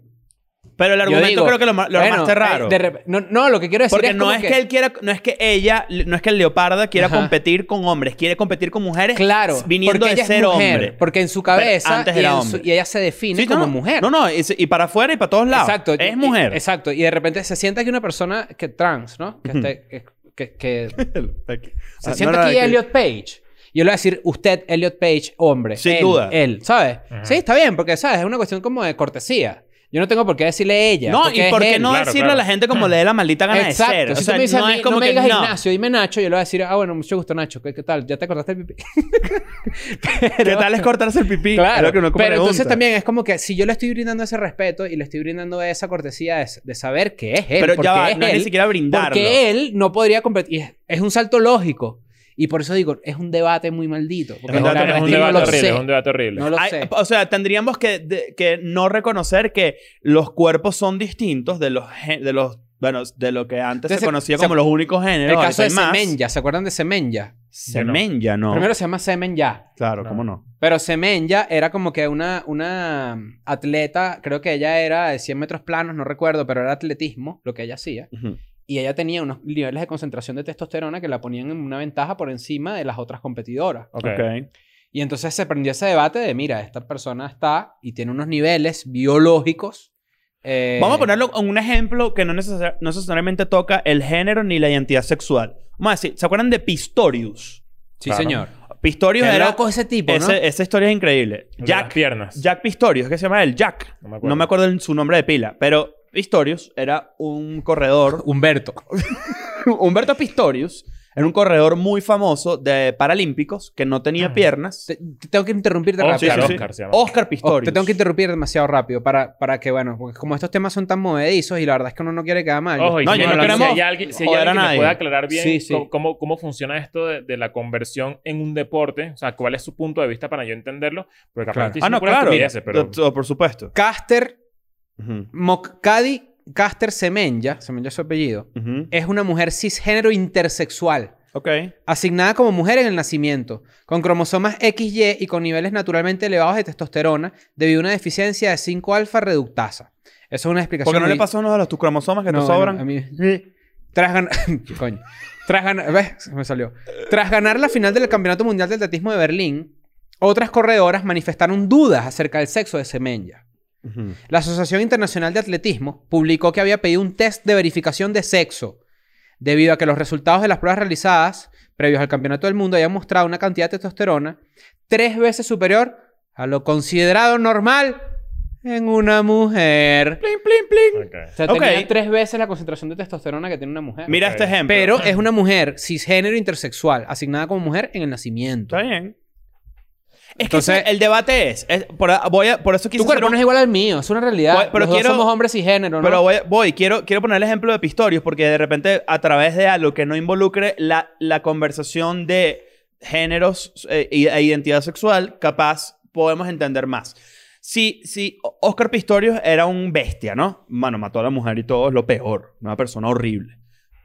[SPEAKER 3] pero el
[SPEAKER 4] Yo
[SPEAKER 3] argumento
[SPEAKER 4] digo,
[SPEAKER 3] creo que lo, ma- Ah, lo
[SPEAKER 4] bueno,
[SPEAKER 3] armaste raro.
[SPEAKER 4] eh, de rep- no, no, lo que quiero decir
[SPEAKER 3] Porque
[SPEAKER 4] es
[SPEAKER 3] no
[SPEAKER 4] como
[SPEAKER 3] es que... él quiera, no es que ella, no es que el leoparda quiera
[SPEAKER 4] Ajá.
[SPEAKER 3] competir con hombres, quiere competir con mujeres
[SPEAKER 4] Claro,
[SPEAKER 3] viniendo
[SPEAKER 4] porque
[SPEAKER 3] de
[SPEAKER 4] ella es
[SPEAKER 3] ser
[SPEAKER 4] mujer,
[SPEAKER 3] hombre.
[SPEAKER 4] Porque en su cabeza
[SPEAKER 3] antes
[SPEAKER 4] y,
[SPEAKER 3] era
[SPEAKER 4] en
[SPEAKER 3] hombre.
[SPEAKER 4] su- y ella se define
[SPEAKER 3] Sí,
[SPEAKER 4] como
[SPEAKER 3] no,
[SPEAKER 4] mujer.
[SPEAKER 3] No, no, y, se- y para afuera y para todos lados.
[SPEAKER 4] Exacto.
[SPEAKER 3] Es
[SPEAKER 4] Y-
[SPEAKER 3] mujer.
[SPEAKER 4] exacto. Y de repente se sienta que una persona que trans, ¿no? Que,
[SPEAKER 3] Ujú.
[SPEAKER 4] esté- que- que- que
[SPEAKER 3] Se
[SPEAKER 4] Se sienta aquí Elliot Page. Yo le voy a decir, usted, Elliot Page, hombre.
[SPEAKER 3] Sin
[SPEAKER 4] él,
[SPEAKER 3] duda.
[SPEAKER 4] Él, ¿sabes?
[SPEAKER 2] Ajá.
[SPEAKER 4] Sí, está bien, porque, ¿sabes? Es una cuestión como de cortesía. Yo no tengo por qué decirle ella.
[SPEAKER 3] No,
[SPEAKER 4] porque
[SPEAKER 3] y
[SPEAKER 4] es
[SPEAKER 3] por qué
[SPEAKER 4] él.
[SPEAKER 3] no
[SPEAKER 2] Claro,
[SPEAKER 3] decirle
[SPEAKER 2] claro.
[SPEAKER 3] a la gente como le dé la maldita gana
[SPEAKER 4] Exacto.
[SPEAKER 3] de ser. O
[SPEAKER 4] si
[SPEAKER 3] sea,
[SPEAKER 4] tú me dices
[SPEAKER 3] no
[SPEAKER 4] a mí,
[SPEAKER 3] es como
[SPEAKER 4] no me
[SPEAKER 3] que
[SPEAKER 4] digas
[SPEAKER 3] no.
[SPEAKER 4] Ignacio, dime Nacho, yo le voy a decir, ah, bueno, mucho gusto, Nacho, ¿qué, qué tal? ¿Ya te cortaste el pipí?
[SPEAKER 3] ¿Qué tal es cortarse el pipí? Es
[SPEAKER 4] Claro,
[SPEAKER 3] lo que uno como
[SPEAKER 4] pero entonces
[SPEAKER 3] pregunta.
[SPEAKER 4] también es como que si yo le estoy brindando ese respeto y le estoy brindando esa cortesía de, de saber que es él,
[SPEAKER 3] Pero
[SPEAKER 4] porque
[SPEAKER 3] ya va,
[SPEAKER 4] es
[SPEAKER 3] no es
[SPEAKER 4] él,
[SPEAKER 3] ni siquiera brindarlo.
[SPEAKER 4] porque él no podría competir. Y Es, es un salto lógico. Y por eso digo, es un debate muy maldito. Porque
[SPEAKER 2] Es un
[SPEAKER 4] la
[SPEAKER 2] debate-
[SPEAKER 4] verdad
[SPEAKER 2] es un
[SPEAKER 4] que
[SPEAKER 2] debate
[SPEAKER 4] no lo
[SPEAKER 2] horrible.
[SPEAKER 4] sé.
[SPEAKER 2] Es un debate horrible.
[SPEAKER 4] No lo
[SPEAKER 3] Ay,
[SPEAKER 4] sé.
[SPEAKER 3] O sea, tendríamos que, de- que no reconocer que los cuerpos son distintos de los, gen- de los bueno, de lo que antes
[SPEAKER 4] Entonces,
[SPEAKER 3] se conocía
[SPEAKER 4] se-
[SPEAKER 3] como los únicos géneros.
[SPEAKER 4] El caso de
[SPEAKER 3] ahorita hay más.
[SPEAKER 4] Semenya. ¿Se acuerdan de Semenya?
[SPEAKER 3] Semenya, no.
[SPEAKER 4] Primero se llama Semenya.
[SPEAKER 3] claro,
[SPEAKER 2] No.
[SPEAKER 3] ¿cómo no?
[SPEAKER 4] Pero Semenya era como que una, una atleta, creo que ella era de 100 metros planos, no recuerdo, pero era atletismo lo que ella hacía.
[SPEAKER 3] Ujú.
[SPEAKER 4] Y ella tenía unos niveles de concentración de testosterona que la ponían en una ventaja por encima de las otras competidoras.
[SPEAKER 2] Ok.
[SPEAKER 3] Ok.
[SPEAKER 4] Y entonces se prendió ese debate de, mira, esta persona está y tiene unos niveles biológicos. eh,
[SPEAKER 3] Vamos a ponerlo en un ejemplo que no, necesar- no necesariamente toca el género ni la identidad sexual. Vamos a decir, ¿se acuerdan de Pistorius?
[SPEAKER 4] Sí,
[SPEAKER 2] Claro.
[SPEAKER 4] señor.
[SPEAKER 3] Pistorius
[SPEAKER 4] Qué
[SPEAKER 3] era...
[SPEAKER 4] loco ese tipo, ¿no?
[SPEAKER 3] ese- esa historia es increíble.
[SPEAKER 2] El de Las
[SPEAKER 3] Jack,
[SPEAKER 2] piernas.
[SPEAKER 3] Jack Pistorius, ¿qué se llama él? Jack.
[SPEAKER 2] No
[SPEAKER 3] No
[SPEAKER 2] me
[SPEAKER 3] me
[SPEAKER 2] acuerdo.
[SPEAKER 3] acuerdo, el- su nombre de pila, pero Pistorius era un corredor.
[SPEAKER 4] Humberto.
[SPEAKER 3] Humberto Pistorius era un corredor muy famoso de paralímpicos que no tenía piernas.
[SPEAKER 4] Ah. Te, te tengo que interrumpirte
[SPEAKER 2] Oscar,
[SPEAKER 4] rápido.
[SPEAKER 3] sí, sí.
[SPEAKER 2] Oscar se llama.
[SPEAKER 3] Oscar
[SPEAKER 4] Oh,
[SPEAKER 3] Pistorius.
[SPEAKER 4] te tengo que interrumpir demasiado rápido para, para que, bueno, porque como estos temas son tan movedizos y la verdad es que uno no quiere quedar mal.
[SPEAKER 2] Ojo, y
[SPEAKER 3] No,
[SPEAKER 2] si,
[SPEAKER 3] yo
[SPEAKER 2] hay-
[SPEAKER 3] no
[SPEAKER 2] si
[SPEAKER 3] queremos
[SPEAKER 2] hay alguien, si hay
[SPEAKER 3] joder a
[SPEAKER 2] alguien que me
[SPEAKER 3] nadie.
[SPEAKER 2] pueda aclarar bien
[SPEAKER 4] Sí, sí.
[SPEAKER 2] Cómo, cómo- cómo funciona esto de, de la conversión en un deporte, o sea, cuál es su punto de vista para yo entenderlo, porque capaz
[SPEAKER 4] Claro.
[SPEAKER 2] estoy
[SPEAKER 3] Ah,
[SPEAKER 2] diciendo
[SPEAKER 3] no,
[SPEAKER 2] puras
[SPEAKER 3] claro.
[SPEAKER 2] estupideces, pero
[SPEAKER 3] T- t- Por supuesto.
[SPEAKER 4] Caster
[SPEAKER 3] Ujú,
[SPEAKER 4] Mokcadi Caster Semenya, Semenya es su apellido,
[SPEAKER 3] ujú.
[SPEAKER 4] es una mujer cisgénero intersexual.
[SPEAKER 3] Ok.
[SPEAKER 4] asignada como mujer en el nacimiento, con cromosomas XY y con niveles naturalmente elevados de testosterona debido a una deficiencia de 5-alfa reductasa. Eso es una explicación.
[SPEAKER 3] Porque no
[SPEAKER 4] muy-
[SPEAKER 3] le pasó uno de los tus cromosomas que
[SPEAKER 4] No,
[SPEAKER 3] te
[SPEAKER 4] no,
[SPEAKER 3] sobran.
[SPEAKER 4] a mí- Tras ganar... Coño. Tras ganar... ¿Ves? Se me salió. Tras ganar la final del Campeonato Mundial de Atletismo de Berlín, otras corredoras manifestaron dudas acerca del sexo de Semenya.
[SPEAKER 3] Ujú.
[SPEAKER 4] La Asociación Internacional de Atletismo publicó que había pedido un test de verificación de sexo, debido a que los resultados de las pruebas realizadas previos al Campeonato del Mundo habían mostrado una cantidad de testosterona tres veces superior a lo considerado normal en una mujer.
[SPEAKER 2] ok.
[SPEAKER 4] O sea,
[SPEAKER 3] Ok.
[SPEAKER 4] tenía tres veces la concentración de testosterona que tiene una mujer.
[SPEAKER 3] Mira
[SPEAKER 2] Ok.
[SPEAKER 3] este ejemplo.
[SPEAKER 4] Pero es una mujer cisgénero intersexual, asignada como mujer en el nacimiento.
[SPEAKER 3] Está bien. Es que
[SPEAKER 4] Entonces-
[SPEAKER 3] ese- el debate es. es- por, voy a- por eso quise
[SPEAKER 4] Tu cuerpo
[SPEAKER 3] hacer un-
[SPEAKER 4] no es igual al mío, es una realidad.
[SPEAKER 3] Pues, pero
[SPEAKER 4] Los dos
[SPEAKER 3] quiero-
[SPEAKER 4] somos hombres cisgénero, ¿no?
[SPEAKER 3] Pero voy, voy, quiero, quiero poner el ejemplo de Pistorius, porque de repente a través de algo que no involucre la, la conversación de géneros eh, y- e identidad sexual, capaz podemos entender más. Si, si O- Oscar Pistorius era un bestia, ¿no? Mano, mató a la mujer y todo, es lo peor. Una persona horrible.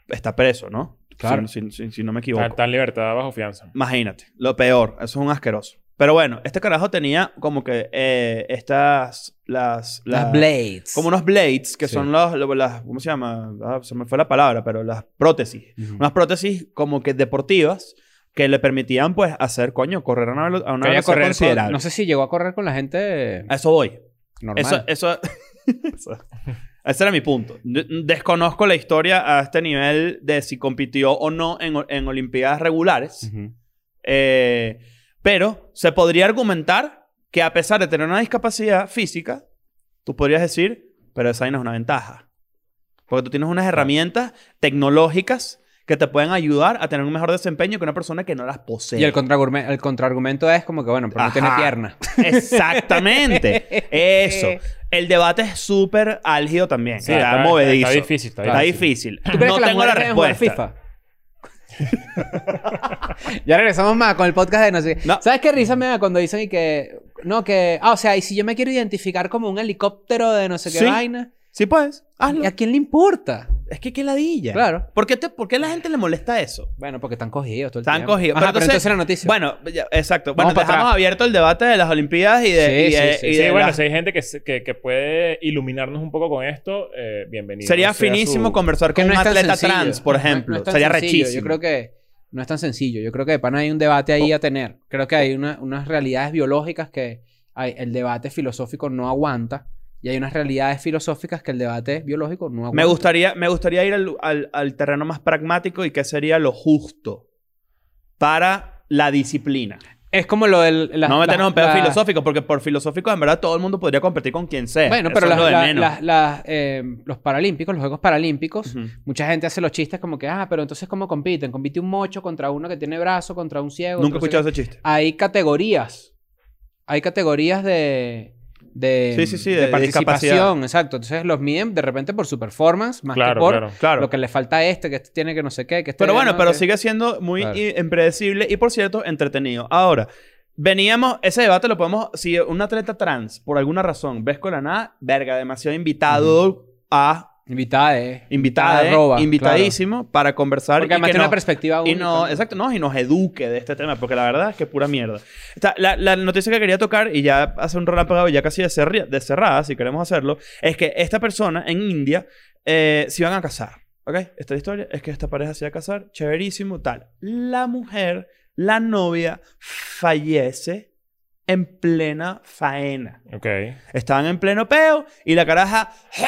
[SPEAKER 3] Está preso, ¿no?
[SPEAKER 4] Claro.
[SPEAKER 3] Si, si- si- si no me equivoco.
[SPEAKER 2] Está está en libertad bajo fianza.
[SPEAKER 3] Imagínate, lo peor. Eso es un asqueroso. Pero bueno, este carajo tenía como que eh, estas... Las,
[SPEAKER 4] Las blades.
[SPEAKER 3] como unos blades, que
[SPEAKER 4] Sí.
[SPEAKER 3] son los, lo- las, ¿cómo se llama? Ah, se me fue la palabra, pero las prótesis.
[SPEAKER 4] Ujú.
[SPEAKER 3] Unas prótesis como que deportivas que le permitían, pues, hacer, coño, correr a una, velo- a una
[SPEAKER 4] Quería
[SPEAKER 3] velocidad
[SPEAKER 4] correr con-
[SPEAKER 3] considerable.
[SPEAKER 4] no sé si llegó a correr con la gente
[SPEAKER 3] A eso voy.
[SPEAKER 4] normal.
[SPEAKER 3] Eso, eso, eso- Ese era mi punto. De- Desconozco la historia a este nivel de si compitió o no en, o- en Olimpiadas regulares.
[SPEAKER 4] Ujú.
[SPEAKER 3] Eh, pero se podría argumentar que a pesar de tener una discapacidad física, tú podrías decir, pero esa ahí no es una ventaja. Porque tú tienes unas herramientas tecnológicas que te pueden ayudar a tener un mejor desempeño que una persona que no las posee.
[SPEAKER 4] Y el contraargume- el contraargumento es como que, bueno, pero no tiene
[SPEAKER 3] Ajá.
[SPEAKER 4] pierna.
[SPEAKER 3] Exactamente. Eso. El debate es súper álgido también.
[SPEAKER 2] Sí,
[SPEAKER 3] está,
[SPEAKER 2] está-
[SPEAKER 3] movedizo.
[SPEAKER 2] está difícil, está
[SPEAKER 3] difícil.
[SPEAKER 4] ¿Tú crees
[SPEAKER 3] no
[SPEAKER 4] que las
[SPEAKER 3] tengo la
[SPEAKER 4] mujeres deben jugar
[SPEAKER 3] respuesta.
[SPEAKER 4] FIFA? ya regresamos más con el podcast de no sé.
[SPEAKER 3] No.
[SPEAKER 4] ¿Sabes qué risa me da cuando dicen y que no que ah, o sea, y si yo me quiero identificar como un helicóptero de no sé qué
[SPEAKER 3] Sí.
[SPEAKER 4] vaina,
[SPEAKER 3] Sí, pues. Hazlo.
[SPEAKER 4] ¿y a quién le importa?
[SPEAKER 3] Es que qué ladilla.
[SPEAKER 4] Claro.
[SPEAKER 3] ¿Por qué, te, ¿Por qué la gente le molesta eso?
[SPEAKER 4] Bueno, porque están cogidos todo el
[SPEAKER 3] Están
[SPEAKER 4] tiempo.
[SPEAKER 3] cogidos.
[SPEAKER 4] Ajá, pero entonces, la noticia.
[SPEAKER 3] Bueno, ya- exacto. Bueno,
[SPEAKER 4] Vamos para
[SPEAKER 3] dejamos
[SPEAKER 4] atrás.
[SPEAKER 3] abierto el debate de las Olimpiadas y de.
[SPEAKER 4] Sí,
[SPEAKER 3] y de-
[SPEAKER 4] sí, sí.
[SPEAKER 3] y
[SPEAKER 2] Sí,
[SPEAKER 3] de
[SPEAKER 2] bueno,
[SPEAKER 3] las-
[SPEAKER 2] si hay gente que, se- que, que puede iluminarnos un poco con esto, eh, bienvenido.
[SPEAKER 3] Sería
[SPEAKER 2] O sea,
[SPEAKER 3] finísimo
[SPEAKER 2] su-
[SPEAKER 3] conversar
[SPEAKER 4] que
[SPEAKER 3] con
[SPEAKER 4] no
[SPEAKER 3] un
[SPEAKER 4] es tan
[SPEAKER 3] atleta
[SPEAKER 4] sencillo.
[SPEAKER 3] trans, por
[SPEAKER 4] No- no
[SPEAKER 3] ejemplo.
[SPEAKER 4] es tan
[SPEAKER 3] Sería
[SPEAKER 4] sencillo.
[SPEAKER 3] rechísimo. Oh.
[SPEAKER 4] Yo creo que no es tan sencillo. Yo creo que de pana hay un debate ahí a tener. Creo que hay una- unas realidades biológicas que hay- el debate filosófico no aguanta. Y hay unas realidades filosóficas que el debate biológico no aguanta.
[SPEAKER 3] Me gustaría, me gustaría ir al, al- al terreno más pragmático y qué sería lo justo para la disciplina.
[SPEAKER 4] Es como lo del... las-
[SPEAKER 3] no meternos
[SPEAKER 4] las-
[SPEAKER 3] en pedos
[SPEAKER 4] las-
[SPEAKER 3] filosóficos, porque por filosóficos en verdad todo el mundo podría competir con quien sea.
[SPEAKER 4] Bueno,
[SPEAKER 3] Eso
[SPEAKER 4] pero
[SPEAKER 3] es
[SPEAKER 4] las-
[SPEAKER 3] lo de
[SPEAKER 4] la-
[SPEAKER 3] menos.
[SPEAKER 4] las- las, eh, los paralímpicos, los Juegos Paralímpicos,
[SPEAKER 3] Ujú.
[SPEAKER 4] mucha gente hace los chistes como que, ah, pero entonces ¿cómo compiten? Compite un mocho contra uno que tiene brazo, contra un ciego.
[SPEAKER 3] Nunca he
[SPEAKER 4] contra-
[SPEAKER 3] escuchado ese chiste.
[SPEAKER 4] hay categorías. Hay categorías de. De,
[SPEAKER 3] Sí, sí, sí,
[SPEAKER 4] de
[SPEAKER 3] de- de
[SPEAKER 4] participación,
[SPEAKER 3] discapacidad.
[SPEAKER 4] exacto. Entonces los miden de repente por su performance, más
[SPEAKER 2] Claro,
[SPEAKER 4] que por
[SPEAKER 2] claro.
[SPEAKER 3] Claro.
[SPEAKER 4] lo que le falta a este, que este tiene que no sé qué, que este
[SPEAKER 3] Pero bueno,
[SPEAKER 4] no,
[SPEAKER 3] pero
[SPEAKER 4] que-
[SPEAKER 3] sigue siendo muy
[SPEAKER 4] Claro.
[SPEAKER 3] i- impredecible y por cierto, entretenido. Ahora, veníamos, ese debate lo podemos, si un atleta trans, por alguna razón, ves con la nada, verga, demasiado invitado a
[SPEAKER 4] Invitada eh.
[SPEAKER 3] invitada,
[SPEAKER 4] Arroba,
[SPEAKER 3] invitadísimo para conversar
[SPEAKER 4] claro. Porque además
[SPEAKER 3] y que
[SPEAKER 4] tiene
[SPEAKER 3] nos,
[SPEAKER 4] una perspectiva
[SPEAKER 3] y
[SPEAKER 4] única.
[SPEAKER 3] no, exacto, no, y nos eduque de este tema, porque la verdad es que es pura mierda. Está- la, la noticia que quería tocar, y ya hace un relámpago ya casi de, cerri- de cerrada, si queremos hacerlo, es que esta persona en India eh, se iban a casar, ¿ok? Esta es la historia, es que esta pareja se iba a casar, chéverísimo, tal. La mujer, la novia, fallece en plena faena.
[SPEAKER 2] Ok.
[SPEAKER 3] Estaban en pleno peo y la caraja ¡je!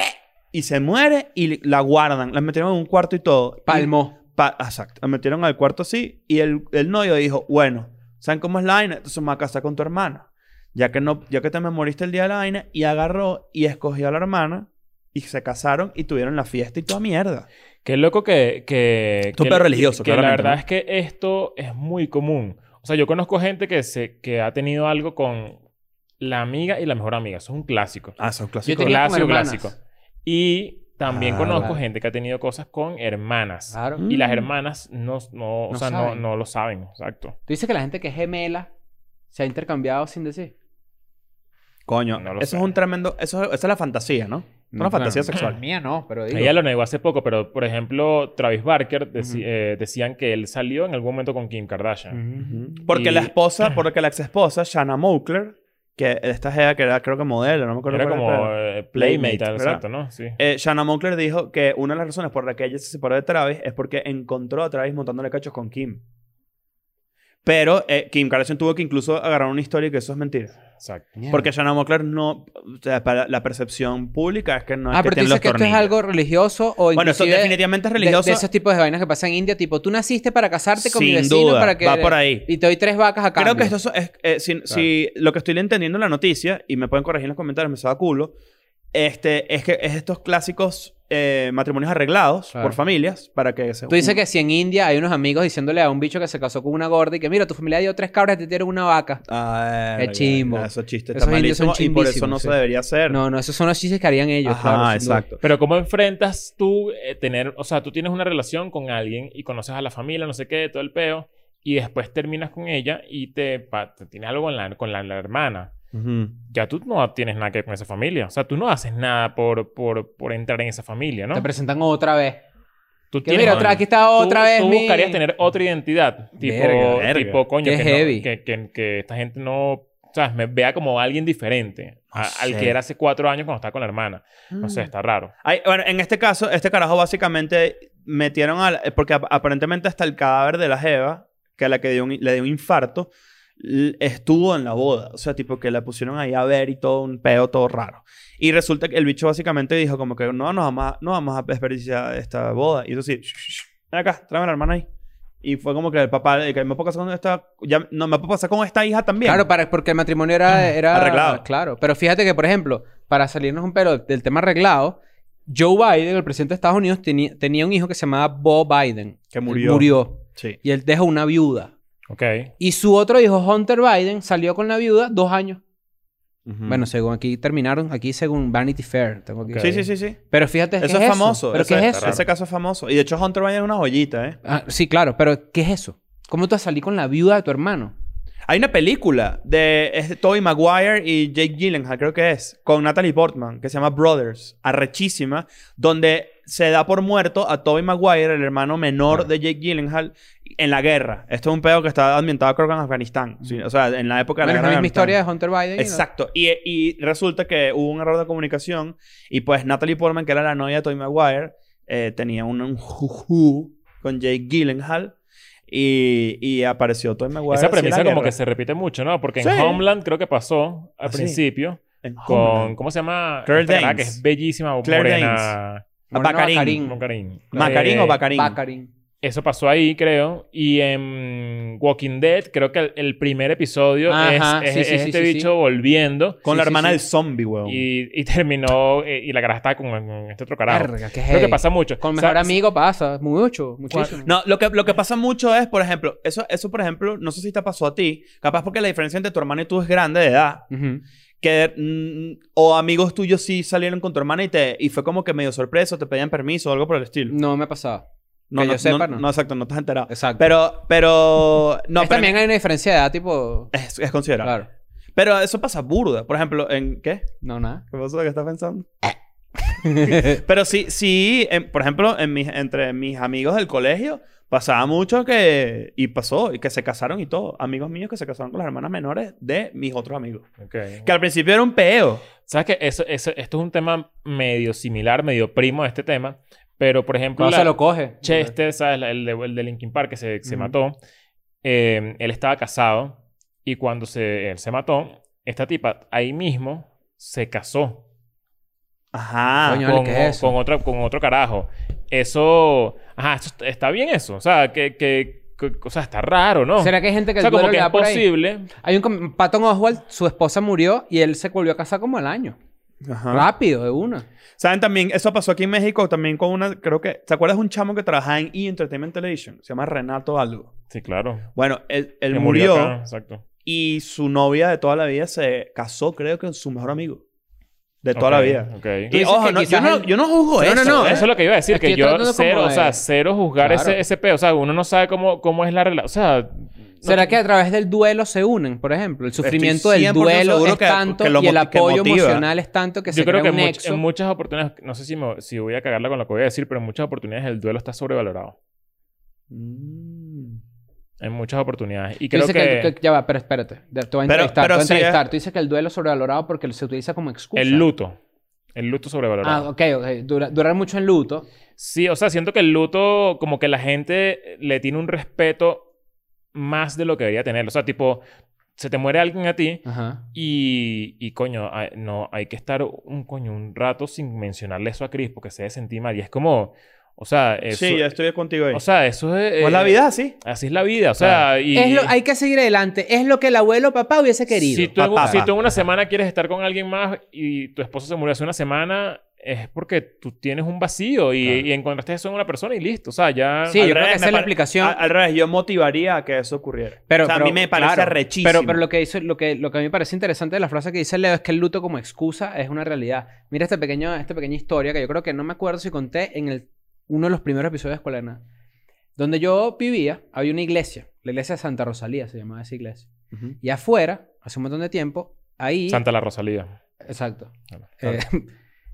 [SPEAKER 3] y se muere y la guardan. La metieron en un cuarto y todo. Y-
[SPEAKER 4] Palmo.
[SPEAKER 3] pa- exacto. La metieron al cuarto así y el, el novio dijo, bueno, ¿saben cómo es la vaina? Entonces me voy a casar con tu hermana. Ya que, no, ya que te me moriste el día de la vaina y agarró y escogió a la hermana y se casaron y tuvieron la fiesta y toda mierda.
[SPEAKER 2] Qué loco que... que
[SPEAKER 3] Tú
[SPEAKER 2] que-
[SPEAKER 3] pedo religioso,
[SPEAKER 2] Que la
[SPEAKER 3] claramente,
[SPEAKER 2] verdad
[SPEAKER 3] ¿no?
[SPEAKER 2] es que esto es muy común. O sea, yo conozco gente que, se, que ha tenido algo con la amiga y la mejor amiga. Eso es un clásico.
[SPEAKER 3] Ah, son
[SPEAKER 4] Yo
[SPEAKER 3] clásicos.
[SPEAKER 4] tenía
[SPEAKER 2] clásico,
[SPEAKER 4] como hermanas.
[SPEAKER 2] clásico. Y también
[SPEAKER 3] Ah,
[SPEAKER 2] conozco
[SPEAKER 4] vale.
[SPEAKER 2] gente que ha tenido cosas con hermanas.
[SPEAKER 4] Claro.
[SPEAKER 3] Mm.
[SPEAKER 2] Y las hermanas no, no, o
[SPEAKER 4] No
[SPEAKER 2] sea, no,
[SPEAKER 4] saben.
[SPEAKER 2] no lo saben. Exacto.
[SPEAKER 4] Tú dices que la gente que es gemela se ha intercambiado sin decir.
[SPEAKER 3] Coño,
[SPEAKER 2] No lo
[SPEAKER 3] eso
[SPEAKER 2] sé.
[SPEAKER 3] es un tremendo... Eso, esa es la fantasía, ¿no? Es una
[SPEAKER 4] Mm,
[SPEAKER 3] fantasía
[SPEAKER 4] claro.
[SPEAKER 3] sexual.
[SPEAKER 4] Mía no, pero digo.
[SPEAKER 2] Ella lo negó hace poco, pero por ejemplo, Travis Barker deci-
[SPEAKER 3] Ujú.
[SPEAKER 2] eh, decían que él salió en algún momento con Kim Kardashian.
[SPEAKER 4] Ujú.
[SPEAKER 3] Porque
[SPEAKER 2] Y-
[SPEAKER 3] la esposa, porque la ex esposa, Shanna Moukler, que esta jeva que era creo que modelo, no me acuerdo
[SPEAKER 2] Era
[SPEAKER 3] cuál
[SPEAKER 2] como
[SPEAKER 3] pedo.
[SPEAKER 2] eh, Playmate,
[SPEAKER 3] Playmate, ¿verdad?
[SPEAKER 2] exacto, ¿no? Sí.
[SPEAKER 3] Eh, Shanna Moukler dijo que una de las razones por la que ella se separó de Travis es porque encontró a Travis montándole cachos con Kim. Pero eh, Kim Kardashian tuvo que incluso agarrar una historia y que eso es mentira.
[SPEAKER 2] Exacto.
[SPEAKER 4] Mierda.
[SPEAKER 3] Porque Shanna Moukler no... O sea, para la percepción pública es que no es
[SPEAKER 4] ah,
[SPEAKER 3] que
[SPEAKER 4] pero tú
[SPEAKER 3] tiene
[SPEAKER 4] dices
[SPEAKER 3] los
[SPEAKER 4] que esto es
[SPEAKER 3] tornillos.
[SPEAKER 4] algo religioso o
[SPEAKER 3] Bueno, eso
[SPEAKER 4] inclusive-
[SPEAKER 3] definitivamente es
[SPEAKER 4] de-
[SPEAKER 3] religioso.
[SPEAKER 4] De, esos tipos de vainas que pasan en India, tipo, tú naciste para casarte con mi
[SPEAKER 3] Sin
[SPEAKER 4] vecino
[SPEAKER 3] duda,
[SPEAKER 4] para que.
[SPEAKER 3] va por ahí.
[SPEAKER 4] Y te doy tres vacas a cambio.
[SPEAKER 3] Creo que esto so- es, eh, si, si lo que estoy entendiendo en la noticia, y me pueden corregir en los comentarios, me saca culo, este, es que es estos clásicos eh, matrimonios arreglados
[SPEAKER 4] Claro.
[SPEAKER 3] por familias para que se...
[SPEAKER 4] Tú dices que si en India hay unos amigos diciéndole a un bicho que se casó con una gorda y que mira, tu familia dio tres cabras y te dieron una vaca.
[SPEAKER 3] Ah,
[SPEAKER 4] Qué
[SPEAKER 3] verga,
[SPEAKER 4] chimbo.
[SPEAKER 3] Esos chistes
[SPEAKER 4] Esos
[SPEAKER 3] están
[SPEAKER 4] indios son
[SPEAKER 3] malísimos y por eso
[SPEAKER 4] chimbísimos,
[SPEAKER 3] no se
[SPEAKER 4] sí.
[SPEAKER 3] debería hacer.
[SPEAKER 4] No, no, esos son los chistes que harían ellos.
[SPEAKER 3] Ajá,
[SPEAKER 4] claro, sin duda.
[SPEAKER 3] exacto.
[SPEAKER 2] Pero ¿cómo enfrentas tú eh, tener, o sea, tú tienes una relación con alguien y conoces a la familia, no sé qué, todo el peo, y después terminas con ella y te, pa- te tienes algo con la, con la, la hermana?
[SPEAKER 3] Ujú.
[SPEAKER 2] Ya tú no tienes nada que ver con esa familia. O sea, tú no haces nada por, por, por entrar en esa familia, ¿no?
[SPEAKER 4] Te presentan otra vez.
[SPEAKER 2] Tú
[SPEAKER 4] Que mira, otra, aquí está
[SPEAKER 2] Tú-
[SPEAKER 4] otra vez.
[SPEAKER 2] Tú
[SPEAKER 4] mi-
[SPEAKER 2] buscarías tener otra identidad. Tipo,
[SPEAKER 4] Verga,
[SPEAKER 3] verga.
[SPEAKER 2] tipo coño,
[SPEAKER 4] Qué
[SPEAKER 2] que, no-
[SPEAKER 4] heavy.
[SPEAKER 2] que, que- que esta gente no. ¿Sabes? Me vea como alguien diferente a-
[SPEAKER 3] No
[SPEAKER 2] al
[SPEAKER 3] sé.
[SPEAKER 2] que era hace cuatro años cuando estaba con la hermana. No
[SPEAKER 4] Mm.
[SPEAKER 2] sé, está raro.
[SPEAKER 3] Ay, bueno, en este caso, este carajo básicamente metieron al... eh, Porque ap- aparentemente hasta el cadáver de la Jeva, que a la que dio un- le dio un infarto, l- estuvo en la boda. O sea, tipo que la pusieron ahí a ver y todo un peo todo raro. Y resulta que el bicho básicamente dijo como que no nos vamos a, no vamos a desperdiciar esta boda. Y eso sí, "Shh, shh, shh, ven acá, tráeme a la hermana ahí. Y fue como que el papá, eh, que me puedo casar con esta, ya, no, me puedo casar con esta hija también.
[SPEAKER 4] Claro, para, porque el matrimonio era, era-
[SPEAKER 3] Arreglado.
[SPEAKER 4] Claro. Pero fíjate que, por ejemplo, para salirnos un pelo del tema arreglado, Joe Biden, el presidente de Estados Unidos, teni- tenía un hijo que se llamaba Bo Biden.
[SPEAKER 3] Que
[SPEAKER 4] Él
[SPEAKER 3] murió.
[SPEAKER 4] Murió.
[SPEAKER 3] Sí.
[SPEAKER 4] Y él dejó una viuda.
[SPEAKER 2] Ok.
[SPEAKER 4] Y su otro hijo, Hunter Biden, salió con la viuda dos años.
[SPEAKER 3] Ujú.
[SPEAKER 4] Bueno, según aquí terminaron, aquí según Vanity Fair. Tengo aquí.
[SPEAKER 2] Ok.
[SPEAKER 3] Mm. Sí, sí, sí, sí.
[SPEAKER 4] Pero fíjate, ¿qué
[SPEAKER 3] Eso es famoso.
[SPEAKER 4] ¿Pero
[SPEAKER 3] eso
[SPEAKER 4] qué es
[SPEAKER 3] está
[SPEAKER 4] eso?
[SPEAKER 3] raro. Ese caso es famoso. Y de hecho Hunter Biden es una joyita, ¿eh?
[SPEAKER 4] Ah, sí, claro, pero ¿qué es eso? ¿Cómo tú vas a salir con la viuda de tu hermano?
[SPEAKER 3] Hay una película de es de Tobey Maguire y Jake Gyllenhaal, creo que es, con Natalie Portman, que se llama Brothers, arrechísima, donde se da por muerto a Tobey Maguire, el hermano menor de Jake Gyllenhaal, en la guerra. Esto es un pedo que está ambientado creo que en Afganistán. Sí, o sea, en la época de
[SPEAKER 4] Bueno,
[SPEAKER 3] la
[SPEAKER 4] es la misma
[SPEAKER 3] guerra. de Afganistán.
[SPEAKER 4] historia de Hunter Biden. y la-
[SPEAKER 3] Exacto. Y, y resulta que hubo un error de comunicación y pues Natalie Portman, que era la novia de Tobey Maguire, eh, tenía un, un juju con Jake Gyllenhaal y, y apareció Tobey Maguire.
[SPEAKER 2] Esa
[SPEAKER 3] así en la
[SPEAKER 2] premisa como
[SPEAKER 3] guerra.
[SPEAKER 2] que se repite mucho, ¿no? Porque
[SPEAKER 3] Sí.
[SPEAKER 2] en Homeland creo que pasó al
[SPEAKER 3] Ah, sí.
[SPEAKER 2] principio
[SPEAKER 3] En
[SPEAKER 2] con...
[SPEAKER 3] Homeland.
[SPEAKER 2] ¿Cómo se llama?
[SPEAKER 3] Claire
[SPEAKER 2] Esta caraja
[SPEAKER 3] Danes.
[SPEAKER 2] Que es bellísima,
[SPEAKER 3] Claire
[SPEAKER 2] morena.
[SPEAKER 3] A
[SPEAKER 4] Moreno
[SPEAKER 3] Bacarín.
[SPEAKER 2] Macarín.
[SPEAKER 3] ¿Macarín
[SPEAKER 2] Eh,
[SPEAKER 3] o Bacarín?
[SPEAKER 4] Bacarín.
[SPEAKER 2] Eso pasó ahí, creo. Y en Walking Dead, creo que el, el primer episodio
[SPEAKER 4] Ajá,
[SPEAKER 2] es,
[SPEAKER 4] sí,
[SPEAKER 2] es-
[SPEAKER 4] sí,
[SPEAKER 2] es
[SPEAKER 4] sí,
[SPEAKER 2] este
[SPEAKER 4] sí, sí.
[SPEAKER 2] bicho volviendo.
[SPEAKER 3] Con
[SPEAKER 4] Sí,
[SPEAKER 3] la
[SPEAKER 4] sí,
[SPEAKER 3] hermana
[SPEAKER 4] sí.
[SPEAKER 3] del zombie, weón.
[SPEAKER 2] Y, y terminó... eh, y la cara estaba con, con este otro carajo.
[SPEAKER 4] Verga, qué
[SPEAKER 2] Creo que
[SPEAKER 4] heavy.
[SPEAKER 2] pasa mucho.
[SPEAKER 4] Con
[SPEAKER 2] O
[SPEAKER 4] mejor
[SPEAKER 2] sea,
[SPEAKER 4] amigo pasa. Mucho, muchísimo.
[SPEAKER 3] No, lo que, lo que pasa mucho es, por ejemplo, eso, eso, por ejemplo, no sé si te pasó a ti, capaz porque la diferencia entre tu hermano y tú es grande de edad,
[SPEAKER 4] Ujú.
[SPEAKER 3] que mm, o amigos tuyos sí salieron con tu hermana y, te, y fue como que medio sorpreso, te pedían permiso o algo por el estilo.
[SPEAKER 4] No me ha pasado.
[SPEAKER 3] No,
[SPEAKER 4] Que
[SPEAKER 3] no,
[SPEAKER 4] yo sepa, no.
[SPEAKER 3] exacto, no estás enterado.
[SPEAKER 4] Exacto.
[SPEAKER 3] Pero, pero, no,
[SPEAKER 4] Es
[SPEAKER 3] pero
[SPEAKER 4] también hay una diferencia de edad, tipo...
[SPEAKER 3] es, es considerable.
[SPEAKER 4] Claro.
[SPEAKER 3] Pero eso pasa burda. Por ejemplo, ¿en qué?
[SPEAKER 4] No, nada.
[SPEAKER 3] ¿Qué pasó? ¿Qué estás pensando? Pero sí, sí, en- por ejemplo, en mis, entre mis amigos del colegio pasaba mucho que, y pasó, y que se casaron y todo. Amigos míos que se casaron con las hermanas menores de mis otros amigos.
[SPEAKER 2] ok.
[SPEAKER 3] Que al principio era un peo.
[SPEAKER 2] ¿Sabes qué? Eso, eso- esto es un tema medio similar, medio primo de este tema. Pero, por ejemplo,
[SPEAKER 4] Cuando
[SPEAKER 2] la-
[SPEAKER 4] se lo coge.
[SPEAKER 2] Chester, este, ¿sabes? La- El de, el de Linkin Park que se, se
[SPEAKER 3] Ujú.
[SPEAKER 2] mató. eh, él estaba casado. Y cuando se, él se mató, esta tipa ahí mismo se casó
[SPEAKER 3] Ajá.
[SPEAKER 4] Coño.
[SPEAKER 2] con,
[SPEAKER 4] ¿qué es eso?
[SPEAKER 2] con otro, con otro carajo. Eso... Ajá, eso est- está bien eso. O sea, que... que que- o sea, está raro, ¿no?
[SPEAKER 4] ¿Será que hay gente que
[SPEAKER 2] o
[SPEAKER 4] el
[SPEAKER 2] sea, como
[SPEAKER 4] duelo le
[SPEAKER 2] que es
[SPEAKER 4] da por ahí?
[SPEAKER 2] posible.
[SPEAKER 4] Hay un... com- Patton Oswald, su esposa murió y él se volvió a casar como al año.
[SPEAKER 3] Ajá.
[SPEAKER 4] Rápido, de una.
[SPEAKER 3] ¿Saben también? Eso pasó aquí en México también con una, creo que, ¿te acuerdas de un chamo que trabajaba en E! Entertainment Television? Se llama Renato algo.
[SPEAKER 2] Sí, claro.
[SPEAKER 3] Bueno, él, él
[SPEAKER 2] Que
[SPEAKER 3] murió,
[SPEAKER 2] acá, Exacto.
[SPEAKER 3] y su novia de toda la vida se casó, creo que con su mejor amigo. De toda
[SPEAKER 2] Ok,
[SPEAKER 3] la vida.
[SPEAKER 2] ok.
[SPEAKER 3] Y
[SPEAKER 4] dices
[SPEAKER 3] ojo,
[SPEAKER 4] que
[SPEAKER 3] no, yo,
[SPEAKER 4] quizás
[SPEAKER 3] no,
[SPEAKER 4] él-
[SPEAKER 3] yo no juzgo
[SPEAKER 4] No,
[SPEAKER 3] eso.
[SPEAKER 4] no, no,
[SPEAKER 3] ¿eh?
[SPEAKER 2] Eso es lo que iba a decir,
[SPEAKER 4] Estoy
[SPEAKER 2] que yo
[SPEAKER 4] tratando
[SPEAKER 2] cero,
[SPEAKER 4] como
[SPEAKER 2] o sea,
[SPEAKER 4] de-
[SPEAKER 2] cero juzgar
[SPEAKER 4] Claro.
[SPEAKER 2] ese, ese peo. O sea, uno no sabe cómo, cómo es la relación. O sea,
[SPEAKER 4] ¿Será que a través del duelo se unen, por ejemplo? El sufrimiento del
[SPEAKER 3] 100%
[SPEAKER 4] duelo
[SPEAKER 3] seguro
[SPEAKER 4] es
[SPEAKER 3] que-
[SPEAKER 4] tanto
[SPEAKER 3] que lo
[SPEAKER 4] y el
[SPEAKER 3] moti- que
[SPEAKER 4] apoyo
[SPEAKER 3] motiva.
[SPEAKER 4] emocional es tanto que se
[SPEAKER 2] yo creo
[SPEAKER 4] crea
[SPEAKER 2] que
[SPEAKER 4] un
[SPEAKER 2] much-
[SPEAKER 4] nexo.
[SPEAKER 2] en muchas oportunidades, no sé si, me- si voy a cagarla con lo que voy a decir, pero en muchas oportunidades el duelo está sobrevalorado.
[SPEAKER 3] Mm.
[SPEAKER 2] En muchas oportunidades. Y
[SPEAKER 4] Tú
[SPEAKER 2] creo que,
[SPEAKER 4] dices que, que- Ya va, pero espérate. Te te voy a
[SPEAKER 3] Pero-
[SPEAKER 4] entrevistar. te
[SPEAKER 3] pero
[SPEAKER 4] voy a
[SPEAKER 3] sí es-
[SPEAKER 4] entrevistar. Tú dices que el duelo es sobrevalorado porque se utiliza como excusa.
[SPEAKER 2] el luto. El luto
[SPEAKER 4] Ah,
[SPEAKER 2] sobrevalorado.
[SPEAKER 4] ok, ok. Dura- durar mucho en luto.
[SPEAKER 2] Sí, o sea, siento que el luto, como que la gente le tiene un respeto más de lo que debería tener. O sea, tipo, se te muere alguien a ti
[SPEAKER 4] Ajá.
[SPEAKER 2] y, y coño, hay- no, hay que estar un coño, un rato sin mencionarle eso a Chris porque se debe sentir mal. Y es como, o sea, eso,
[SPEAKER 3] Sí, yo estoy contigo ahí.
[SPEAKER 2] o sea, eso es...
[SPEAKER 3] Pues
[SPEAKER 2] eh,
[SPEAKER 3] la vida es así.
[SPEAKER 2] Así es la vida, o sea, y...
[SPEAKER 4] Es lo- hay que seguir adelante. Es lo que el abuelo papá hubiese querido.
[SPEAKER 2] Si tú, en-
[SPEAKER 3] Papá.
[SPEAKER 2] si tú en una semana quieres estar con alguien más y tu esposo se murió hace una semana, es porque tú tienes un vacío y,
[SPEAKER 3] Claro.
[SPEAKER 2] y encontraste eso en una persona y listo. O sea, ya...
[SPEAKER 4] Sí,
[SPEAKER 3] Al
[SPEAKER 4] yo creo que
[SPEAKER 3] revés,
[SPEAKER 4] esa
[SPEAKER 3] me
[SPEAKER 4] es la
[SPEAKER 3] pare-
[SPEAKER 4] explicación.
[SPEAKER 3] a- al revés, yo motivaría a que eso ocurriera.
[SPEAKER 4] Pero,
[SPEAKER 3] o sea,
[SPEAKER 4] pero-
[SPEAKER 3] a mí me parece
[SPEAKER 4] claro.
[SPEAKER 3] rechísimo.
[SPEAKER 4] Pero, pero lo, que hizo, lo, que, lo que a mí me parece interesante de la frase que dice Leo es que el luto como excusa es una realidad. Mira esta, pequeño, esta pequeña historia que yo creo que no me acuerdo si conté en el, uno de los primeros episodios de Escuela de Nada. Donde yo vivía, había una iglesia. La iglesia de Santa Rosalía se llamaba esa iglesia.
[SPEAKER 3] Ujú.
[SPEAKER 4] Y afuera, hace un montón de tiempo, ahí...
[SPEAKER 2] Santa la Rosalía.
[SPEAKER 4] Exacto.
[SPEAKER 2] Claro.
[SPEAKER 4] Eh,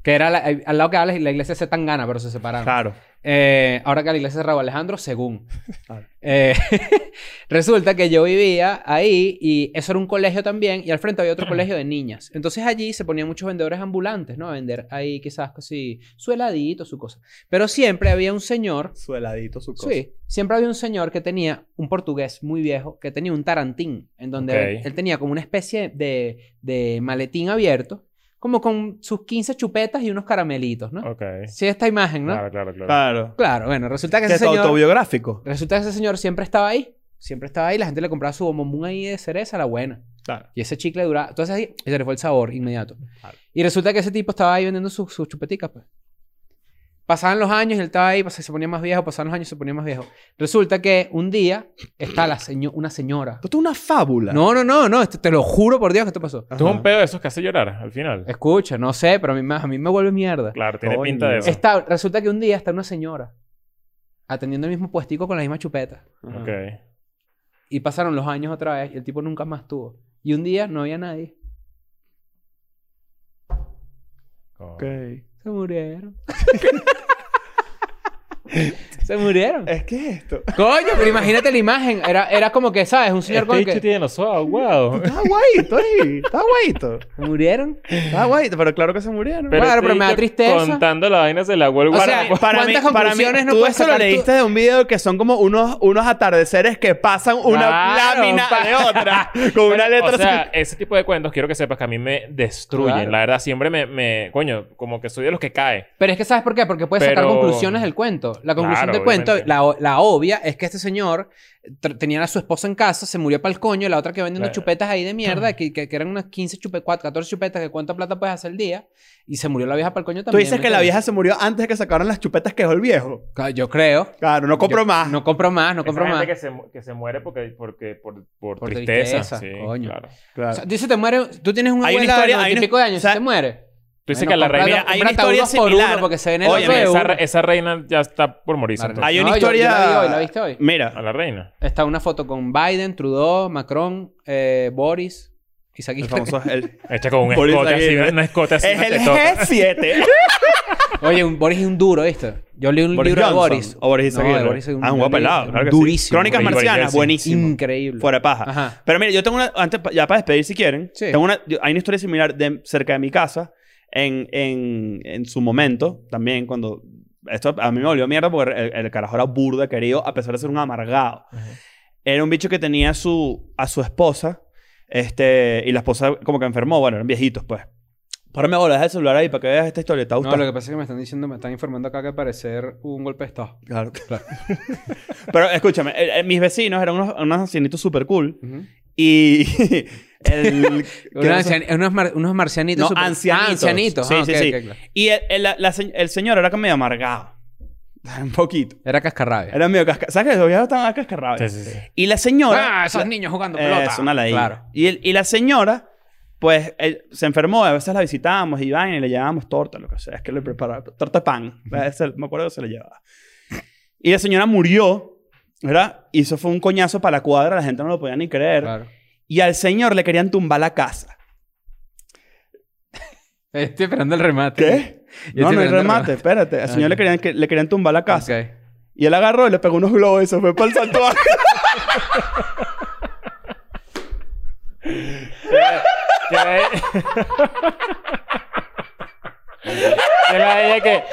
[SPEAKER 4] que era la- eh, al lado que la, la iglesia se tan gana, pero se separaron.
[SPEAKER 3] Claro.
[SPEAKER 4] Eh, ahora que la iglesia es Raúl Alejandro, según.
[SPEAKER 3] Claro.
[SPEAKER 4] Eh, resulta que yo vivía ahí y eso era un colegio también y al frente había otro colegio de niñas. Entonces allí se ponían muchos vendedores ambulantes, ¿no? A vender ahí quizás casi su heladito, su cosa. Pero siempre había un señor,
[SPEAKER 3] Su heladito, su cosa.
[SPEAKER 4] sí, siempre había un señor que tenía un portugués muy viejo, que tenía un tarantín, en donde
[SPEAKER 2] Ok.
[SPEAKER 4] él, él tenía como una especie de, de maletín abierto como con sus 15 chupetas y unos caramelitos, ¿no?
[SPEAKER 2] Ok.
[SPEAKER 4] Sí, esta imagen, ¿no?
[SPEAKER 2] Claro, claro, claro.
[SPEAKER 3] Claro.
[SPEAKER 4] Claro, bueno, resulta que
[SPEAKER 3] Que
[SPEAKER 4] ese
[SPEAKER 3] es
[SPEAKER 4] señor...
[SPEAKER 3] autobiográfico.
[SPEAKER 4] Resulta que ese señor siempre estaba ahí. Siempre estaba ahí. La gente le compraba su bombón ahí de cereza, la buena.
[SPEAKER 3] Claro.
[SPEAKER 4] Y ese chicle duraba... Entonces ahí se le fue el sabor inmediato.
[SPEAKER 2] Claro.
[SPEAKER 4] Y resulta que ese tipo estaba ahí vendiendo sus sus chupeticas, pues. Pasaban los años, él estaba ahí, pas- se ponía más viejo, pasaban los años, se ponía más viejo. Resulta que un día está la seño- una señora.
[SPEAKER 3] Esto es una fábula.
[SPEAKER 4] No, no, no, no, esto- te lo juro por Dios que esto pasó.
[SPEAKER 2] Tú es un pedo de esos que hace llorar al final.
[SPEAKER 4] Escucha, no sé, pero a mí, me- a mí me vuelve mierda.
[SPEAKER 2] Claro, tiene
[SPEAKER 3] Coño.
[SPEAKER 2] pinta de eso.
[SPEAKER 4] Está, resulta que un día está una señora atendiendo el mismo puestico con la misma chupeta.
[SPEAKER 3] Ajá.
[SPEAKER 2] Ok.
[SPEAKER 4] Y pasaron los años otra vez y el tipo nunca más tuvo. Y un día no había nadie.
[SPEAKER 2] Oh.
[SPEAKER 3] Ok.
[SPEAKER 4] Se murieron. Se murieron.
[SPEAKER 3] Es que es esto.
[SPEAKER 4] Coño, pero imagínate la imagen. Era, era como que, ¿sabes? Un señor
[SPEAKER 2] Este
[SPEAKER 4] con el
[SPEAKER 2] bicho
[SPEAKER 4] que...
[SPEAKER 2] tiene los ojos aguados.
[SPEAKER 3] Está guayito ahí. Está guayito.
[SPEAKER 4] Se murieron.
[SPEAKER 3] Está guayito, pero claro que se murieron.
[SPEAKER 4] Pero- Claro, me da
[SPEAKER 2] bicho
[SPEAKER 4] tristeza.
[SPEAKER 2] Contando la vaina se la vuelvo
[SPEAKER 4] O
[SPEAKER 2] a...
[SPEAKER 4] sea,
[SPEAKER 3] Eh, para mí,
[SPEAKER 4] Pues, ¿cuántas
[SPEAKER 3] para mí,
[SPEAKER 4] conclusiones no
[SPEAKER 3] tú
[SPEAKER 4] puedes
[SPEAKER 3] eso lo
[SPEAKER 4] sacar tú?
[SPEAKER 3] leíste de un video que son como unos, unos atardeceres que pasan una
[SPEAKER 4] Claro,
[SPEAKER 3] lámina
[SPEAKER 4] pa-
[SPEAKER 3] de otra con una letra.
[SPEAKER 2] o sea,
[SPEAKER 3] así.
[SPEAKER 2] ese tipo de cuentos quiero que sepas que a mí me destruyen.
[SPEAKER 4] Claro.
[SPEAKER 2] La verdad, siempre me, me... Coño, como que soy de los que cae.
[SPEAKER 4] Pero es que ¿sabes por qué? Porque puedes sacar
[SPEAKER 2] Pero-
[SPEAKER 4] conclusiones del cuento. La conclusión
[SPEAKER 2] Claro,
[SPEAKER 4] del cuento,
[SPEAKER 2] obviamente.
[SPEAKER 4] la, o- la obvia, es que este señor tr- tenía a su esposa en casa, se murió para el coño, la otra que vendiendo
[SPEAKER 2] Claro.
[SPEAKER 4] chupetas ahí de mierda, que, que, que eran unas 15 chupetas, 14 chupetas, que cuánta plata puedes hacer al día, y se murió la vieja para el coño
[SPEAKER 3] Tú
[SPEAKER 4] también.
[SPEAKER 3] dices
[SPEAKER 4] ¿me
[SPEAKER 3] que la
[SPEAKER 4] entiendes?
[SPEAKER 3] vieja se murió antes de que sacaran las chupetas que dejó el viejo.
[SPEAKER 4] Ca- Yo creo.
[SPEAKER 3] Claro, no compro
[SPEAKER 4] Yo-
[SPEAKER 3] más.
[SPEAKER 4] No compro más, no compro
[SPEAKER 2] Esa
[SPEAKER 4] más.
[SPEAKER 2] gente que se, mu- que se muere porque, porque, por, por,
[SPEAKER 4] Por
[SPEAKER 2] tristeza.
[SPEAKER 4] tristeza,
[SPEAKER 2] Sí,
[SPEAKER 4] coño.
[SPEAKER 2] claro.
[SPEAKER 3] Claro.
[SPEAKER 4] O sea, dice, te muere, tú tienes una
[SPEAKER 3] Hay una
[SPEAKER 4] abuela
[SPEAKER 3] historia-
[SPEAKER 4] de
[SPEAKER 3] hay
[SPEAKER 4] noventa y
[SPEAKER 3] una-
[SPEAKER 4] pico de años,
[SPEAKER 3] o sea,
[SPEAKER 4] se muere.
[SPEAKER 2] Tú dices
[SPEAKER 4] Bueno,
[SPEAKER 2] que la
[SPEAKER 4] compra
[SPEAKER 2] reina...
[SPEAKER 4] dos-
[SPEAKER 3] Mira, hay
[SPEAKER 4] compra
[SPEAKER 3] una historia
[SPEAKER 4] uno por uno,
[SPEAKER 3] similar.
[SPEAKER 4] porque se ven en el
[SPEAKER 3] Óyeme,
[SPEAKER 4] Óyeme,
[SPEAKER 2] esa, re- esa reina ya está por morirse. entonces.
[SPEAKER 3] Hay una
[SPEAKER 4] No, yo- yo la
[SPEAKER 3] historia-
[SPEAKER 4] vi hoy, la viste hoy.
[SPEAKER 2] A
[SPEAKER 3] Mira,
[SPEAKER 2] la reina.
[SPEAKER 4] Está una foto con Biden, Trudeau, Macron, eh, Boris, Isaac
[SPEAKER 3] el
[SPEAKER 4] Isaac.
[SPEAKER 3] famoso es el,
[SPEAKER 2] Hecha con un
[SPEAKER 3] Por eso
[SPEAKER 2] escote
[SPEAKER 3] aquí,
[SPEAKER 2] así,
[SPEAKER 3] ¿no?
[SPEAKER 2] una escote así.
[SPEAKER 3] es
[SPEAKER 2] una
[SPEAKER 3] el
[SPEAKER 2] tetota.
[SPEAKER 3] G7.
[SPEAKER 4] Oye, un Boris es un duro, ¿viste? Yo leí un
[SPEAKER 3] Boris
[SPEAKER 4] libro
[SPEAKER 3] Johnson.
[SPEAKER 4] de Boris.
[SPEAKER 3] O Boris Isaguirre.
[SPEAKER 4] de Boris es
[SPEAKER 3] Ah, un guapo
[SPEAKER 4] yo leí-
[SPEAKER 3] pelado, claro que sí.
[SPEAKER 4] Durísimo.
[SPEAKER 3] Crónicas
[SPEAKER 2] Boris
[SPEAKER 3] marcianas,
[SPEAKER 2] Johnson.
[SPEAKER 3] buenísimo.
[SPEAKER 4] Increíble.
[SPEAKER 3] Fuera de paja.
[SPEAKER 4] Ajá.
[SPEAKER 3] Pero mira, yo tengo una, antes, pa- ya para despedir si quieren,
[SPEAKER 4] Sí.
[SPEAKER 3] tengo una, yo- hay una historia similar de, cerca de mi casa, en, en, en su momento, también cuando, esto a mí me volvió mierda porque el, el carajo era burda, querido, a pesar de ser un amargado. Era un bicho que tenía a su, a su esposa, este, y la esposa como que enfermó, bueno, eran viejitos pues. Párame ahora, deja el celular ahí para que veas esta historia, ¿te gusta?
[SPEAKER 4] No, lo que pasa es que me están diciendo, me están informando acá que al parecer hubo un golpe de estado.
[SPEAKER 3] Claro, claro. Pero escúchame, eh, eh, mis vecinos eran unos, unos ancianitos super cool y el...
[SPEAKER 4] Unos, ancian- unos mar- unos marcianitos.
[SPEAKER 3] No,
[SPEAKER 4] super-
[SPEAKER 3] ancianitos.
[SPEAKER 4] Ah, ancianitos.
[SPEAKER 3] Sí,
[SPEAKER 4] Ah,
[SPEAKER 3] sí,
[SPEAKER 4] ok,
[SPEAKER 3] sí.
[SPEAKER 4] ok, claro.
[SPEAKER 3] Y el, el- la- la se- el señor era medio amargado. Un poquito.
[SPEAKER 4] Era cascarrabia.
[SPEAKER 3] Era medio casca... ¿Sabes que los viejos estaban cascarrabias?
[SPEAKER 2] Sí, sí, sí.
[SPEAKER 3] Y la señora...
[SPEAKER 4] Ah, esos
[SPEAKER 3] la-
[SPEAKER 4] niños jugando
[SPEAKER 3] Eh,
[SPEAKER 4] pelota.
[SPEAKER 3] Es una ladilla.
[SPEAKER 4] Claro.
[SPEAKER 3] Y, el- y la señora, pues, él se enfermó. A veces la visitábamos y vaina y le llevábamos torta, lo que sea. Es que le preparaba torta de pan. Ese- me acuerdo que se le llevaba. Y la señora murió, ¿verdad? Y eso fue un coñazo para la cuadra. La gente no lo podía ni creer.
[SPEAKER 4] Claro.
[SPEAKER 3] Y al señor le querían tumbar la casa.
[SPEAKER 4] Eh, Estoy esperando el remate.
[SPEAKER 3] ¿Qué?
[SPEAKER 4] Yo
[SPEAKER 3] no,
[SPEAKER 4] estoy
[SPEAKER 3] no hay
[SPEAKER 4] viendo el
[SPEAKER 3] remate.
[SPEAKER 4] remate.
[SPEAKER 3] Espérate. Al señor
[SPEAKER 4] Ok.
[SPEAKER 3] le querían, que, le querían tumbar la casa.
[SPEAKER 4] Ok.
[SPEAKER 3] Y él agarró y le pegó unos globos y se fue para el santuario.
[SPEAKER 2] Que Yo la veía que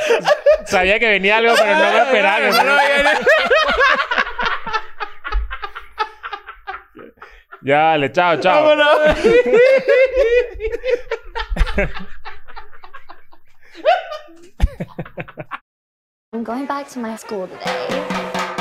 [SPEAKER 2] sabía que venía algo, pero no me esperaba que fuera- Ya, dale, chao, chao.
[SPEAKER 1] I'm going back to my school today.